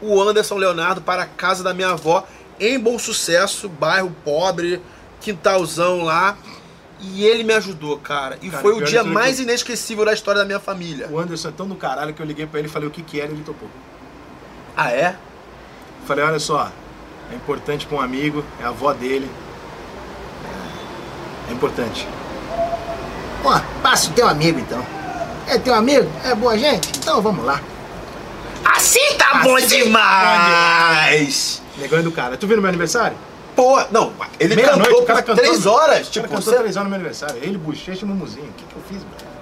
Speaker 1: o Anderson Leonardo para a casa da minha avó em Bom Sucesso, bairro pobre, quintalzão lá. E ele me ajudou, cara. E
Speaker 2: Cara,
Speaker 1: foi o
Speaker 2: pior de
Speaker 1: dia
Speaker 2: tudo
Speaker 1: mais
Speaker 2: que-
Speaker 1: inesquecível da história da minha família.
Speaker 2: O Anderson é tão do caralho que eu liguei pra ele e falei o que que era e ele topou.
Speaker 1: Ah, é?
Speaker 2: Falei, olha só, é é importante pra um amigo, é a avó dele. É importante.
Speaker 3: Pô, passa o teu amigo então. É teu amigo? É boa gente? Então vamos lá.
Speaker 1: Assim tá bom demais!
Speaker 2: Negão é do cara. Tu viu no meu aniversário?
Speaker 1: Pô, não, ele
Speaker 2: Meia-noite,
Speaker 1: cantou
Speaker 2: o cara
Speaker 1: por
Speaker 2: cantou.
Speaker 1: três horas.
Speaker 2: O
Speaker 1: Tipo,
Speaker 2: cara cantou
Speaker 1: você-
Speaker 2: três horas no meu aniversário. Ele, bochecha e mumuzinho. O que, que eu fiz, mano?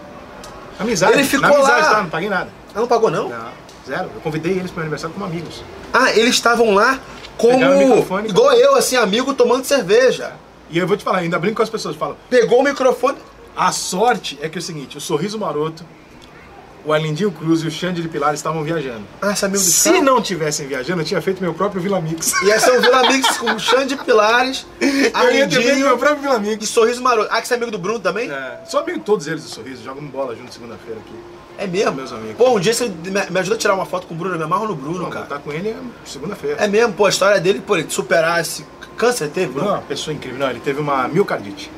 Speaker 2: Amizade.
Speaker 1: Ele ficou
Speaker 2: Na amizade,
Speaker 1: lá.
Speaker 2: tá? Não paguei nada.
Speaker 1: Ah, não pagou não?
Speaker 2: Não, zero. Eu convidei eles pro meu aniversário como amigos.
Speaker 1: Ah, eles estavam lá como.
Speaker 2: Pegaram o microfone e
Speaker 1: Igual
Speaker 2: colocaram.
Speaker 1: eu, assim, amigo tomando cerveja.
Speaker 2: E eu vou te falar, ainda brinco com as pessoas. Falo,
Speaker 1: Pegou o microfone.
Speaker 2: a sorte é que é o seguinte, o Sorriso Maroto, o Arlindinho Cruz e o Xande de Pilar estavam viajando.
Speaker 1: Ah, esse amigo do
Speaker 2: Se
Speaker 1: cara.
Speaker 2: não tivessem viajando, eu tinha feito meu próprio Vila Mix.
Speaker 1: Ia ser um Vila Mix com o Xande Pilares,
Speaker 2: Eu ia ter feito meu
Speaker 1: Arlindinho
Speaker 2: próprio Vila
Speaker 1: e
Speaker 2: Mix.
Speaker 1: Sorriso Maroto. Ah, que você é amigo do Bruno também? É,
Speaker 2: É, sou amigo de todos eles do Sorriso, jogamos bola junto segunda-feira aqui.
Speaker 1: mesmo?
Speaker 2: Meus amigos.
Speaker 1: Pô, um dia você me me ajuda a tirar uma foto com o Bruno, eu me amarro no Bruno,
Speaker 2: Não,
Speaker 1: cara.
Speaker 2: tá com ele é segunda-feira.
Speaker 1: É mesmo, pô, a história dele, pô, ele superar esse câncer teve,
Speaker 2: Bruno é
Speaker 1: Bruno?
Speaker 2: uma pessoa incrível. Não, ele teve uma miocardite.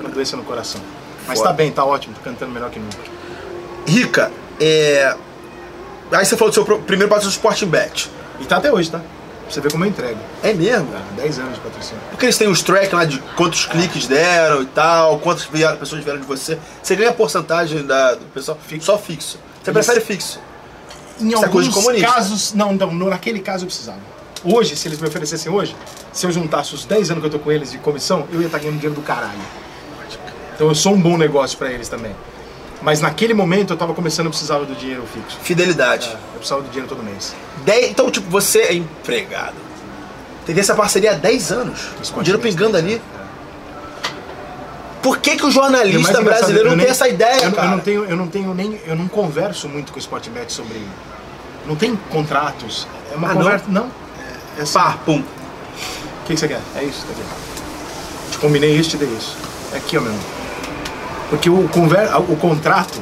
Speaker 2: Uma doença no coração. Mas
Speaker 1: Foda.
Speaker 2: tá bem, tá ótimo, tá cantando melhor que nunca.
Speaker 1: Rica, é. Aí você falou do seu pro- primeiro patrocínio do Sporting Bet.
Speaker 2: E tá até hoje, tá? Pra você ver como eu entrego.
Speaker 1: É mesmo?
Speaker 2: Tá, 10 anos de patrocínio.
Speaker 1: Porque eles têm os track lá de quantos cliques deram e tal, quantas vieram- pessoas vieram de você. Você ganha a porcentagem da, do pessoal só fixo. Você prefere fixo.
Speaker 2: Em
Speaker 1: Isso é coisa de
Speaker 2: alguns
Speaker 1: comunista.
Speaker 2: casos, não, não, no- naquele caso eu precisava. Hoje, se eles me oferecessem hoje, se eu juntasse os 10 anos que eu tô com eles de comissão, eu ia estar ganhando dinheiro do caralho. Então eu sou um bom negócio pra eles também. Mas naquele momento eu tava começando, eu precisava do dinheiro fixo.
Speaker 1: Fidelidade.
Speaker 2: Eu precisava do dinheiro todo mês.
Speaker 1: Dez- então, tipo, você é empregado. Teve essa parceria há 10 anos. O dinheiro pingando ali. Por que, que o
Speaker 2: né? E o mais
Speaker 1: jornalista
Speaker 2: engraçado,
Speaker 1: brasileiro
Speaker 2: eu
Speaker 1: não
Speaker 2: nem-
Speaker 1: tem essa ideia,
Speaker 2: eu, não-
Speaker 1: cara?
Speaker 2: Eu não tenho, eu não tenho nem, eu não converso muito com o Sportbet sobre, não tem contratos. É uma
Speaker 1: Ah, não?
Speaker 2: conversa, não? É, é assim,
Speaker 1: Pá, pum.
Speaker 2: o que que você quer? É isso, tá aqui. Te combinei isso, te dei isso. É aqui, ó, meu. irmão. Porque o conver, o contrato,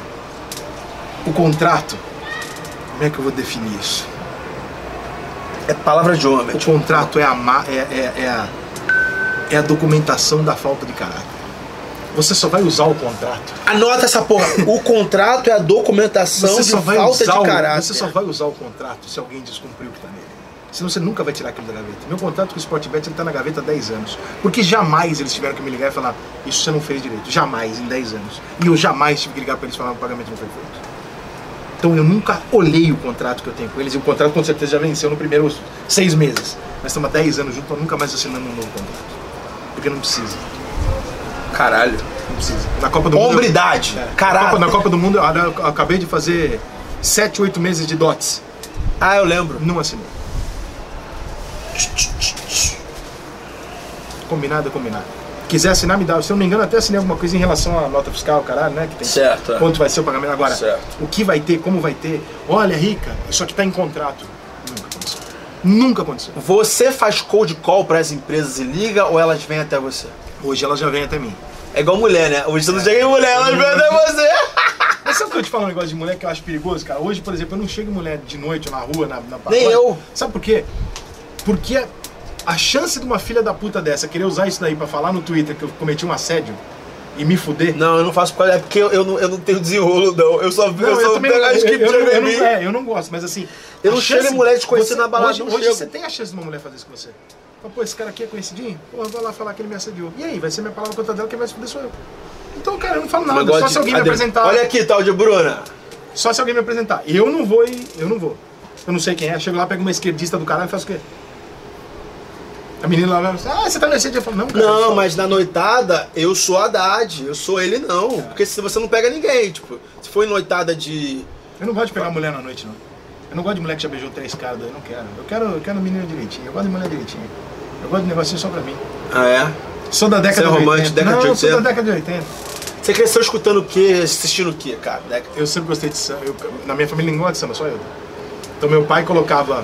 Speaker 2: o contrato, como é que eu vou definir isso?
Speaker 1: É palavra de homem.
Speaker 2: O contrato é a, ma- é, é- é a, é a documentação da falta de caráter. Você só vai usar o contrato
Speaker 1: Anota essa porra. O contrato é a documentação
Speaker 2: Você
Speaker 1: de
Speaker 2: só vai
Speaker 1: falta
Speaker 2: usar
Speaker 1: de
Speaker 2: o-
Speaker 1: caráter.
Speaker 2: Você só vai usar o contrato se alguém descumprir o que está nele. Senão você nunca vai tirar aquilo da gaveta. Meu contrato com o Sportbet está tá na gaveta há 10 anos. Porque jamais eles tiveram que me ligar e falar isso você não fez direito. Jamais, em 10 anos. E eu jamais tive que ligar para eles falar que o pagamento não foi feito. Então eu nunca olhei o contrato que eu tenho com eles. E o contrato com certeza já venceu no primeiro seis meses. Nós estamos há 10 anos juntos, então nunca mais assinando um novo contrato. Porque não precisa.
Speaker 1: Caralho.
Speaker 2: Não precisa. Na Copa do Mundo... eu-
Speaker 1: Hombridade.
Speaker 2: é, Na Copa,
Speaker 1: Caralho.
Speaker 2: na Copa do Mundo, eu, eu acabei de fazer 7, 8 meses de dots.
Speaker 1: Ah, eu lembro.
Speaker 2: Não assinei. Combinado é combinado. Quiser assinar, me dá. Se eu não me engano, até assinei alguma coisa em relação à nota fiscal, caralho, né? Que tem
Speaker 1: Certo, é.
Speaker 2: Quanto vai ser o pagamento agora?
Speaker 1: Certo.
Speaker 2: O que vai ter, como vai ter. Olha, rica, isso aqui tá em contrato. Nunca aconteceu. Nunca aconteceu.
Speaker 1: Você faz cold call para as empresas e liga ou elas vêm até você?
Speaker 2: Hoje ela já vem até mim.
Speaker 1: É igual mulher, né? Hoje você não chega em mulher, elas vêm até você.
Speaker 2: Mas sabe que eu te falo um negócio de mulher que eu acho perigoso, cara? Hoje, por exemplo, eu não chego em mulher de noite na rua, na, na
Speaker 1: Nem eu.
Speaker 2: Sabe por quê? Porque a chance de uma filha da puta dessa querer usar isso daí pra falar no Twitter que eu cometi um assédio e me fuder.
Speaker 1: Não, eu não faço por causa. É porque eu, eu não, eu não tenho desenrolo, não. Eu só
Speaker 2: Não,
Speaker 1: eu só
Speaker 2: também
Speaker 1: pego
Speaker 2: não-
Speaker 1: as que
Speaker 2: eu- eu
Speaker 1: chegam
Speaker 2: não-
Speaker 1: em
Speaker 2: eu não-
Speaker 1: mim.
Speaker 2: é, eu não gosto, mas assim.
Speaker 1: Eu
Speaker 2: a
Speaker 1: não chego em
Speaker 2: chance-
Speaker 1: mulher desconhecida
Speaker 2: você-
Speaker 1: na balada,
Speaker 2: Hoje,
Speaker 1: eu não
Speaker 2: hoje
Speaker 1: chego.
Speaker 2: você tem a chance de uma mulher fazer isso com você. Fala, Pô, esse cara aqui é conhecidinho? Pô, eu vou lá falar que ele me assediou. E aí, vai ser minha palavra contra dela, quem vai se fuder sou eu. Então, cara, eu não falo
Speaker 1: Mas
Speaker 2: nada,
Speaker 1: gosto
Speaker 2: só
Speaker 1: de-
Speaker 2: se alguém me
Speaker 1: Adem-
Speaker 2: apresentar.
Speaker 1: Olha aqui, tal de Bruna.
Speaker 2: Só se alguém me apresentar. Eu não vou e eu não vou. Eu não sei quem é. Chego lá, pego uma esquerdista do caralho e faço o quê? A menina lá vai ah, você tá no dia Eu falo, não, cara. eu
Speaker 1: Não,
Speaker 2: sou-
Speaker 1: mas na noitada eu sou Haddad, eu sou ele não. Porque se você não pega ninguém, tipo, se foi noitada de.
Speaker 2: Eu não gosto de pegar mulher na noite, não. Eu não gosto de mulher que já beijou três caras, daí, eu não quero. Eu quero, eu quero menina direitinho, eu gosto de mulher direitinho. Eu gosto de negocinho só pra mim.
Speaker 1: Ah, é?
Speaker 2: Sou da
Speaker 1: Você é
Speaker 2: década de 80.
Speaker 1: romântico, década
Speaker 2: não,
Speaker 1: de
Speaker 2: sou
Speaker 1: 80?
Speaker 2: da década de 80.
Speaker 1: Você cresceu escutando o quê? Assistindo o quê, cara? Deca-
Speaker 2: Eu sempre gostei de samba. Eu- na minha família ninguém gosta de samba, só eu. Então meu pai colocava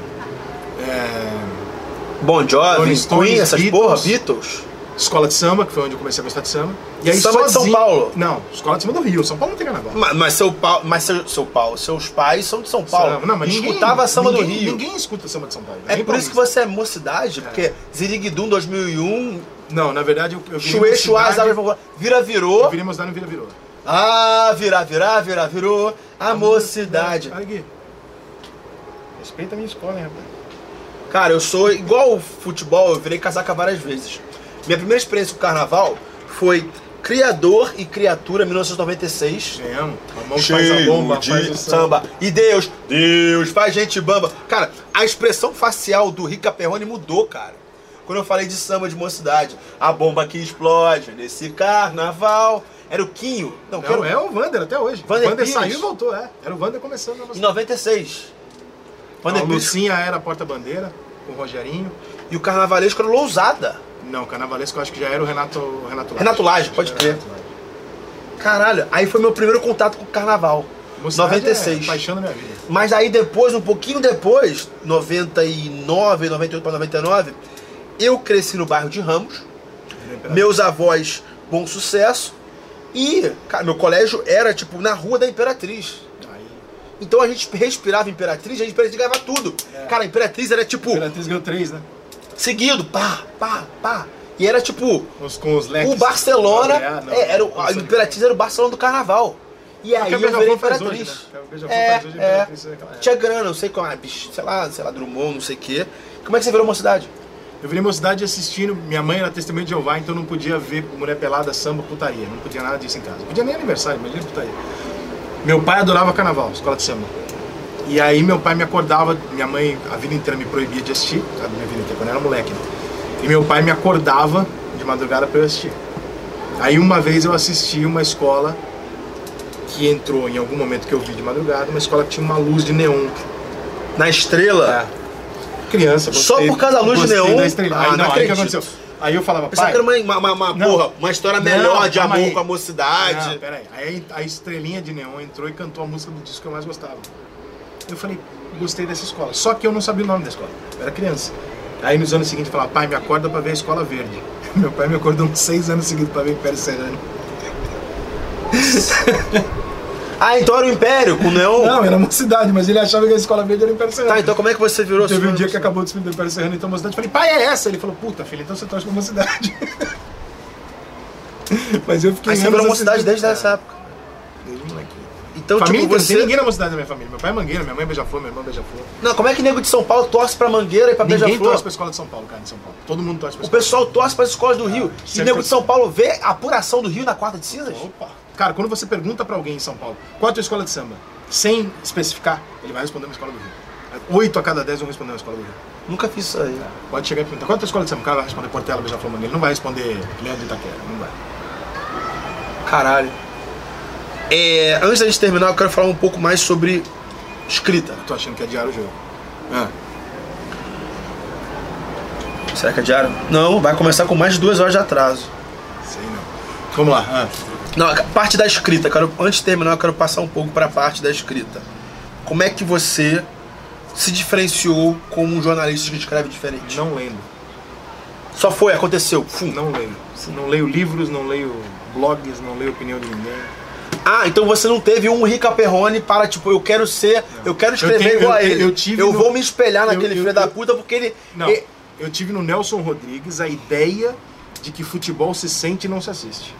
Speaker 2: é,
Speaker 1: Bon Jovi,
Speaker 2: Rolling Stones,
Speaker 1: Queen, essas
Speaker 2: Beatles.
Speaker 1: porra, Beatles.
Speaker 2: escola de samba, que foi onde eu comecei a gostar de samba. E aí
Speaker 1: Samba de São
Speaker 2: sozinho-
Speaker 1: Paulo?
Speaker 2: Não, escola de samba do Rio. São Paulo não tem carnaval.
Speaker 1: Ma- Mas, seu pau, mas seu, seu pau, seus pais são de São Paulo.
Speaker 2: Samba. Não, mas ninguém-
Speaker 1: escutava samba
Speaker 2: ninguém,
Speaker 1: do Rio.
Speaker 2: Ninguém escuta samba de São Paulo.
Speaker 1: é
Speaker 2: nem
Speaker 1: por isso que
Speaker 2: paulista.
Speaker 1: você é mocidade, porque Ziriguidum 2001,
Speaker 2: Não, na verdade eu, eu virei
Speaker 1: Chuê,
Speaker 2: uma
Speaker 1: Chuá,
Speaker 2: cidade-
Speaker 1: um, Zara, Vira
Speaker 2: Eu
Speaker 1: Virou.
Speaker 2: virei uma cidade e não vira virou.
Speaker 1: Ah, virar, virar, virar, virou. A mocidade.
Speaker 2: Olha aqui. Respeita a minha escola, hein, rapaz.
Speaker 1: Cara, eu sou igual ao futebol, eu virei casaca várias vezes. Minha primeira experiência com carnaval foi Criador e Criatura, 1996.
Speaker 2: Mesmo. A mão que faz a
Speaker 1: Cheio
Speaker 2: bomba,
Speaker 1: de
Speaker 2: faz o samba.
Speaker 1: samba. E Deus, Deus, faz gente bamba. Cara, a expressão facial do Rica Perrone mudou, cara. Quando eu falei de samba de mocidade, a bomba que explode nesse carnaval. Era o Quinho. Não,
Speaker 2: Não,
Speaker 1: quero...
Speaker 2: é o Vander até hoje.
Speaker 1: Vander
Speaker 2: o Vander
Speaker 1: Pires.
Speaker 2: saiu e voltou, é. Era o Vander começando a
Speaker 1: Em
Speaker 2: nossa.
Speaker 1: 96. Quando
Speaker 2: A
Speaker 1: é
Speaker 2: Lucinha era porta-bandeira, o Rogerinho.
Speaker 1: E o carnavalesco era o Lousada.
Speaker 2: Não, o carnavalesco eu acho que já era o Renato Renato Laje.
Speaker 1: Renato Laje, pode
Speaker 2: Acho que
Speaker 1: crer.
Speaker 2: era o Renato Laje.
Speaker 1: Caralho, aí foi meu primeiro contato com o carnaval.
Speaker 2: Mocidade
Speaker 1: 96.
Speaker 2: É paixão da minha vida.
Speaker 1: Mas aí depois, um pouquinho depois, 99, 98 para 99, eu cresci no bairro de Ramos. Meus avós, bom sucesso. E, cara, meu colégio era tipo na rua da Imperatriz.
Speaker 2: Aí,
Speaker 1: Então a gente respirava Imperatriz e a Imperatriz ganhava tudo. Cara, a Imperatriz era tipo,
Speaker 2: É. Imperatriz ganhou três, né?
Speaker 1: seguido, pá, pá, pá. E era tipo,
Speaker 2: Os, com os leques.
Speaker 1: o Barcelona.
Speaker 2: Ah, não.
Speaker 1: é, era, o- a
Speaker 2: Nossa,
Speaker 1: Imperatriz era o Barcelona do carnaval. E aí
Speaker 2: que a
Speaker 1: eu virei
Speaker 2: Beija-Flor faz hoje,
Speaker 1: Imperatriz.
Speaker 2: né? Que a Beija-Flor
Speaker 1: É,
Speaker 2: faz hoje, a
Speaker 1: é.
Speaker 2: Imperatriz é aquela época.
Speaker 1: Tinha grana, não sei qual, ah, bicho, sei lá, sei lá, Drummond, não sei o quê. Como é que você virou mocidade?
Speaker 2: Eu virei mocidade assistindo. Minha mãe era testemunha de Jeová, então não podia ver mulher pelada, samba, putaria. Não podia nada disso em casa. Não podia nem aniversário, imagina putaria. Meu pai adorava carnaval, escola de samba. E aí meu pai me acordava, minha mãe a vida inteira me proibia de assistir, a minha vida inteira, quando eu era moleque. Né? E meu pai me acordava de madrugada pra eu assistir. Aí uma vez eu assisti uma escola que entrou em algum momento que eu vi de madrugada, uma escola que tinha uma luz de neon.
Speaker 1: Na estrela?
Speaker 2: É. Criança,
Speaker 1: Só
Speaker 2: gostei-
Speaker 1: por causa da luz de
Speaker 2: gostei
Speaker 1: neon?
Speaker 2: da estrela.
Speaker 1: Ah,
Speaker 2: aí,
Speaker 1: não
Speaker 2: não, aí o que
Speaker 1: acredito. é
Speaker 2: aconteceu? Aí eu falava,
Speaker 1: Pensava
Speaker 2: pai,
Speaker 1: que era uma, uma, uma- uma,
Speaker 2: Não.
Speaker 1: porra, uma história
Speaker 2: Não,
Speaker 1: melhor de
Speaker 2: calma
Speaker 1: amor
Speaker 2: aí.
Speaker 1: com a mocidade.
Speaker 2: Não, peraí. Aí a estrelinha de neon entrou e cantou a música do disco que eu mais gostava. Eu falei, gostei dessa escola. Só que eu não sabia o nome da escola. Eu era criança. Aí nos anos seguintes eu falava, pai, me acorda pra ver a escola verde. Meu pai me acordou uns seis anos seguidos pra ver Império Serrano.
Speaker 1: Ah, então era o Império, com o Neon.
Speaker 2: Não, era uma cidade, mas ele achava que a escola verde era Império Serrano.
Speaker 1: Tá, então como é que você virou
Speaker 2: Teve um
Speaker 1: sua-
Speaker 2: dia que acabou o desfile do Império Serrano, então a mocidade. Eu falei, pai, é essa? Ele falou, puta, filho, então você torce pra mocidade. Mas eu fiquei.
Speaker 1: Aí você
Speaker 2: anos
Speaker 1: virou mocidade
Speaker 2: assistindo-
Speaker 1: desde essa época.
Speaker 2: É, Desde molequinho.
Speaker 1: Então,
Speaker 2: família,
Speaker 1: tipo,
Speaker 2: inteira,
Speaker 1: você.
Speaker 2: tem ninguém na mocidade da minha família. Meu pai é mangueira, minha mãe é beija-flor, minha irmã é beija-flor.
Speaker 1: Não, como é que nego de São Paulo torce pra Mangueira e pra
Speaker 2: Ninguém torce
Speaker 1: é Beija-Flor?
Speaker 2: pra escola de São Paulo, cara, de São Paulo. Todo mundo torce pra
Speaker 1: O
Speaker 2: escola.
Speaker 1: pessoal torce pras escolas do Rio. E
Speaker 2: sempre-
Speaker 1: nego de São Paulo vê a apuração do Rio na quarta de cinzas?
Speaker 2: Opa! Cara, quando você pergunta pra alguém em São Paulo, qual é a tua escola de samba? Sem especificar, ele vai responder uma escola do Rio. Oito a cada dez vão responder uma escola do Rio.
Speaker 1: Nunca fiz isso aí.
Speaker 2: Pode chegar e perguntar, qual é a tua escola de samba? O cara vai responder Portela, Beija-Flor, Mangueira. Ele não vai responder Leandro Itaquera, não vai.
Speaker 1: Caralho. É, antes da gente terminar, eu quero falar um pouco mais sobre escrita.
Speaker 2: Tô achando que é diário o jogo. Ah,
Speaker 1: Será que é diário? Não, vai começar com mais de duas horas de atraso.
Speaker 2: Sei não. Vamos lá. Ah,
Speaker 1: Não, a parte da escrita, quero, antes de terminar, eu quero passar um pouco para a parte da escrita. Como é que você se diferenciou como um jornalista que escreve diferente?
Speaker 2: não lendo.
Speaker 1: Só foi, aconteceu. Fum.
Speaker 2: Não leio. Não leio livros, não leio blogs, não leio opinião de ninguém.
Speaker 1: Ah, então você não teve um Rica Perrone para, tipo, eu quero ser, eu quero escrever
Speaker 2: Eu tenho-
Speaker 1: igual a
Speaker 2: eu-
Speaker 1: ele.
Speaker 2: eu tive no-
Speaker 1: vou me espelhar
Speaker 2: eu-
Speaker 1: naquele
Speaker 2: eu-
Speaker 1: filho da
Speaker 2: eu-
Speaker 1: puta porque ele. é,
Speaker 2: Não,
Speaker 1: e-
Speaker 2: eu tive no Nelson Rodrigues a ideia de que futebol se sente e não se assiste.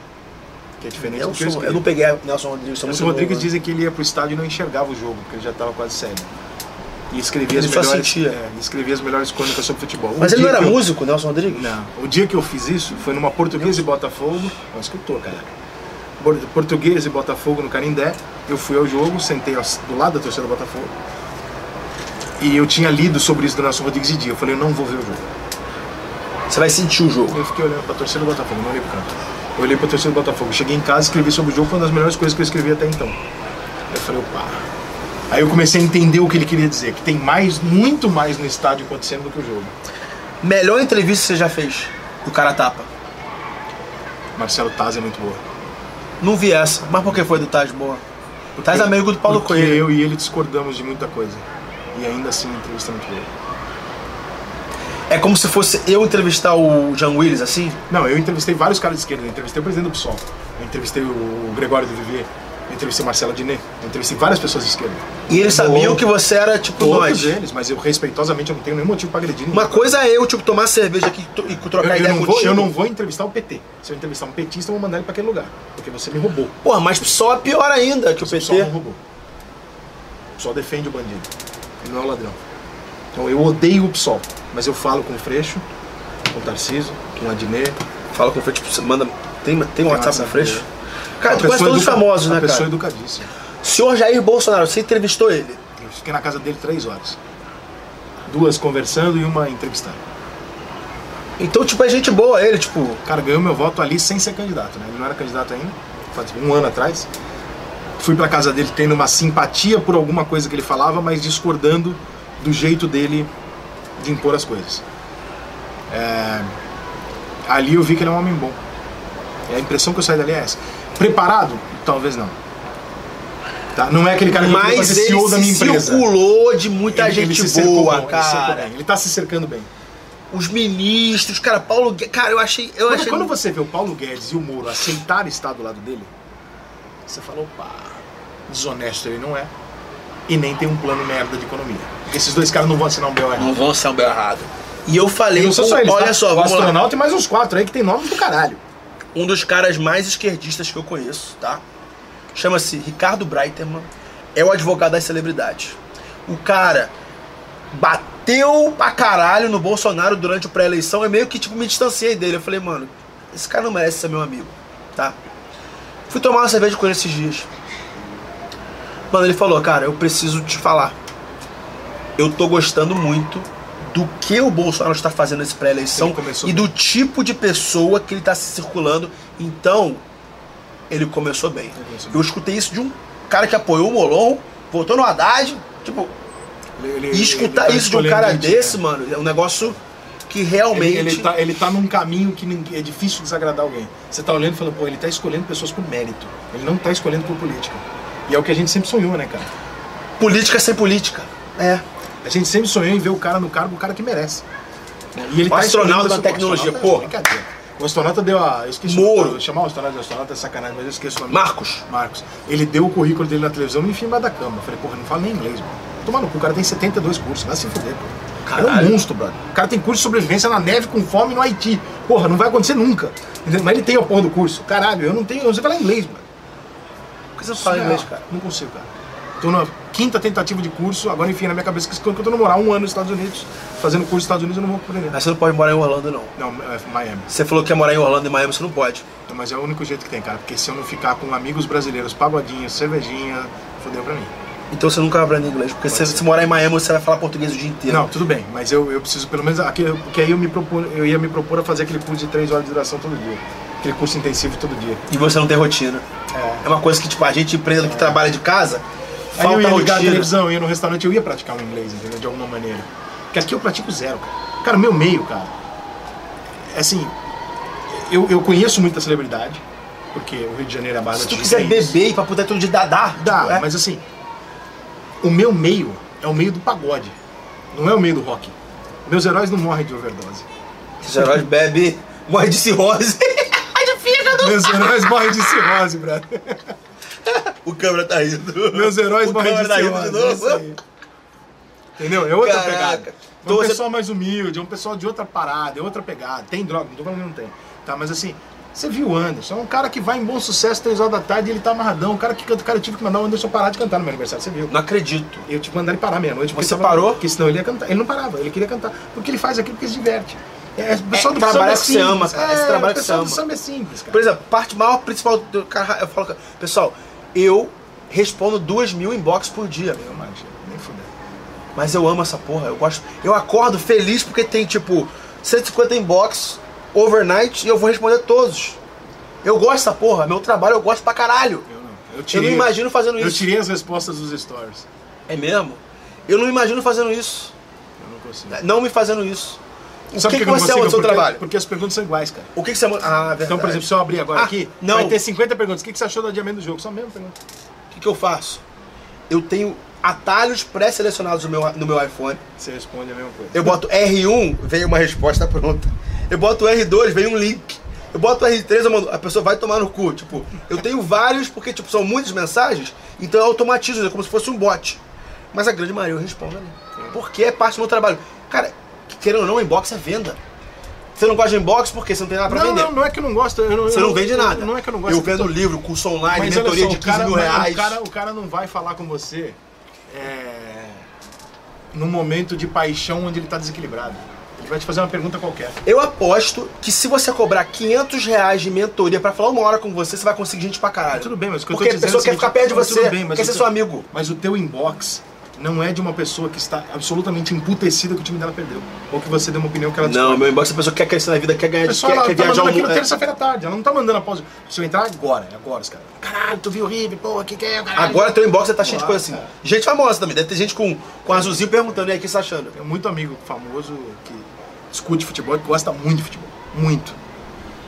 Speaker 2: Que é diferente do que eu
Speaker 1: Nelson,
Speaker 2: escrevi.
Speaker 1: eu não peguei Nelson Rodrigues. sou
Speaker 2: Nelson
Speaker 1: muito
Speaker 2: Rodrigues
Speaker 1: novo, né?
Speaker 2: dizem que ele ia pro estádio e não enxergava o jogo, porque ele já tava quase cego. E escrevia
Speaker 1: Ele
Speaker 2: as
Speaker 1: só
Speaker 2: melhores,
Speaker 1: sentia.
Speaker 2: é, escrevia as melhores crônicas sobre futebol.
Speaker 1: Mas
Speaker 2: O
Speaker 1: ele não
Speaker 2: dia
Speaker 1: era
Speaker 2: que eu-
Speaker 1: músico, Nelson Rodrigues?
Speaker 2: Não. O dia que eu fiz isso foi numa Portuguesa e Botafogo. É um escritor, cara. Bor- Portuguesa e Botafogo no Canindé. Eu fui ao jogo, sentei ao- do lado da torcida do Botafogo. E eu tinha lido sobre isso do Nelson Rodrigues de dia. Eu falei, eu não vou ver o jogo.
Speaker 1: Você vai sentir o jogo.
Speaker 2: Eu fiquei olhando pra torcida do Botafogo, não olhei pro canto. Eu olhei pra torcida do Botafogo. Cheguei em casa, escrevi sobre o jogo, foi uma das melhores coisas que eu escrevi até então. Eu falei, opa. Aí eu comecei a entender o que ele queria dizer, que tem mais, muito mais no estádio acontecendo do que o jogo.
Speaker 1: Melhor entrevista que você já fez do Cara Tapa?
Speaker 2: Marcelo Taz é muito boa.
Speaker 1: Não vi essa. Mas por que foi do Taz Boa? O Taz é amigo do Paulo
Speaker 2: Porque
Speaker 1: Coelho.
Speaker 2: Eu e ele discordamos de muita coisa. E ainda assim, a entrevista é muito boa.
Speaker 1: É como se fosse eu entrevistar o John Willis, assim?
Speaker 2: Não, eu entrevistei vários caras de esquerda. Eu entrevistei o presidente do PSOL. Eu entrevistei o Gregório do Vivier. Eu entrevistei Marcelo Diné. Eu entrevistei várias pessoas de esquerda.
Speaker 1: E eles sabiam
Speaker 2: Bom.
Speaker 1: que você era, tipo,
Speaker 2: Todos
Speaker 1: nós.
Speaker 2: eles, mas eu respeitosamente eu não tenho nenhum motivo pra agredir ninguém.
Speaker 1: Uma coisa é eu, tipo, tomar cerveja aqui e to- e
Speaker 2: Eu,
Speaker 1: trocar
Speaker 2: eu
Speaker 1: ideia
Speaker 2: não vou,
Speaker 1: contigo.
Speaker 2: eu não vou entrevistar o PT. Se eu entrevistar um petista, eu vou mandar ele pra aquele lugar. Porque você me roubou.
Speaker 1: Porra, mas só é pior ainda que o
Speaker 2: Você só um. me
Speaker 1: PT.
Speaker 2: roubou. Só defende o bandido. Ele não é o ladrão. Então eu odeio o PSOL. Mas eu falo com o Freixo, com o Tarciso, com o Adnet,
Speaker 1: Fala com o Fred, tipo, você manda Tem, tem um WhatsApp
Speaker 2: WhatsApp
Speaker 1: fresco?
Speaker 2: dele.
Speaker 1: Cara, tu conhece todos os famosos, né,
Speaker 2: A pessoa
Speaker 1: cara?
Speaker 2: educadíssima.
Speaker 1: Senhor Jair Bolsonaro, você entrevistou ele?
Speaker 2: Eu fiquei na casa dele três horas. Duas conversando e uma entrevistando.
Speaker 1: Então, tipo, é gente boa ele, tipo.
Speaker 2: O cara ganhou meu voto ali sem ser candidato, né? Ele não era candidato ainda, faz um ano atrás. Fui pra casa dele tendo uma simpatia por alguma coisa que ele falava, mas discordando do jeito dele de impor as coisas. É, Ali eu vi que ele é um homem bom. E a impressão que eu saí dali é essa. Preparado? Talvez não. Tá? Não é aquele cara que eu queria
Speaker 1: Mas
Speaker 2: fazer
Speaker 1: ele
Speaker 2: CEO da minha
Speaker 1: se
Speaker 2: empresa.
Speaker 1: circulou de muita
Speaker 2: Ele- ele
Speaker 1: tá gente
Speaker 2: se cercou
Speaker 1: boa,
Speaker 2: bom, ele se cercou
Speaker 1: cara.
Speaker 2: bem. Ele tá se cercando bem.
Speaker 1: Os ministros, cara, Paulo Guedes. Cara, eu achei. Eu
Speaker 2: Quando,
Speaker 1: achei
Speaker 2: quando você vê o Paulo Guedes e o Moro aceitar estar do lado dele, você fala, opa, desonesto ele não é. E nem tem um plano merda de economia. Esses dois caras não vão assinar um BO errado.
Speaker 1: vão ser um belo errado. E eu falei,
Speaker 2: Não são só
Speaker 1: com-
Speaker 2: eles,
Speaker 1: olha
Speaker 2: tá?
Speaker 1: só,
Speaker 2: o
Speaker 1: vamos lá.
Speaker 2: astronauta e mais uns quatro aí que tem nome do caralho.
Speaker 1: um dos caras mais esquerdistas que eu conheço, tá? Chama-se Ricardo Breiterman, é o advogado das celebridades. O cara bateu pra caralho no Bolsonaro durante a pré-eleição, eu meio que tipo me distanciei dele. Eu falei, mano, esse cara não merece ser meu amigo, tá? Fui tomar uma cerveja com ele esses dias. Mano, ele falou, cara, eu preciso te falar. Eu tô gostando muito do que o Bolsonaro está fazendo nessa pré-eleição
Speaker 2: Ele começou
Speaker 1: e do tipo de pessoa que ele está se circulando. Então, ele começou bem.
Speaker 2: começou bem.
Speaker 1: Eu escutei isso de um cara que apoiou o Molon, votou no Haddad, tipo,
Speaker 2: Ele- ele-
Speaker 1: e escutar
Speaker 2: ele tá
Speaker 1: isso de um
Speaker 2: escolhendo
Speaker 1: cara
Speaker 2: gente,
Speaker 1: desse,
Speaker 2: né?
Speaker 1: mano, é um negócio que
Speaker 2: Ele,
Speaker 1: realmente.
Speaker 2: ele, tá, ele tá num caminho que ninguém- é difícil desagradar alguém. Você tá olhando e falando, pô, ele tá escolhendo pessoas por mérito. Ele não tá escolhendo por política. E é o que a gente sempre sonhou, né, cara?
Speaker 1: Política sem política. É.
Speaker 2: A gente sempre sonhou em ver o cara no cargo, o cara que merece. E ele tá
Speaker 1: O astronauta
Speaker 2: escolhendo
Speaker 1: da
Speaker 2: essa-
Speaker 1: tecnologia,
Speaker 2: o astronauta é
Speaker 1: porra.
Speaker 2: brincadeira. O astronauta deu a. Eu esqueci
Speaker 1: Moro.
Speaker 2: o nome. Chamar o astronauta de astronauta é sacanagem, mas eu esqueci o nome.
Speaker 1: Marcos.
Speaker 2: Marcos. Ele deu o currículo dele na televisão e me enfim embaixo da cama. Eu falei, porra, não fala nem inglês, mano. Toma no cu, o cara tem 72 cursos, vai se fuder, pô. O cara é
Speaker 1: Caralho.
Speaker 2: um monstro, brother. O cara tem curso de sobrevivência na neve com fome no Haiti. Porra, não vai acontecer nunca. Entendeu? Mas ele tem a porra do curso. Caralho, eu não tenho, eu não sei falar inglês, mano.
Speaker 1: Por que você não fala inglês, cara?
Speaker 2: Não consigo, cara. Tô na quinta tentativa de curso, agora enfim na minha cabeça que quando eu tô no morar um ano nos Estados Unidos, fazendo curso nos Estados Unidos, eu não vou aprender.
Speaker 1: Mas você não pode morar em Orlando, não.
Speaker 2: Não, é Miami.
Speaker 1: Você falou que ia morar em Orlando e Miami, você não pode.
Speaker 2: Mas é o único jeito que tem, cara. Porque se eu não ficar com amigos brasileiros, pagodinha, cervejinha, fodeu pra mim.
Speaker 1: Então você nunca vai aprender inglês, porque se você morar em Miami, você vai falar português o dia inteiro.
Speaker 2: Não, tudo bem, mas eu, eu preciso pelo menos. Aquele, porque aí eu, me propor, eu ia me propor a fazer aquele curso de três horas de duração todo dia. Aquele curso intensivo todo dia.
Speaker 1: E você não tem rotina.
Speaker 2: É.
Speaker 1: É uma coisa que, tipo, a gente empreendedor que trabalha de casa,
Speaker 2: Aí eu
Speaker 1: falta
Speaker 2: ia ligar a
Speaker 1: rotina.
Speaker 2: televisão, eu ia no restaurante, eu ia praticar o inglês, entendeu? De alguma maneira. Porque aqui eu pratico zero, cara. Cara, meu meio, cara. é Assim, eu, eu conheço muita celebridade, porque o Rio de Janeiro é a base
Speaker 1: Se
Speaker 2: de
Speaker 1: tu quiser
Speaker 2: gays.
Speaker 1: beber e pra puder tudo de dadá,
Speaker 2: Dá,
Speaker 1: tipo, é.
Speaker 2: mas assim, o meu meio é o meio do pagode, não é o meio do rock. Meus heróis não morrem de overdose.
Speaker 1: Os heróis bebe, morre de cirrose.
Speaker 2: Meus heróis morrem de cirrose, brother.
Speaker 1: o câmera tá rindo.
Speaker 2: Meus heróis
Speaker 1: o
Speaker 2: morrem
Speaker 1: câmera
Speaker 2: de
Speaker 1: tá rindo de
Speaker 2: cirrose. é isso
Speaker 1: novo.
Speaker 2: aí. Entendeu? É outra
Speaker 1: Caraca.
Speaker 2: pegada. É
Speaker 1: Então
Speaker 2: um
Speaker 1: você-
Speaker 2: pessoal mais humilde, é um pessoal de outra parada, é outra pegada. Tem droga, não tô falando que não tem. Tá, mas assim, você viu o Anderson, é um cara que vai em bom sucesso três horas da tarde e ele tá amarradão. Um cara que canta, cara, eu tive que mandar o Anderson parar de cantar no meu aniversário, você viu?
Speaker 1: Não acredito.
Speaker 2: Eu tipo mandar ele parar meia-noite. porque
Speaker 1: Você
Speaker 2: tava-
Speaker 1: parou?
Speaker 2: Porque senão ele ia cantar. Ele não parava, ele queria cantar. Porque ele faz aquilo porque se diverte. É, o pessoal
Speaker 1: É,
Speaker 2: do
Speaker 1: trabalho
Speaker 2: samba
Speaker 1: que você
Speaker 2: simples.
Speaker 1: ama, cara.
Speaker 2: É,
Speaker 1: Esse trabalho
Speaker 2: o
Speaker 1: que
Speaker 2: pessoal
Speaker 1: você
Speaker 2: do
Speaker 1: ama.
Speaker 2: samba é simples, cara.
Speaker 1: Por exemplo, parte maior principal do cara, eu falo, pessoal, eu respondo duas mil inbox por dia.
Speaker 2: Eu, imagino, nem fudeu.
Speaker 1: Mas eu amo essa porra, eu gosto. Eu acordo feliz porque tem tipo 150 inbox overnight e eu vou responder todos. Eu gosto dessa porra, meu trabalho eu gosto pra caralho.
Speaker 2: Eu não. Eu,
Speaker 1: Eu não imagino fazendo
Speaker 2: Eu
Speaker 1: isso.
Speaker 2: tirei as respostas dos stories.
Speaker 1: É mesmo? Eu não imagino fazendo isso. né?
Speaker 2: Eu não consigo.
Speaker 1: Não me fazendo isso. O
Speaker 2: Sabe
Speaker 1: que, que
Speaker 2: eu não
Speaker 1: você ama do seu
Speaker 2: Porque-
Speaker 1: trabalho?
Speaker 2: Porque as perguntas são iguais, cara.
Speaker 1: O que, que você ama. Ah, verdade.
Speaker 2: Então, por exemplo, se eu abrir agora
Speaker 1: Ah,
Speaker 2: aqui,
Speaker 1: não.
Speaker 2: vai ter 50 perguntas. O que que você achou do adiamento do jogo? Só a mesma pergunta.
Speaker 1: o que, que eu faço? Eu tenho atalhos pré-selecionados no meu, no meu iPhone.
Speaker 2: Você responde a mesma coisa.
Speaker 1: Eu boto R1, vem uma resposta pronta. Eu boto R2, vem um link. Eu boto R3, eu mando, a pessoa vai tomar no cu. Tipo, eu tenho vários, porque tipo, são muitas mensagens, então eu automatizo, é como se fosse um bot. Mas a grande maioria eu respondo ali. Porque é parte do meu trabalho. Cara, querendo ou não, inbox é venda. Você não gosta de inbox porque você não tem nada pra
Speaker 2: não,
Speaker 1: vender.
Speaker 2: não, não é que eu não gosto. Eu não,
Speaker 1: Você
Speaker 2: eu
Speaker 1: não vende nada.
Speaker 2: Não é que eu não gosto.
Speaker 1: Eu vendo livro, curso online,
Speaker 2: Mas olha
Speaker 1: mentoria
Speaker 2: só,
Speaker 1: de 15
Speaker 2: o cara,
Speaker 1: mil
Speaker 2: mas o
Speaker 1: reais.
Speaker 2: cara- O cara não vai falar com você é, num momento de paixão onde ele tá desequilibrado. Ele vai te fazer uma pergunta qualquer.
Speaker 1: Eu aposto que se você cobrar 500 reais de mentoria pra falar uma hora com você, você vai conseguir gente pra caralho.
Speaker 2: Tudo bem, mas o que eu tô
Speaker 1: Porque a
Speaker 2: dizendo é
Speaker 1: pessoa
Speaker 2: o
Speaker 1: quer
Speaker 2: seguinte,
Speaker 1: ficar perto de
Speaker 2: mas
Speaker 1: você,
Speaker 2: tudo bem, mas
Speaker 1: quer
Speaker 2: o
Speaker 1: ser
Speaker 2: teu-
Speaker 1: seu amigo.
Speaker 2: Mas o teu inbox não é de uma pessoa que está absolutamente emputecida que o time dela perdeu. Ou que você deu uma opinião que ela
Speaker 1: Não, meu inbox é a pessoa que quer crescer na vida, quer ganhar,
Speaker 2: A pessoa
Speaker 1: quer,
Speaker 2: ela
Speaker 1: quer
Speaker 2: tá
Speaker 1: viajar
Speaker 2: mandando
Speaker 1: ao
Speaker 2: aquilo
Speaker 1: mundo. é.
Speaker 2: terça-feira à tarde, ela não tá mandando após. Se eu entrar agora, é agora, os caras. Caralho, tu viu o Ribe, pô, que que é? Caralho.
Speaker 1: Agora teu inbox tá cheio de
Speaker 2: Claro,
Speaker 1: coisa assim.
Speaker 2: cara.
Speaker 1: Gente famosa também, deve ter gente com, com azulzinho perguntando, e aí, o que você tá achando?
Speaker 2: Tem É muito amigo famoso que discute futebol e que gosta muito de futebol. Muito.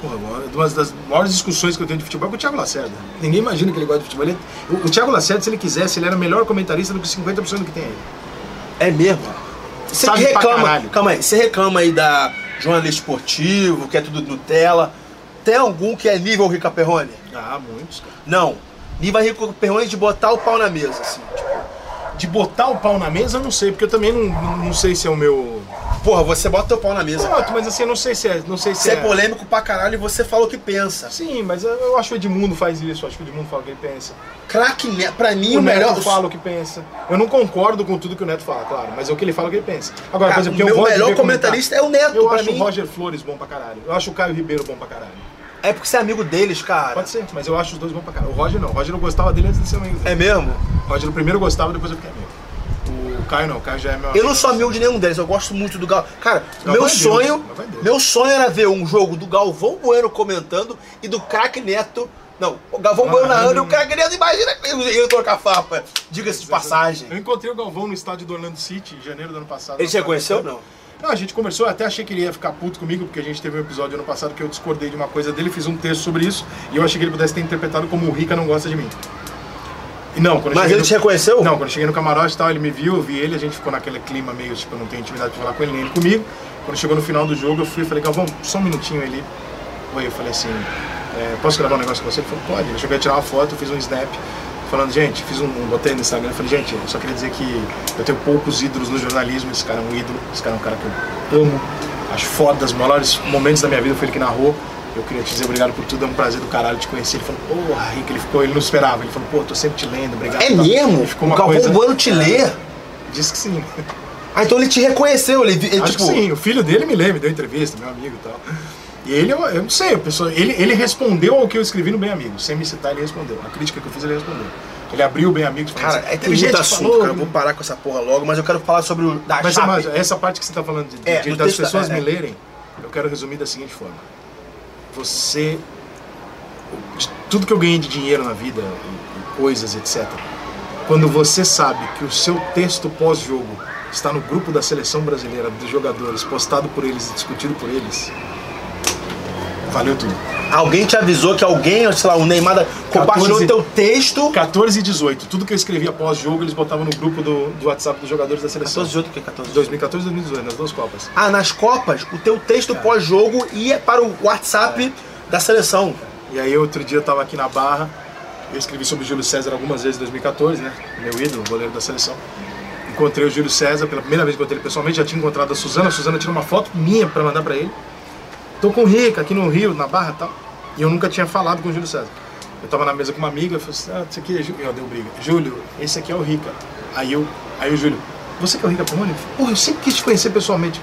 Speaker 2: Porra, uma das maiores discussões que eu tenho de futebol é com o Thiago Lacerda. Ninguém imagina que ele gosta de futebol. Ele- é, o, o Thiago Lacerda, se ele quisesse, ele era melhor comentarista do que 50% do que tem aí.
Speaker 1: É mesmo? Você
Speaker 2: Sabe
Speaker 1: que
Speaker 2: pra
Speaker 1: reclama,
Speaker 2: caralho.
Speaker 1: calma aí, você reclama aí da jornalista esportivo, que é tudo Nutella. Tem algum que é nível Rica Perrone?
Speaker 2: Ah, muitos, cara.
Speaker 1: Não. Nível Rica Perrone de botar o pau na mesa, assim.
Speaker 2: De botar o pau na mesa, eu não sei, porque eu também não, não, não sei se é o meu.
Speaker 1: Porra, você bota teu pau na mesa.
Speaker 2: Exato, mas assim, eu não sei se é. Não sei se
Speaker 1: Você é polêmico pra caralho e você fala o que pensa.
Speaker 2: Sim, mas eu, eu acho que o Edmundo faz isso, eu acho que o Edmundo fala o que ele pensa.
Speaker 1: Crack, né? pra mim,
Speaker 2: o
Speaker 1: o melhor.
Speaker 2: Neto fala o que pensa. Eu não concordo com tudo que o Neto fala, claro, mas é o que ele fala o que ele pensa. Agora,
Speaker 1: Cara,
Speaker 2: por exemplo,
Speaker 1: o
Speaker 2: eu
Speaker 1: meu
Speaker 2: gosto de
Speaker 1: melhor
Speaker 2: ver comentar.
Speaker 1: comentarista é o Neto,
Speaker 2: Eu
Speaker 1: pra
Speaker 2: acho
Speaker 1: mim.
Speaker 2: o Roger Flores bom pra caralho. Eu acho o Caio Ribeiro bom pra caralho.
Speaker 1: É porque você é amigo deles, cara.
Speaker 2: Pode ser, mas eu acho os dois bons pra caralho. O Roger não. O Roger eu gostava dele antes de ser amigo.
Speaker 1: É
Speaker 2: dele.
Speaker 1: mesmo?
Speaker 2: O Roger no primeiro eu gostava, depois eu fiquei amigo. O Caio não, o Caio já é meu
Speaker 1: Eu não sou amigo de nenhum deles, eu gosto muito do Galvão. Cara,
Speaker 2: Não,
Speaker 1: meu
Speaker 2: vai Deus,
Speaker 1: sonho.
Speaker 2: não, vai Deus.
Speaker 1: meu sonho era ver um jogo do Galvão Bueno comentando e do craque Neto. Não, o Galvão Bueno narrando e o craque Neto, imagina eu, eu trocar farpa. Diga-se de passagem.
Speaker 2: Eu encontrei o Galvão no estádio do Orlando City em janeiro do ano passado. é.
Speaker 1: Ele te reconheceu ou não?
Speaker 2: Não, a gente conversou, até achei que ele ia ficar puto comigo, porque a gente teve um episódio ano passado que eu discordei de uma coisa dele, fiz um texto sobre isso, e eu achei que ele pudesse ter interpretado como o Rica não gosta de mim. E não, quando eu
Speaker 1: Mas
Speaker 2: cheguei
Speaker 1: ele
Speaker 2: no-
Speaker 1: te reconheceu?
Speaker 2: Não, quando eu cheguei no camarote e tal, ele me viu, eu vi ele, a gente ficou naquele clima meio, tipo, eu não tenho intimidade pra falar com ele, nem ele comigo. Quando chegou no final do jogo, eu fui e falei, Galvão, só um minutinho ali. Oi, eu falei assim, é, posso gravar um negócio com você? Ele falou, pode. Eu cheguei a tirar uma foto, eu fiz um snap, falando, gente, fiz um, botei no Instagram, eu falei, gente, eu só queria dizer que eu tenho poucos ídolos no jornalismo, esse cara é um ídolo, esse cara é um cara que eu amo, acho foda, os melhores momentos da minha vida foi ele que narrou. Eu queria te dizer obrigado por tudo, é um prazer do caralho te conhecer. Ele falou, porra, Rick, ele ficou, ele não esperava. Ele falou, pô, tô sempre te lendo, obrigado.
Speaker 1: É
Speaker 2: Tá.
Speaker 1: mesmo?
Speaker 2: Ele Ficou uma
Speaker 1: o Galvão
Speaker 2: coisa...
Speaker 1: Bueno te lê?
Speaker 2: Diz que sim.
Speaker 1: Ah, então ele te reconheceu, ele, ele
Speaker 2: Acho
Speaker 1: tipo.
Speaker 2: que sim. O filho dele me lembra, me deu entrevista, meu amigo e tal. E ele, eu, eu não sei, a pessoa, ele, ele respondeu ao que eu escrevi no Bem Amigo. Sem me citar, ele respondeu. A crítica que eu fiz, ele respondeu. Ele abriu o Bem Amigos falando
Speaker 1: Cara,
Speaker 2: assim,
Speaker 1: é, tem
Speaker 2: "Teve gente
Speaker 1: muito
Speaker 2: que
Speaker 1: assunto,
Speaker 2: falou,
Speaker 1: cara. Eu vou parar com essa porra logo, mas eu quero falar sobre o da
Speaker 2: Mas,
Speaker 1: Chape.
Speaker 2: mas é. essa parte que você está falando de, de-
Speaker 1: É,
Speaker 2: de-
Speaker 1: no
Speaker 2: das
Speaker 1: texto-
Speaker 2: pessoas
Speaker 1: é, é.
Speaker 2: me lerem, eu quero resumir da seguinte forma. Você. de Tudo que eu ganhei de dinheiro na vida, e, e coisas, etc. Quando você sabe que o seu texto pós-jogo está no grupo da seleção brasileira dos jogadores, postado por eles e discutido por eles, valeu tudo.
Speaker 1: Alguém te avisou que alguém, sei lá, o Neymar da- compartilhou
Speaker 2: 14.
Speaker 1: teu texto.
Speaker 2: 14 e 18, tudo que eu escrevia pós-jogo, eles botavam no grupo do, do WhatsApp dos jogadores da seleção.
Speaker 1: 14 de outro que 14 de outro?
Speaker 2: 2014 e 2018, nas duas Copas.
Speaker 1: Ah, nas Copas, o teu texto pós-jogo ia para o WhatsApp da seleção.
Speaker 2: E aí outro dia eu tava aqui na Barra, eu escrevi sobre o Júlio César algumas vezes em 2014, né? Meu ídolo, goleiro da seleção. Encontrei o Júlio César, pela primeira vez que eu encontrei ele pessoalmente, já tinha encontrado a Suzana, a Suzana tirou uma foto minha pra mandar pra ele. Tô com o Rica aqui no Rio, na Barra e tal. E eu nunca tinha falado com o Júlio César. Eu tava na mesa com uma amiga, eu falei assim, ah, isso aqui é Júlio. Deu briga. Júlio, esse aqui é o Rica. Aí eu, aí o Júlio, você que é o Rica Pomone? Porra, eu sempre quis te conhecer pessoalmente.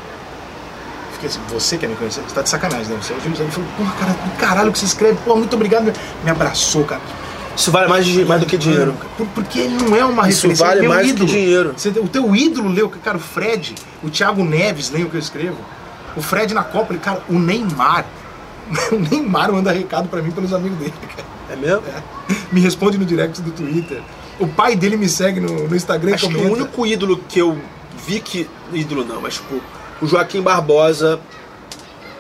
Speaker 2: Fiquei assim, você quer me conhecer? Você tá de sacanagem, né? Você é o Júlio César. Ele falou, porra, cara, do caralho que você escreve. Pô, muito obrigado. Me abraçou, cara.
Speaker 1: Isso vale mais, de- mais do que dinheiro.
Speaker 2: Por- porque ele não é uma
Speaker 1: Isso
Speaker 2: referência,
Speaker 1: vale
Speaker 2: ele é meu
Speaker 1: mais que
Speaker 2: ídolo.
Speaker 1: dinheiro.
Speaker 2: Você- o teu ídolo leu, cara, o Fred, o Thiago Neves leu o que eu escrevo. O Fred na Copa, ele, cara, o Neymar. O Neymar manda recado pra mim pelos amigos dele, cara.
Speaker 1: É mesmo?
Speaker 2: Me responde no direct do Twitter. O pai dele me segue no, no Instagram
Speaker 1: Acho
Speaker 2: e
Speaker 1: que
Speaker 2: comenta.
Speaker 1: o único ídolo que eu vi que. ídolo não, mas tipo, o Joaquim Barbosa,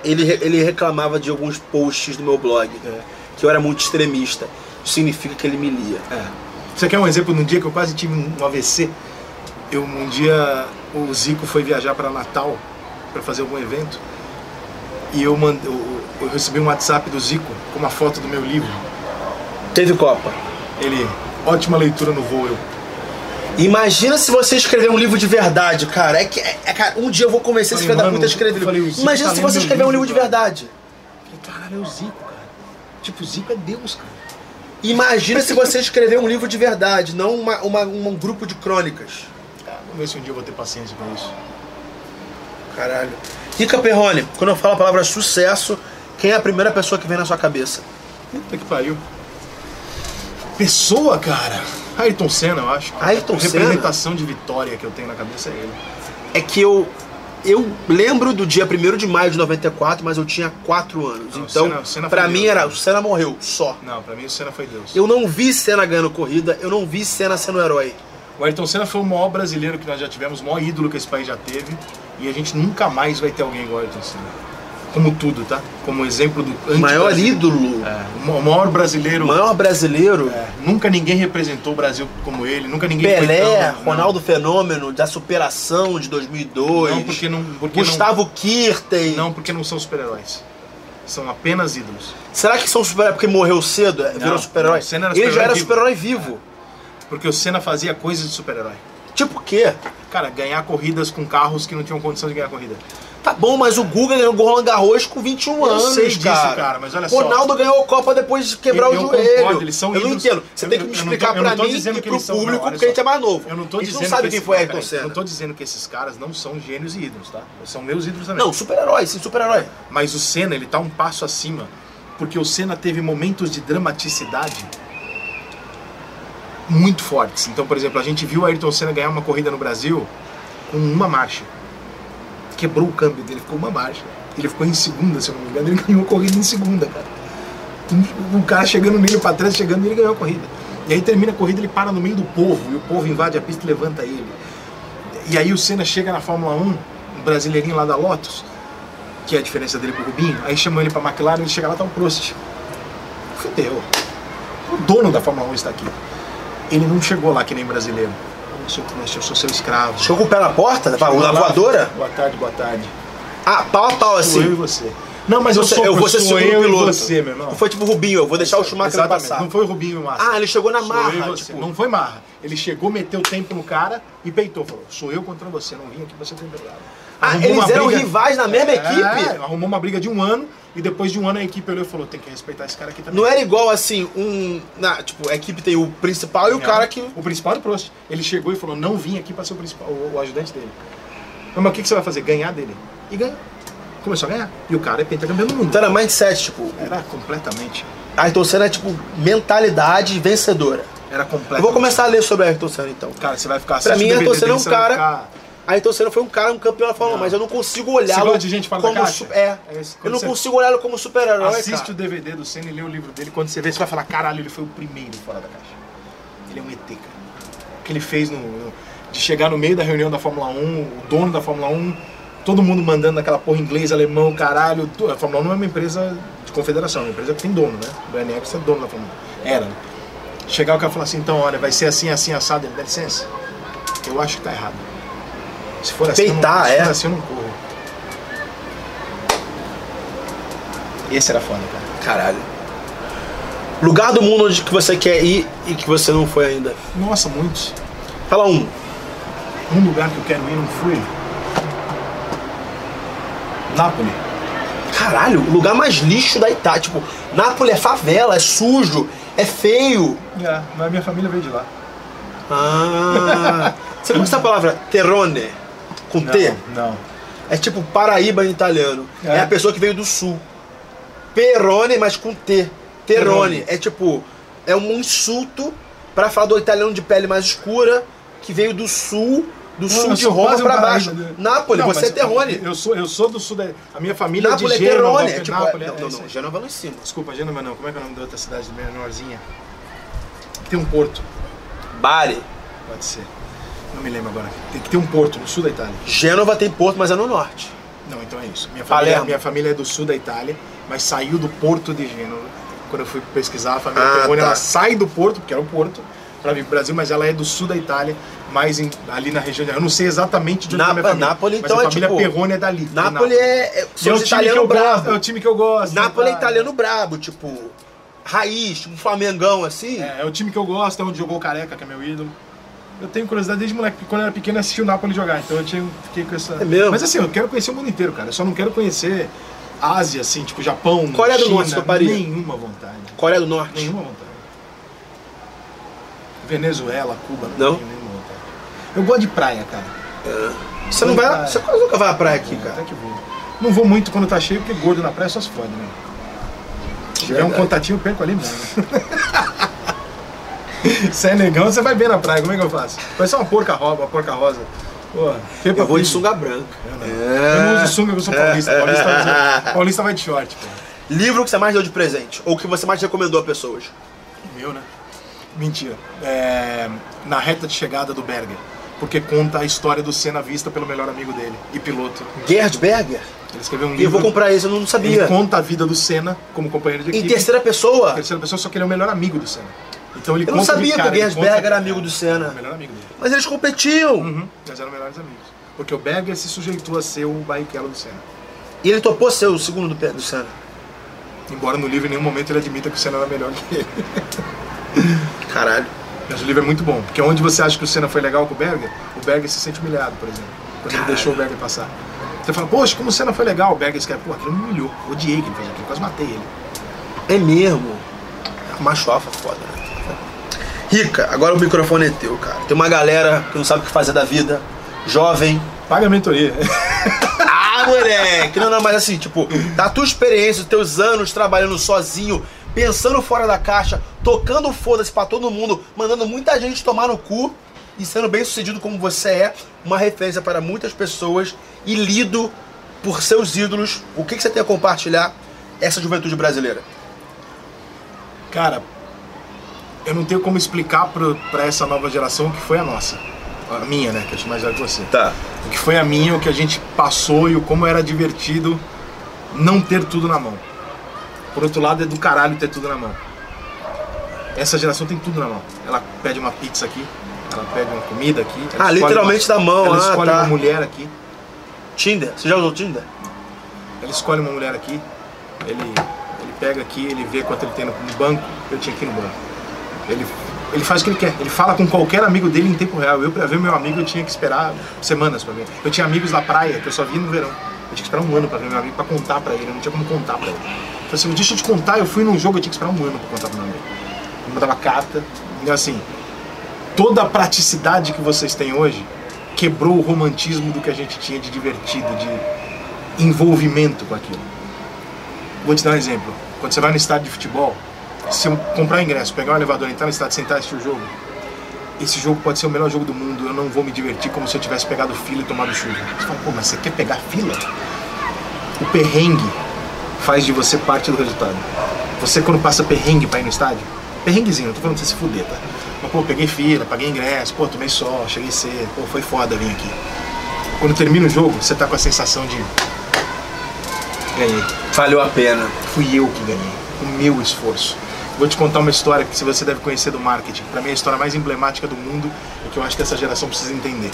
Speaker 1: ele, re- ele reclamava de alguns posts do meu blog,
Speaker 2: É.
Speaker 1: que eu era muito extremista. Isso significa que ele me lia.
Speaker 2: É. Você quer um exemplo? Num dia que eu quase tive um um AVC, eu, um dia o Zico foi viajar para Natal para fazer algum evento e eu, mand... eu, eu recebi um WhatsApp do Zico com uma foto do meu livro.
Speaker 1: Teve Copa.
Speaker 2: Ele, ótima leitura no voo, eu.
Speaker 1: Imagina se você escrever um livro de verdade, cara. É que, é- é, cara, um dia eu vou convencer esse
Speaker 2: Falei,
Speaker 1: filho da
Speaker 2: mano,
Speaker 1: puta a escrever
Speaker 2: eu falei, o
Speaker 1: livro.
Speaker 2: Zico
Speaker 1: Imagina
Speaker 2: tá
Speaker 1: se
Speaker 2: lendo
Speaker 1: você
Speaker 2: meu
Speaker 1: escrever um livro
Speaker 2: livro,
Speaker 1: de
Speaker 2: cara.
Speaker 1: verdade.
Speaker 2: Falei, caralho, é o Zico, cara. Tipo, o Zico é Deus, cara.
Speaker 1: Imagina se você escrever um livro de verdade, não uma, uma- um grupo de crônicas.
Speaker 2: Ah, Vamos ver se um dia eu vou ter paciência pra isso.
Speaker 1: Caralho. Rica Perrone, quando eu falo a palavra sucesso, quem é a primeira pessoa que vem na sua cabeça?
Speaker 2: Puta que pariu. Pessoa, cara. Ayrton Senna, eu acho.
Speaker 1: Ayrton
Speaker 2: a
Speaker 1: Senna?
Speaker 2: representação de vitória que eu tenho na cabeça é ele.
Speaker 1: É que eu eu lembro do dia 1 de maio de 94, mas eu tinha 4 anos.
Speaker 2: Não, o Senna- o
Speaker 1: então,
Speaker 2: Senna
Speaker 1: pra
Speaker 2: foi
Speaker 1: mim
Speaker 2: Deus,
Speaker 1: era
Speaker 2: né?
Speaker 1: o Senna morreu só.
Speaker 2: Não, pra mim o Senna foi Deus.
Speaker 1: Eu não vi Senna ganhando corrida, eu não vi Senna sendo herói.
Speaker 2: O Ayrton Senna foi o maior brasileiro que nós já tivemos, o maior ídolo que esse país já teve. E a gente nunca mais vai ter alguém igual o Ayrton Senna. Como tudo, tá? Como exemplo do anti-
Speaker 1: Maior ídolo,
Speaker 2: É, o maior brasileiro.
Speaker 1: maior brasileiro,
Speaker 2: É, nunca ninguém representou o Brasil como ele, nunca ninguém foi
Speaker 1: Pelé,
Speaker 2: tão- Então, não.
Speaker 1: Ronaldo Fenômeno, da superação de 2002,
Speaker 2: Não, porque não. Porque
Speaker 1: Gustavo Kirten.
Speaker 2: Não, não, porque não são super-heróis. São apenas ídolos.
Speaker 1: Será que são super porque morreu cedo? é, Virou
Speaker 2: Não,
Speaker 1: super-herói?
Speaker 2: não, Senna era
Speaker 1: Ele já
Speaker 2: super-herói
Speaker 1: era
Speaker 2: vivo.
Speaker 1: super-herói vivo.
Speaker 2: Porque o Senna fazia coisas de super-herói.
Speaker 1: Tipo o quê?
Speaker 2: Cara, ganhar corridas com carros que não tinham condição de ganhar corrida.
Speaker 1: Tá bom, mas o Guga ganhou o Roland Garros com 21
Speaker 2: Eu
Speaker 1: anos,
Speaker 2: sei disso,
Speaker 1: cara.
Speaker 2: cara, mas olha só.
Speaker 1: Ronaldo ganhou a Copa depois de quebrar
Speaker 2: Eu-
Speaker 1: o
Speaker 2: eu
Speaker 1: joelho.
Speaker 2: concordo, eles são
Speaker 1: eu não
Speaker 2: ídolos.
Speaker 1: entendo. Você
Speaker 2: Eu-
Speaker 1: tem que
Speaker 2: eu
Speaker 1: me
Speaker 2: não tô-
Speaker 1: explicar
Speaker 2: eu não
Speaker 1: pra
Speaker 2: tô
Speaker 1: mim
Speaker 2: dizendo
Speaker 1: e
Speaker 2: que
Speaker 1: pro
Speaker 2: eles são-
Speaker 1: público,
Speaker 2: não, olha
Speaker 1: porque a gente é
Speaker 2: só.
Speaker 1: mais novo.
Speaker 2: Eu não tô
Speaker 1: a gente
Speaker 2: dizendo.
Speaker 1: não sabe
Speaker 2: que
Speaker 1: quem
Speaker 2: esses-
Speaker 1: foi
Speaker 2: peraí,
Speaker 1: Ayrton
Speaker 2: Eu
Speaker 1: Senna.
Speaker 2: não tô dizendo que esses caras não são gênios e ídolos, tá? São meus ídolos também.
Speaker 1: Não, super-herói, sim, super-herói.
Speaker 2: Mas o Senna, ele tá um passo acima. Porque o Senna teve momentos de dramaticidade muito fortes. Então, por exemplo, a gente viu o Ayrton Senna ganhar uma corrida no Brasil com uma marcha. Quebrou o câmbio dele, ficou uma marcha. Ele ficou em segunda, se eu não me engano. Ele ganhou a corrida em segunda, cara. O cara chegando nele pra trás, chegando ele ganhou a corrida. E aí termina a corrida, ele para no meio do povo. E o povo invade a pista e levanta ele. E aí o Senna chega na Fórmula 1, um brasileirinho lá da Lotus que é a diferença dele pro Rubinho, aí chamam ele pra McLaren, ele chega lá e tá o Prost. Fudeu. O dono da Fórmula 1 está aqui. Ele não chegou lá que nem brasileiro. Eu sou Prost, eu sou seu escravo.
Speaker 1: Chegou com o pé na porta, na
Speaker 2: Olá.
Speaker 1: voadora?
Speaker 2: Boa tarde, boa tarde.
Speaker 1: Ah, pau a pau,
Speaker 2: Sou eu e
Speaker 1: assim.
Speaker 2: você. Não, mas eu, sou,
Speaker 1: eu vou
Speaker 2: Prost,
Speaker 1: ser
Speaker 2: sou
Speaker 1: segundo
Speaker 2: eu
Speaker 1: piloto.
Speaker 2: e você, meu irmão.
Speaker 1: Não foi tipo o Rubinho, eu vou deixar o Schumacher
Speaker 2: Exatamente.
Speaker 1: passar.
Speaker 2: Não foi o Rubinho e o Massa.
Speaker 1: Ah, ele chegou na
Speaker 2: Sou
Speaker 1: marra,
Speaker 2: eu e você.
Speaker 1: tipo.
Speaker 2: Não foi marra. Ele chegou, meteu tempo no cara e peitou. Falou, sou eu contra você, não vim aqui pra ser temperado.
Speaker 1: Ah, eles eram rivais na
Speaker 2: É.
Speaker 1: mesma equipe?
Speaker 2: Arrumou uma briga de um ano e depois de um ano a equipe olhou e falou, tem que respeitar esse cara aqui também.
Speaker 1: Não era igual assim, um. Na, tipo, a equipe tem o principal e o
Speaker 2: Não.
Speaker 1: cara que.
Speaker 2: O principal do Prost. Ele chegou e falou, não vim aqui pra ser o principal, o, o ajudante dele. Mas o que, que você vai fazer? Ganhar dele. E ganhou. Começou a ganhar. E o cara é pentacampeão do mundo.
Speaker 1: Então era mindset, tipo.
Speaker 2: Era completamente.
Speaker 1: Ayrton Senna é tipo mentalidade vencedora.
Speaker 2: Era
Speaker 1: Eu
Speaker 2: completamente.
Speaker 1: vou começar a ler sobre Ayrton Senna então.
Speaker 2: Cara, você vai ficar
Speaker 1: Pra
Speaker 2: assiste
Speaker 1: mim,
Speaker 2: o DVD
Speaker 1: Ayrton Senna é um
Speaker 2: dele, você vai
Speaker 1: cara-
Speaker 2: ficar-
Speaker 1: Ayrton Senna foi um cara, um campeão na Fórmula 1, mas eu não consigo olhá-lo
Speaker 2: gosta É. de gente fora da
Speaker 1: como.
Speaker 2: caixa?
Speaker 1: su- É.
Speaker 2: É isso,
Speaker 1: eu
Speaker 2: quando
Speaker 1: não
Speaker 2: você-
Speaker 1: consigo olhá-lo como super-herói.
Speaker 2: Assiste o
Speaker 1: é, cara.
Speaker 2: DVD do Senna e lê o livro dele. Quando você vê, você vai falar: caralho, ele foi o primeiro fora da caixa. Ele é um ET, cara. O que ele fez no, no- de chegar no meio da reunião da Fórmula 1, o dono da Fórmula 1, todo mundo mandando aquela porra inglês, alemão, caralho. Do- A Fórmula 1 não é uma empresa de confederação, é uma empresa que tem dono, né? O BNX é dono da Fórmula 1. Era. né? Chegar o cara e falar assim: então, olha, vai ser assim, assim, assado. Ele, dá licença. Eu acho que tá errado. Se for assim, eu não-
Speaker 1: Peitar,
Speaker 2: se for
Speaker 1: é.
Speaker 2: assim, eu não corro. Esse era foda, cara.
Speaker 1: Caralho. Lugar do mundo onde que você quer ir e que você não foi ainda.
Speaker 2: Nossa, muitos.
Speaker 1: Fala um.
Speaker 2: Um lugar que eu quero ir não fui. Nápoles.
Speaker 1: Caralho, o lugar mais lixo da Itália. Tipo, Nápoles é favela, é sujo, é feio.
Speaker 2: É, mas minha família veio de lá.
Speaker 1: Ah. você conhece a palavra terrone? Com T?
Speaker 2: Não.
Speaker 1: É tipo Paraíba em italiano. É.
Speaker 2: É.
Speaker 1: a pessoa que veio do sul. Perone, mas com T. Terone.
Speaker 2: Perone.
Speaker 1: É tipo. É um insulto pra falar do italiano de pele mais escura que veio do sul, do sul de Roma Um
Speaker 2: um
Speaker 1: pra baixo. Nápoles, você é terrone.
Speaker 2: né? Eu sou, eu sou do sul da. A minha família
Speaker 1: Nápoles é
Speaker 2: é de Gênova.
Speaker 1: terrone. É tipo,
Speaker 2: Nápoles,
Speaker 1: não,
Speaker 2: é
Speaker 1: não,
Speaker 2: isso
Speaker 1: não.
Speaker 2: aí.
Speaker 1: Genova lá em cima.
Speaker 2: Desculpa, Gênova não. Como é que é o nome da outra cidade menorzinha? Tem um porto.
Speaker 1: Bari.
Speaker 2: Pode ser. Não me lembro agora. Tem que ter um porto no sul da Itália.
Speaker 1: Gênova tem porto, mas é no norte.
Speaker 2: Não, então é isso. Minha
Speaker 1: Palermo.
Speaker 2: família, minha família é do sul da Itália, mas saiu do porto de Gênova. Quando eu fui pesquisar, a família
Speaker 1: Ah,
Speaker 2: Perrone,
Speaker 1: tá.
Speaker 2: ela sai do porto, porque era o porto, para vir pro Brasil, mas ela é do sul da Itália, mais em- ali na região de... Eu não sei exatamente de onde
Speaker 1: Napa-
Speaker 2: é a minha família.
Speaker 1: Nápoles,
Speaker 2: mas
Speaker 1: então,
Speaker 2: a
Speaker 1: é
Speaker 2: família
Speaker 1: tipo-
Speaker 2: Perrone é dali. de
Speaker 1: Nápoles é. é
Speaker 2: E é
Speaker 1: são
Speaker 2: um
Speaker 1: os
Speaker 2: time que
Speaker 1: italianos
Speaker 2: eu gosto, é
Speaker 1: bravos.
Speaker 2: o time que eu gosto.
Speaker 1: Nápoles é
Speaker 2: tá?
Speaker 1: italiano brabo, tipo. Raiz, tipo Flamengão assim.
Speaker 2: É, é o time que eu gosto, é onde jogou o Careca, que é meu ídolo. Eu tenho curiosidade desde moleque, porque quando eu era pequeno eu assisti o Napoli jogar, então eu tinha, fiquei com essa.
Speaker 1: É mesmo?
Speaker 2: Mas assim, eu quero conhecer o mundo inteiro, cara. Eu só não quero conhecer Ásia, assim, tipo Japão,
Speaker 1: Coreia do
Speaker 2: China,
Speaker 1: Norte, você toparia?
Speaker 2: Nenhuma vontade.
Speaker 1: Coreia do Norte.
Speaker 2: Nenhuma vontade. Venezuela, Cuba,
Speaker 1: Não?
Speaker 2: tenho nenhuma vontade. Eu gosto de praia, cara.
Speaker 1: Você não vai. Você quase nunca vai à praia aqui, cara.
Speaker 2: Até que vou. Não vou muito quando tá cheio, porque gordo na praia só se fode, né? Se tiver um contatinho, eu perco ali mesmo. Se é negão, você vai ver na praia, como é que eu faço? Vai ser uma porca rosa, uma porca rosa. Porra, Peppa
Speaker 1: Eu vou de
Speaker 2: Pig.
Speaker 1: sunga branca. É.
Speaker 2: Eu não uso sunga, eu sou paulista. Paulista, é paulista vai de short, pô.
Speaker 1: Livro que você mais deu de presente, ou que você mais recomendou a pessoas.
Speaker 2: Meu, né? Mentira. É, na reta de chegada do Berger. Porque conta a história do Senna vista pelo melhor amigo dele e piloto.
Speaker 1: Gerd Berger?
Speaker 2: Ele escreveu um
Speaker 1: E eu
Speaker 2: livro.
Speaker 1: vou comprar esse, eu não
Speaker 2: Ele
Speaker 1: sabia.
Speaker 2: conta a vida do Senna como companheiro de
Speaker 1: Em
Speaker 2: equipe.
Speaker 1: terceira pessoa?
Speaker 2: Terceira pessoa, só que ele é o melhor amigo do Senna. Então ele
Speaker 1: Eu não
Speaker 2: conta de
Speaker 1: sabia que
Speaker 2: cara,
Speaker 1: o
Speaker 2: ele
Speaker 1: Gerd
Speaker 2: conta-
Speaker 1: Berger era amigo do
Speaker 2: É o
Speaker 1: Senna.
Speaker 2: melhor amigo dele.
Speaker 1: Mas eles competiam.
Speaker 2: Uhum. Eles eram melhores amigos. Porque o Berger se sujeitou a ser o barrichello do Senna.
Speaker 1: E ele topou ser o segundo do, Pe- do Senna.
Speaker 2: Embora no livro em nenhum momento ele admita que o Senna era melhor que ele.
Speaker 1: Caralho.
Speaker 2: Mas o livro é muito bom, porque onde você acha que o Senna foi legal com o Berger, o Berger se sente humilhado, por exemplo, quando ele deixou o Berger passar. Você fala, poxa, como o Senna foi legal, o Berger escreve, pô, aquilo me humilhou, odiei que ele fez aquilo, quase matei ele.
Speaker 1: É mesmo. Machofa, foda, né? Rica, agora o microfone é teu, cara. Tem uma galera que não sabe o que fazer da vida, jovem.
Speaker 2: Paga a mentoria.
Speaker 1: Ah, moleque! Não, não, mas assim, tipo, da tua experiência, dos teus anos trabalhando sozinho, pensando fora da caixa, tocando foda-se pra todo mundo, mandando muita gente tomar no cu e sendo bem sucedido como você é, uma referência para muitas pessoas e lido por seus ídolos. O que, que você tem a compartilhar essa juventude brasileira?
Speaker 2: Cara, eu não tenho como explicar pro- pra essa nova geração o que foi a nossa. A minha, né, que eu acho mais velho que você.
Speaker 1: Tá.
Speaker 2: o que foi a minha, o que a gente passou e o como era divertido não ter tudo na mão. Por outro lado, é do caralho ter tudo na mão. Essa geração tem tudo na mão. Ela pede uma pizza aqui, ela pede uma comida aqui. ela
Speaker 1: Ah,
Speaker 2: escolhe
Speaker 1: literalmente
Speaker 2: uma-
Speaker 1: na mão,
Speaker 2: Ela
Speaker 1: ah,
Speaker 2: escolhe
Speaker 1: tá.
Speaker 2: uma mulher aqui,
Speaker 1: Tinder? Você já usou Tinder?
Speaker 2: ela escolhe uma mulher aqui, ele, ele pega aqui, ele vê quanto ele tem no no banco, eu tinha aqui no banco. Ele, ele faz o que ele quer, ele fala com qualquer amigo dele em tempo real. Eu, pra ver meu amigo, eu tinha que esperar semanas pra ver. Eu tinha amigos da praia que eu só via no verão. Eu tinha que esperar um ano pra ver meu amigo, pra contar pra ele, eu não tinha como contar pra ele. Eu falei assim, deixa eu te contar, eu fui num jogo, eu tinha que esperar um ano pra contar pro meu amigo. Eu mandava carta, então assim, toda a praticidade que vocês têm hoje quebrou o romantismo do que a gente tinha de divertido, de envolvimento com aquilo. Vou te dar um exemplo. Quando você vai no estádio de futebol, se eu comprar o ingresso, pegar um elevador, entrar no estádio, sentar e assistir o jogo, esse jogo pode ser o melhor jogo do mundo, eu não vou me divertir como se eu tivesse pegado fila e tomado chuva. Você fala, pô, mas você quer pegar fila? O perrengue faz de você parte do resultado. Você quando passa perrengue pra ir no estádio, perrenguezinho, não tô falando de você se fuder, tá? Mas, pô, peguei fila, paguei ingresso, pô, tomei sol, cheguei cedo, pô, foi foda vir aqui. Quando termina o jogo, você tá com a sensação de ganhei
Speaker 1: Valeu a pena.
Speaker 2: fui eu que ganhei, o meu esforço. Vou te contar uma história que você deve conhecer do marketing. Para mim, é a história mais emblemática do mundo e que eu acho que essa geração precisa entender.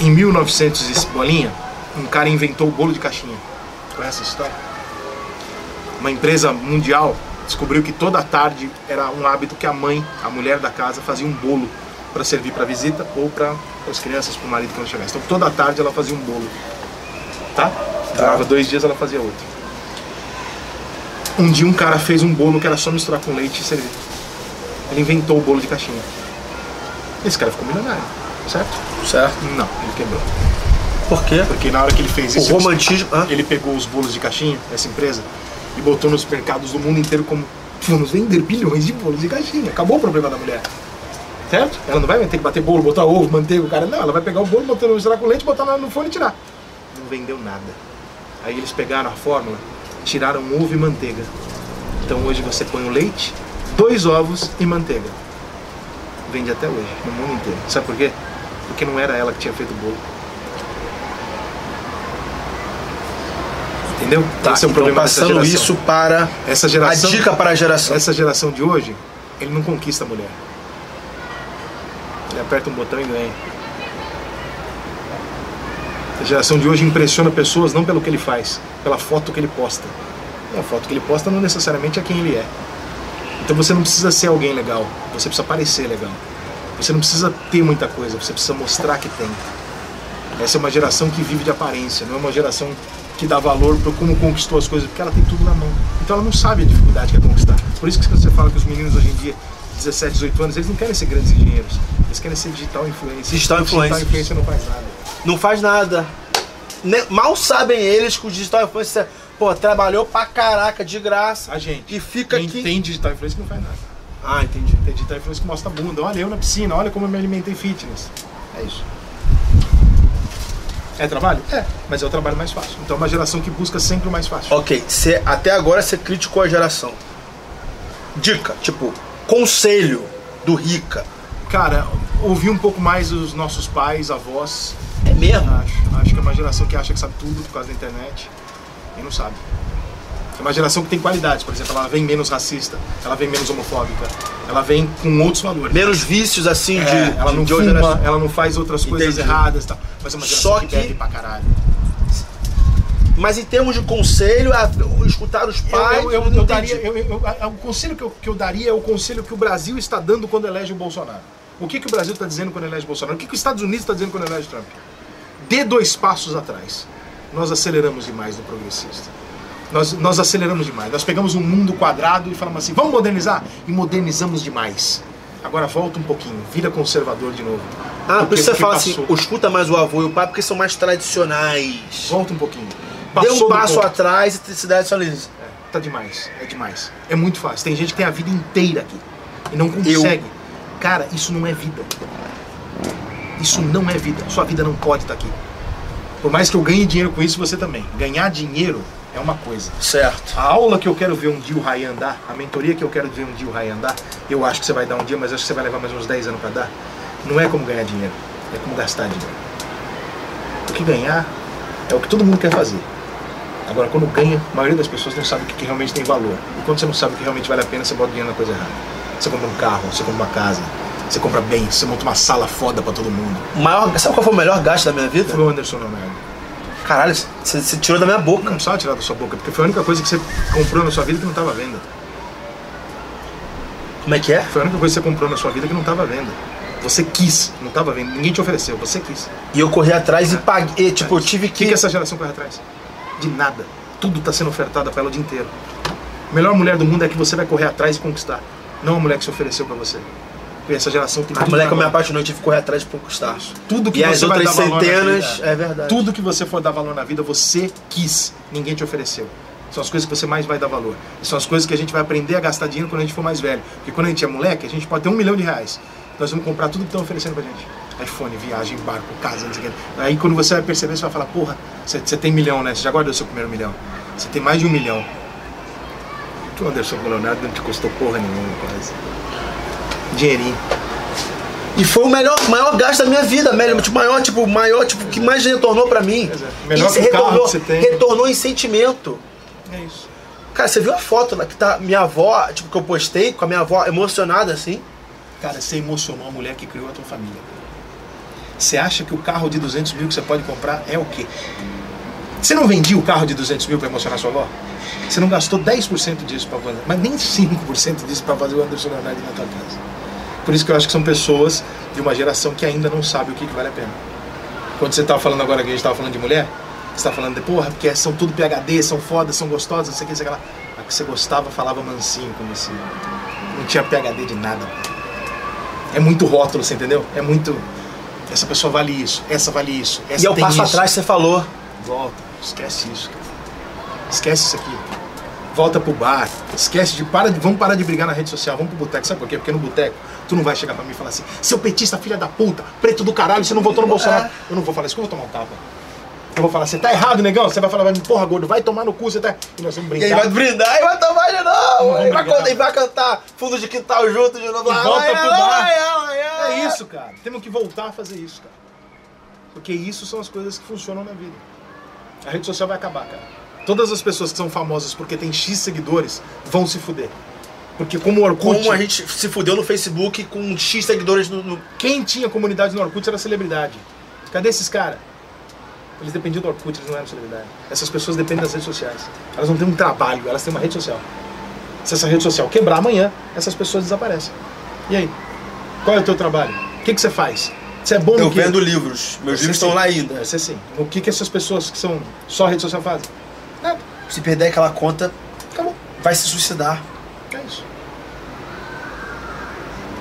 Speaker 2: Em 1900 e bolinha, um cara inventou o bolo de caixinha. Conhece essa história? Uma empresa mundial descobriu que toda tarde era um hábito que a mãe, a mulher da casa, fazia um bolo para servir para visita ou para as crianças, para o marido quando chegasse. Então, toda tarde ela fazia um bolo. Tá? Durava dois dias, ela fazia outro. Um dia um cara fez um bolo que era só misturar com leite e servir. Ele inventou o bolo de caixinha. Esse cara ficou milionário, certo? tipo
Speaker 1: Certo.
Speaker 2: Não, ele quebrou.
Speaker 1: Por quê?
Speaker 2: Porque na hora que ele fez
Speaker 1: O
Speaker 2: isso, ele-
Speaker 1: romantismo. Hã?
Speaker 2: ele pegou os bolos de caixinha, essa empresa, e botou nos mercados do mundo inteiro como vamos vender bilhões de bolos de caixinha. Acabou o problema da mulher. Certo? Ela não vai ter que bater bolo, botar ovo, manteiga, o cara. Não, ela vai pegar o bolo, botar no misturar com leite, botar na- no forno e tirar. Não vendeu nada. Aí eles pegaram a fórmula, tiraram ovo e manteiga. Então hoje você põe o leite, dois ovos e manteiga. Vende até hoje, no mundo inteiro. Sabe por quê? Porque não era ela que tinha feito o bolo. Entendeu?
Speaker 1: Tá,
Speaker 2: Esse é o
Speaker 1: então
Speaker 2: problema dessa
Speaker 1: passando
Speaker 2: geração.
Speaker 1: isso para
Speaker 2: Essa
Speaker 1: a
Speaker 2: geração,
Speaker 1: dica para a geração.
Speaker 2: essa geração de hoje, ele não conquista a mulher. Ele aperta um botão e ganha. A geração de hoje impressiona pessoas não pelo que ele faz, pela foto que ele posta. E a foto que ele posta não necessariamente é quem ele é. Então você não precisa ser alguém legal, você precisa parecer legal. Você não precisa ter muita coisa, você precisa mostrar que tem. Essa é uma geração que vive de aparência, não é uma geração que dá valor para como conquistou as coisas, porque ela tem tudo na mão. Então ela não sabe a dificuldade que é conquistar. Por isso que quando você fala que os meninos hoje em dia, 17, 18 anos, eles não querem ser grandes engenheiros, eles querem ser digital influencer.
Speaker 1: Digital influencer.
Speaker 2: Digital influencer não faz nada.
Speaker 1: Não faz nada. ne- mal sabem eles que o digital influencer, pô, trabalhou pra caraca de graça.
Speaker 2: A Tá, gente.
Speaker 1: E fica
Speaker 2: Quem
Speaker 1: aqui.
Speaker 2: tem digital influencer que não faz nada.
Speaker 1: Ah, entendi.
Speaker 2: Tem digital influencer Então é que mostra a bunda. Olha, eu na piscina, olha como eu me alimentei fitness. É isso. É trabalho? É, mas é o trabalho mais fácil. Então é uma geração que busca sempre o mais fácil.
Speaker 1: Ok, cê, até agora você criticou a geração. Dica, tipo, conselho do Rica.
Speaker 2: Cara, ouvir um pouco mais os nossos pais, avós,
Speaker 1: É mesmo?
Speaker 2: Acho, acho que é uma geração que acha que sabe tudo por causa da internet e não sabe. É uma geração que tem qualidades, por exemplo, ela vem menos racista, ela vem menos homofóbica, ela vem com outros valores.
Speaker 1: Menos vícios assim de,
Speaker 2: É, ela
Speaker 1: de,
Speaker 2: não
Speaker 1: de
Speaker 2: fuma,
Speaker 1: outra geração.
Speaker 2: ela não faz outras coisas
Speaker 1: Entendi.
Speaker 2: erradas, e tal. Mas é uma geração
Speaker 1: Só
Speaker 2: que,
Speaker 1: que-
Speaker 2: bebe pra caralho.
Speaker 1: Mas em termos de conselho, a- escutar os
Speaker 2: Eu,
Speaker 1: pais.
Speaker 2: eu- eu- eu
Speaker 1: não dá
Speaker 2: daria,
Speaker 1: dica.
Speaker 2: eu- eu- eu- o conselho que eu, que eu daria é o conselho que o Brasil está dando quando elege o Bolsonaro. O que, que o Brasil está dizendo quando elege o Bolsonaro? O que, que os Estados Unidos está dizendo quando elege Trump? Dê dois passos atrás. Nós aceleramos demais no progressista. Nós, nós aceleramos demais. Nós pegamos um mundo quadrado e falamos assim, vamos modernizar? E modernizamos demais. Agora volta um pouquinho, vira conservador de novo.
Speaker 1: Ah, por
Speaker 2: Porque
Speaker 1: isso você
Speaker 2: o que
Speaker 1: fala
Speaker 2: passou-
Speaker 1: assim, o escuta mais o avô e o pai porque são mais tradicionais.
Speaker 2: Volta um pouquinho.
Speaker 1: Dê
Speaker 2: Passou
Speaker 1: um
Speaker 2: do
Speaker 1: passo
Speaker 2: ponto.
Speaker 1: atrás e se dá só nisso.
Speaker 2: Tá demais, é demais. É muito fácil. Tem gente que tem a vida inteira aqui e não consegue. Cara, isso não é vida. Isso não é vida. Sua vida não pode estar aqui. Por mais que eu ganhe dinheiro com isso, você também. Ganhar dinheiro é uma coisa.
Speaker 1: Certo.
Speaker 2: A aula que eu quero ver um dia o Ray andar, a mentoria que eu quero ver um dia o Ray andar, eu acho que você vai dar um dia, mas acho que você vai levar mais uns 10 anos pra dar. Não é como ganhar dinheiro, é como gastar dinheiro. O que ganhar é o que todo mundo quer fazer. Agora, quando ganha, a maioria das pessoas não sabe o que, que realmente tem valor. E quando você não sabe o que realmente vale a pena, você bota dinheiro na coisa errada. Você compra um carro, você compra uma casa, você compra bens, você monta uma sala foda pra todo mundo.
Speaker 1: O Maior, sabe qual foi o melhor gasto da minha vida?
Speaker 2: Foi o Anderson Leonardo.
Speaker 1: Caralho, você você tirou da minha boca.
Speaker 2: Não precisava tirar da sua boca, porque foi a única coisa que você comprou na sua vida que não estava à venda.
Speaker 1: Como é que é?
Speaker 2: Foi a única coisa que você comprou na sua vida que não estava à venda. Você quis, não estava vendo, ninguém te ofereceu, você quis.
Speaker 1: E eu corri atrás e paguei. e, Tipo, eu tive
Speaker 2: O que,
Speaker 1: que.
Speaker 2: que essa geração corre atrás? De nada. Tudo está sendo ofertado para ela o dia inteiro. A melhor mulher do mundo é a que você vai correr atrás e conquistar, não a mulher que se ofereceu para você. Porque essa geração tem
Speaker 1: A
Speaker 2: tudo tá
Speaker 1: mulher que é Ah, eu
Speaker 2: na
Speaker 1: me
Speaker 2: mão.
Speaker 1: apaixonei, eu tive que correr atrás pra conquistar.
Speaker 2: Tudo que
Speaker 1: E
Speaker 2: você
Speaker 1: as
Speaker 2: vai
Speaker 1: outras
Speaker 2: dar valor na
Speaker 1: centenas.
Speaker 2: vida.
Speaker 1: É verdade.
Speaker 2: Tudo que você for dar valor na vida, você quis, ninguém te ofereceu. São as coisas que você mais vai dar valor. E são as coisas que a gente vai aprender a gastar dinheiro quando a gente for mais velho. Porque quando a gente é moleque, a gente pode ter um milhão de reais. Nós vamos comprar tudo que estão oferecendo pra gente. iPhone, viagem, barco, casa, não sei o que. Aí quando você vai perceber, você vai falar, porra, você você tem milhão, né? Você já guardou seu primeiro milhão. Você tem mais de um milhão. O Anderson com o Leonardo não te custou porra nenhuma, quase. Dinheirinho.
Speaker 1: E foi o melhor, maior gasto da minha vida, melhor, tipo, maior, tipo, maior, tipo, que mais retornou pra mim.
Speaker 2: Exato. Melhor
Speaker 1: Isso
Speaker 2: que o carro
Speaker 1: retornou,
Speaker 2: que você tem.
Speaker 1: retornou em sentimento.
Speaker 2: É isso.
Speaker 1: Cara, você viu a foto lá que tá minha avó, tipo, que eu postei com a minha avó emocionada assim?
Speaker 2: Cara, você emocionou a mulher que criou a tua família. Você acha que o carro de 200 mil que você pode comprar é o quê? Você não vendia o carro de 200 mil para emocionar sua avó? Você não gastou 10% disso para fazer, mas nem 5% disso para fazer o Anderson Leonardo na tua casa. Por isso que eu acho que são pessoas de uma geração que ainda não sabe o que, que vale a pena. Quando você estava falando agora que a gente estava falando de mulher, você estava falando de porra, porque são tudo PHD, são fodas, são gostosas, não sei o que, não sei o que lá. A que você gostava falava mansinho, como se não tinha PHD de nada. É muito rótulo, você entendeu? É muito. Essa pessoa vale isso, essa vale isso, essa
Speaker 1: e eu
Speaker 2: tem
Speaker 1: passo
Speaker 2: isso.
Speaker 1: atrás, você falou.
Speaker 2: Volta, esquece isso. cara. Esquece isso aqui. Volta pro bar, esquece de, para de. Vamos parar de brigar na rede social, vamos pro boteco. Sabe por quê? Porque no boteco, tu não vai chegar pra mim e falar assim: seu petista, filha da puta, preto do caralho, você não votou no
Speaker 1: É.
Speaker 2: Bolsonaro. Eu não vou falar isso, que eu vou tomar um tapa. Eu vou falar, você tá errado, negão. Você vai falar pra mim, porra, gordo, vai tomar no cu, você tá. E nós vamos
Speaker 1: E
Speaker 2: brincar.
Speaker 1: ele vai brindar e vai tomar de
Speaker 2: Não,
Speaker 1: novo. E vai,
Speaker 2: obrigado.
Speaker 1: cantar, e vai cantar fundo de quintal junto de novo.
Speaker 2: E
Speaker 1: Lá,
Speaker 2: volta
Speaker 1: lá,
Speaker 2: pro
Speaker 1: lá,
Speaker 2: bar.
Speaker 1: lá, lá, lá.
Speaker 2: É isso, cara. Temos que voltar a fazer isso, cara. Porque isso são as coisas que funcionam na vida. A rede social vai acabar, cara. Todas as pessoas que são famosas porque tem X seguidores vão se fuder. Porque como o Orkut,
Speaker 1: Como a gente se fudeu no Facebook com X seguidores no. no-
Speaker 2: quem tinha comunidade no Orkut era celebridade. Cadê esses caras? Eles dependiam do Orkut, eles não eram celebridade. Essas pessoas dependem das redes sociais. Elas não têm um trabalho, elas têm uma rede social. Se essa rede social quebrar amanhã, essas pessoas desaparecem. E aí? Qual é o teu trabalho? O que, que você faz? Você é bom
Speaker 1: Eu
Speaker 2: no quê?
Speaker 1: vendo livros. Meus
Speaker 2: Sim,
Speaker 1: livros estão
Speaker 2: sim.
Speaker 1: lá ainda.
Speaker 2: Deve ser sim. é assim. O que, que essas pessoas que são só rede social fazem? Nada.
Speaker 1: Se perder aquela conta,
Speaker 2: Acabou.
Speaker 1: vai se suicidar.
Speaker 2: É isso.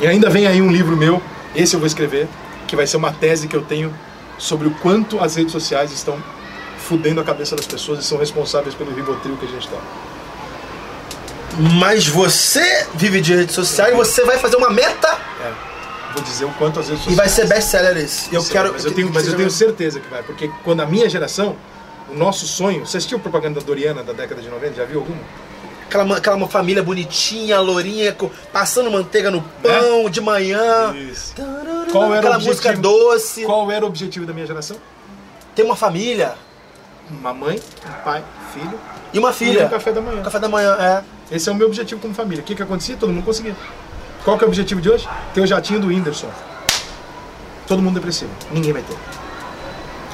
Speaker 2: E ainda vem aí um livro meu, esse eu vou escrever, que vai ser uma tese que eu tenho sobre o quanto as redes sociais estão fudendo a cabeça das pessoas e são responsáveis pelo ribotril que a gente tá.
Speaker 1: Mas você vive de rede social e você vai fazer uma meta
Speaker 2: É. Vou dizer o quanto às vezes
Speaker 1: e vai ser best-seller esse. Eu
Speaker 2: Sei,
Speaker 1: quero.
Speaker 2: Mas eu, tenho, mas eu tenho certeza que vai, porque quando a minha geração, o nosso sonho. Você assistiu propaganda doriana da década de 90? Já viu alguma?
Speaker 1: Aquela, ma- aquela família bonitinha, lourinha, co- passando manteiga no pão de manhã.
Speaker 2: Isso.
Speaker 1: Tararara,
Speaker 2: É? Qual era o
Speaker 1: aquela
Speaker 2: objetivo?
Speaker 1: música doce.
Speaker 2: Qual era o objetivo da minha geração?
Speaker 1: Tem uma família
Speaker 2: Uma mãe, um pai, filho
Speaker 1: e uma
Speaker 2: e
Speaker 1: filha.
Speaker 2: um café da manhã.
Speaker 1: Café da manhã, é.
Speaker 2: Esse é o meu objetivo como família. O que, que acontecia? Todo mundo conseguia. Qual que é o objetivo de hoje? Ter o jatinho do Whindersson. Todo mundo depressivo. Ninguém vai ter.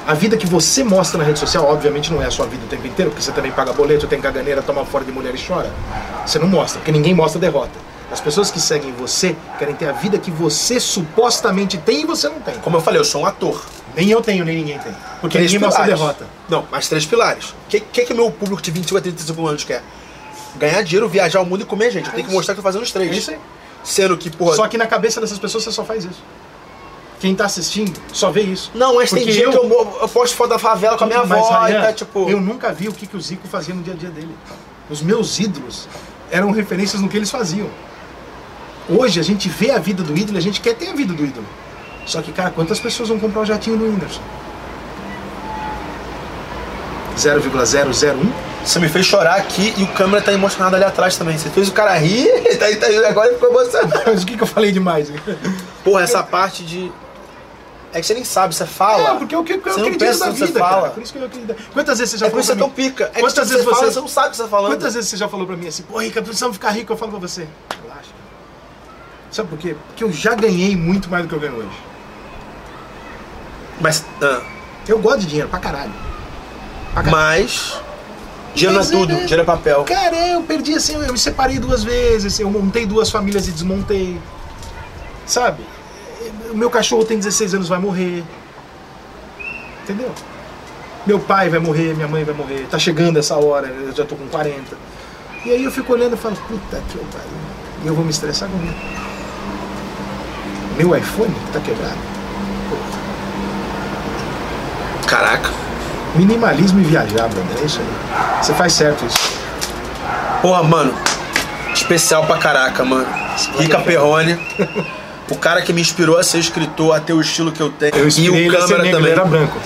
Speaker 2: A vida que você mostra na rede social, obviamente, não é a sua vida o tempo inteiro, porque você também paga boleto, tem caganeira, toma fora de mulher e chora. Você não mostra, porque ninguém mostra derrota. As pessoas que seguem você querem ter a vida que você supostamente tem e você não tem.
Speaker 1: Como eu falei, eu sou um ator.
Speaker 2: Nem eu tenho, nem ninguém tem. Porque
Speaker 1: Três
Speaker 2: ninguém mostra
Speaker 1: pilares.
Speaker 2: derrota.
Speaker 1: Não, mas três pilares. O que, que, que meu público de 25 a 35 anos quer? Ganhar dinheiro, viajar o mundo e comer, gente. Eu tenho que mostrar que eu tô fazendo os três.
Speaker 2: É isso aí.
Speaker 1: Sendo que, porra.
Speaker 2: Só que na cabeça dessas pessoas você só faz isso. Quem tá assistindo só vê isso.
Speaker 1: Não, mas tem
Speaker 2: Porque
Speaker 1: dia que eu, mo- eu posto foto da favela com a minha
Speaker 2: Mas,
Speaker 1: avó e
Speaker 2: Rayan,
Speaker 1: tá, tipo.
Speaker 2: Eu nunca vi o que, que o Zico fazia no dia a dia dele. Os meus ídolos eram referências no que eles faziam. Hoje a gente vê a vida do ídolo e a gente quer ter a vida do ídolo. Só que, cara, quantas pessoas vão comprar o jatinho do Whindersson? 0,001?
Speaker 1: Você me fez chorar aqui e o câmera tá emocionado ali atrás também. Você fez o cara rir, tá aí, tá aí, agora ele ficou emocionado.
Speaker 2: Mas o que, que eu falei demais?
Speaker 1: Porra, essa parte de. É que você nem sabe, você fala.
Speaker 2: É, porque é o que eu
Speaker 1: Você não
Speaker 2: acredito
Speaker 1: pensa
Speaker 2: da
Speaker 1: no que você
Speaker 2: vida, cara.
Speaker 1: fala.
Speaker 2: Por isso que eu acredito. Quantas vezes você já
Speaker 1: É por
Speaker 2: falou
Speaker 1: isso que você é
Speaker 2: pra
Speaker 1: tão
Speaker 2: mim?
Speaker 1: pica. É
Speaker 2: Quantas
Speaker 1: que, tipo,
Speaker 2: vezes
Speaker 1: você fala,
Speaker 2: você-
Speaker 1: você não sabe o que você tá falando.
Speaker 2: Quantas vezes você já falou pra mim assim, pô, Rica, precisamos ficar rico? Eu falo pra você, relaxa. Sabe por quê? Porque eu já ganhei muito mais do que eu ganho hoje.
Speaker 1: Mas. ah,
Speaker 2: Eu gosto de dinheiro pra caralho. Pra caralho.
Speaker 1: mas. Dinheiro
Speaker 2: Mas
Speaker 1: não é tudo,
Speaker 2: ele-
Speaker 1: dinheiro é papel.
Speaker 2: Cara, eu perdi assim, eu me separei duas vezes, eu montei duas famílias e desmontei. Sabe? O meu cachorro tem 16 anos, vai morrer. Entendeu? Meu pai vai morrer, minha mãe vai morrer. Tá chegando essa hora, eu já tô com 40. E aí eu fico olhando e falo, puta que pariu. E eu vou me estressar com isso. Meu iPhone tá quebrado.
Speaker 1: Caraca.
Speaker 2: Minimalismo e viajar, brother. É isso aí. Você faz certo isso.
Speaker 1: Porra, mano. Especial pra caraca, mano. Rica Perrone. O cara que me inspirou a ser escritor, a ter o estilo que eu tenho. e
Speaker 2: inspirei
Speaker 1: o
Speaker 2: ele a ser
Speaker 1: câmera
Speaker 2: assim,
Speaker 1: também.
Speaker 2: negro, ele era branco.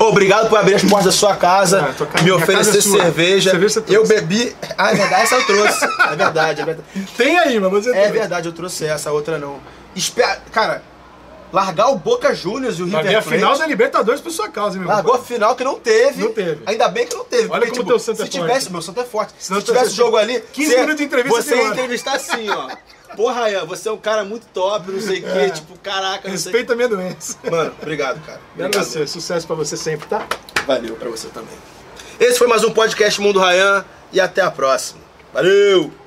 Speaker 1: Obrigado por abrir as portas da sua casa,
Speaker 2: Ah, tua casa-
Speaker 1: me
Speaker 2: minha
Speaker 1: oferecer
Speaker 2: casa é sua.
Speaker 1: cerveja.
Speaker 2: Cerveja é você trouxe.
Speaker 1: eu bebi. Ah, é verdade, essa eu trouxe. É verdade, é verdade.
Speaker 2: Tem aí, mas você
Speaker 1: É verdade, eu trouxe essa, a outra não. Espe... Cara, largar o Boca Juniors e o
Speaker 2: Vai ver a
Speaker 1: River
Speaker 2: final
Speaker 1: Plate.
Speaker 2: da Libertadores por sua causa, meu
Speaker 1: Largou a
Speaker 2: irmão.
Speaker 1: final que não teve.
Speaker 2: Não teve.
Speaker 1: Ainda bem que não teve. tipo,
Speaker 2: Olha como teu Santo
Speaker 1: se
Speaker 2: é forte.
Speaker 1: tivesse, meu Santo é forte.
Speaker 2: Senão
Speaker 1: se tivesse
Speaker 2: tu-
Speaker 1: jogo ali,
Speaker 2: 15
Speaker 1: você-
Speaker 2: minutos de entrevista
Speaker 1: Você
Speaker 2: de
Speaker 1: ia
Speaker 2: hora.
Speaker 1: entrevistar assim, ó. Porra, Ian, você é um cara muito top, não sei o quê. Tipo, caraca, não sei o quê.
Speaker 2: Respeita a minha doença.
Speaker 1: Mano, obrigado, cara.
Speaker 2: É. Obrigado.
Speaker 1: Obrigado.
Speaker 2: Você. Sucesso pra você sempre, tá?
Speaker 1: Valeu pra você também. Esse foi mais um podcast Mundo Rayan e até a próxima. Valeu!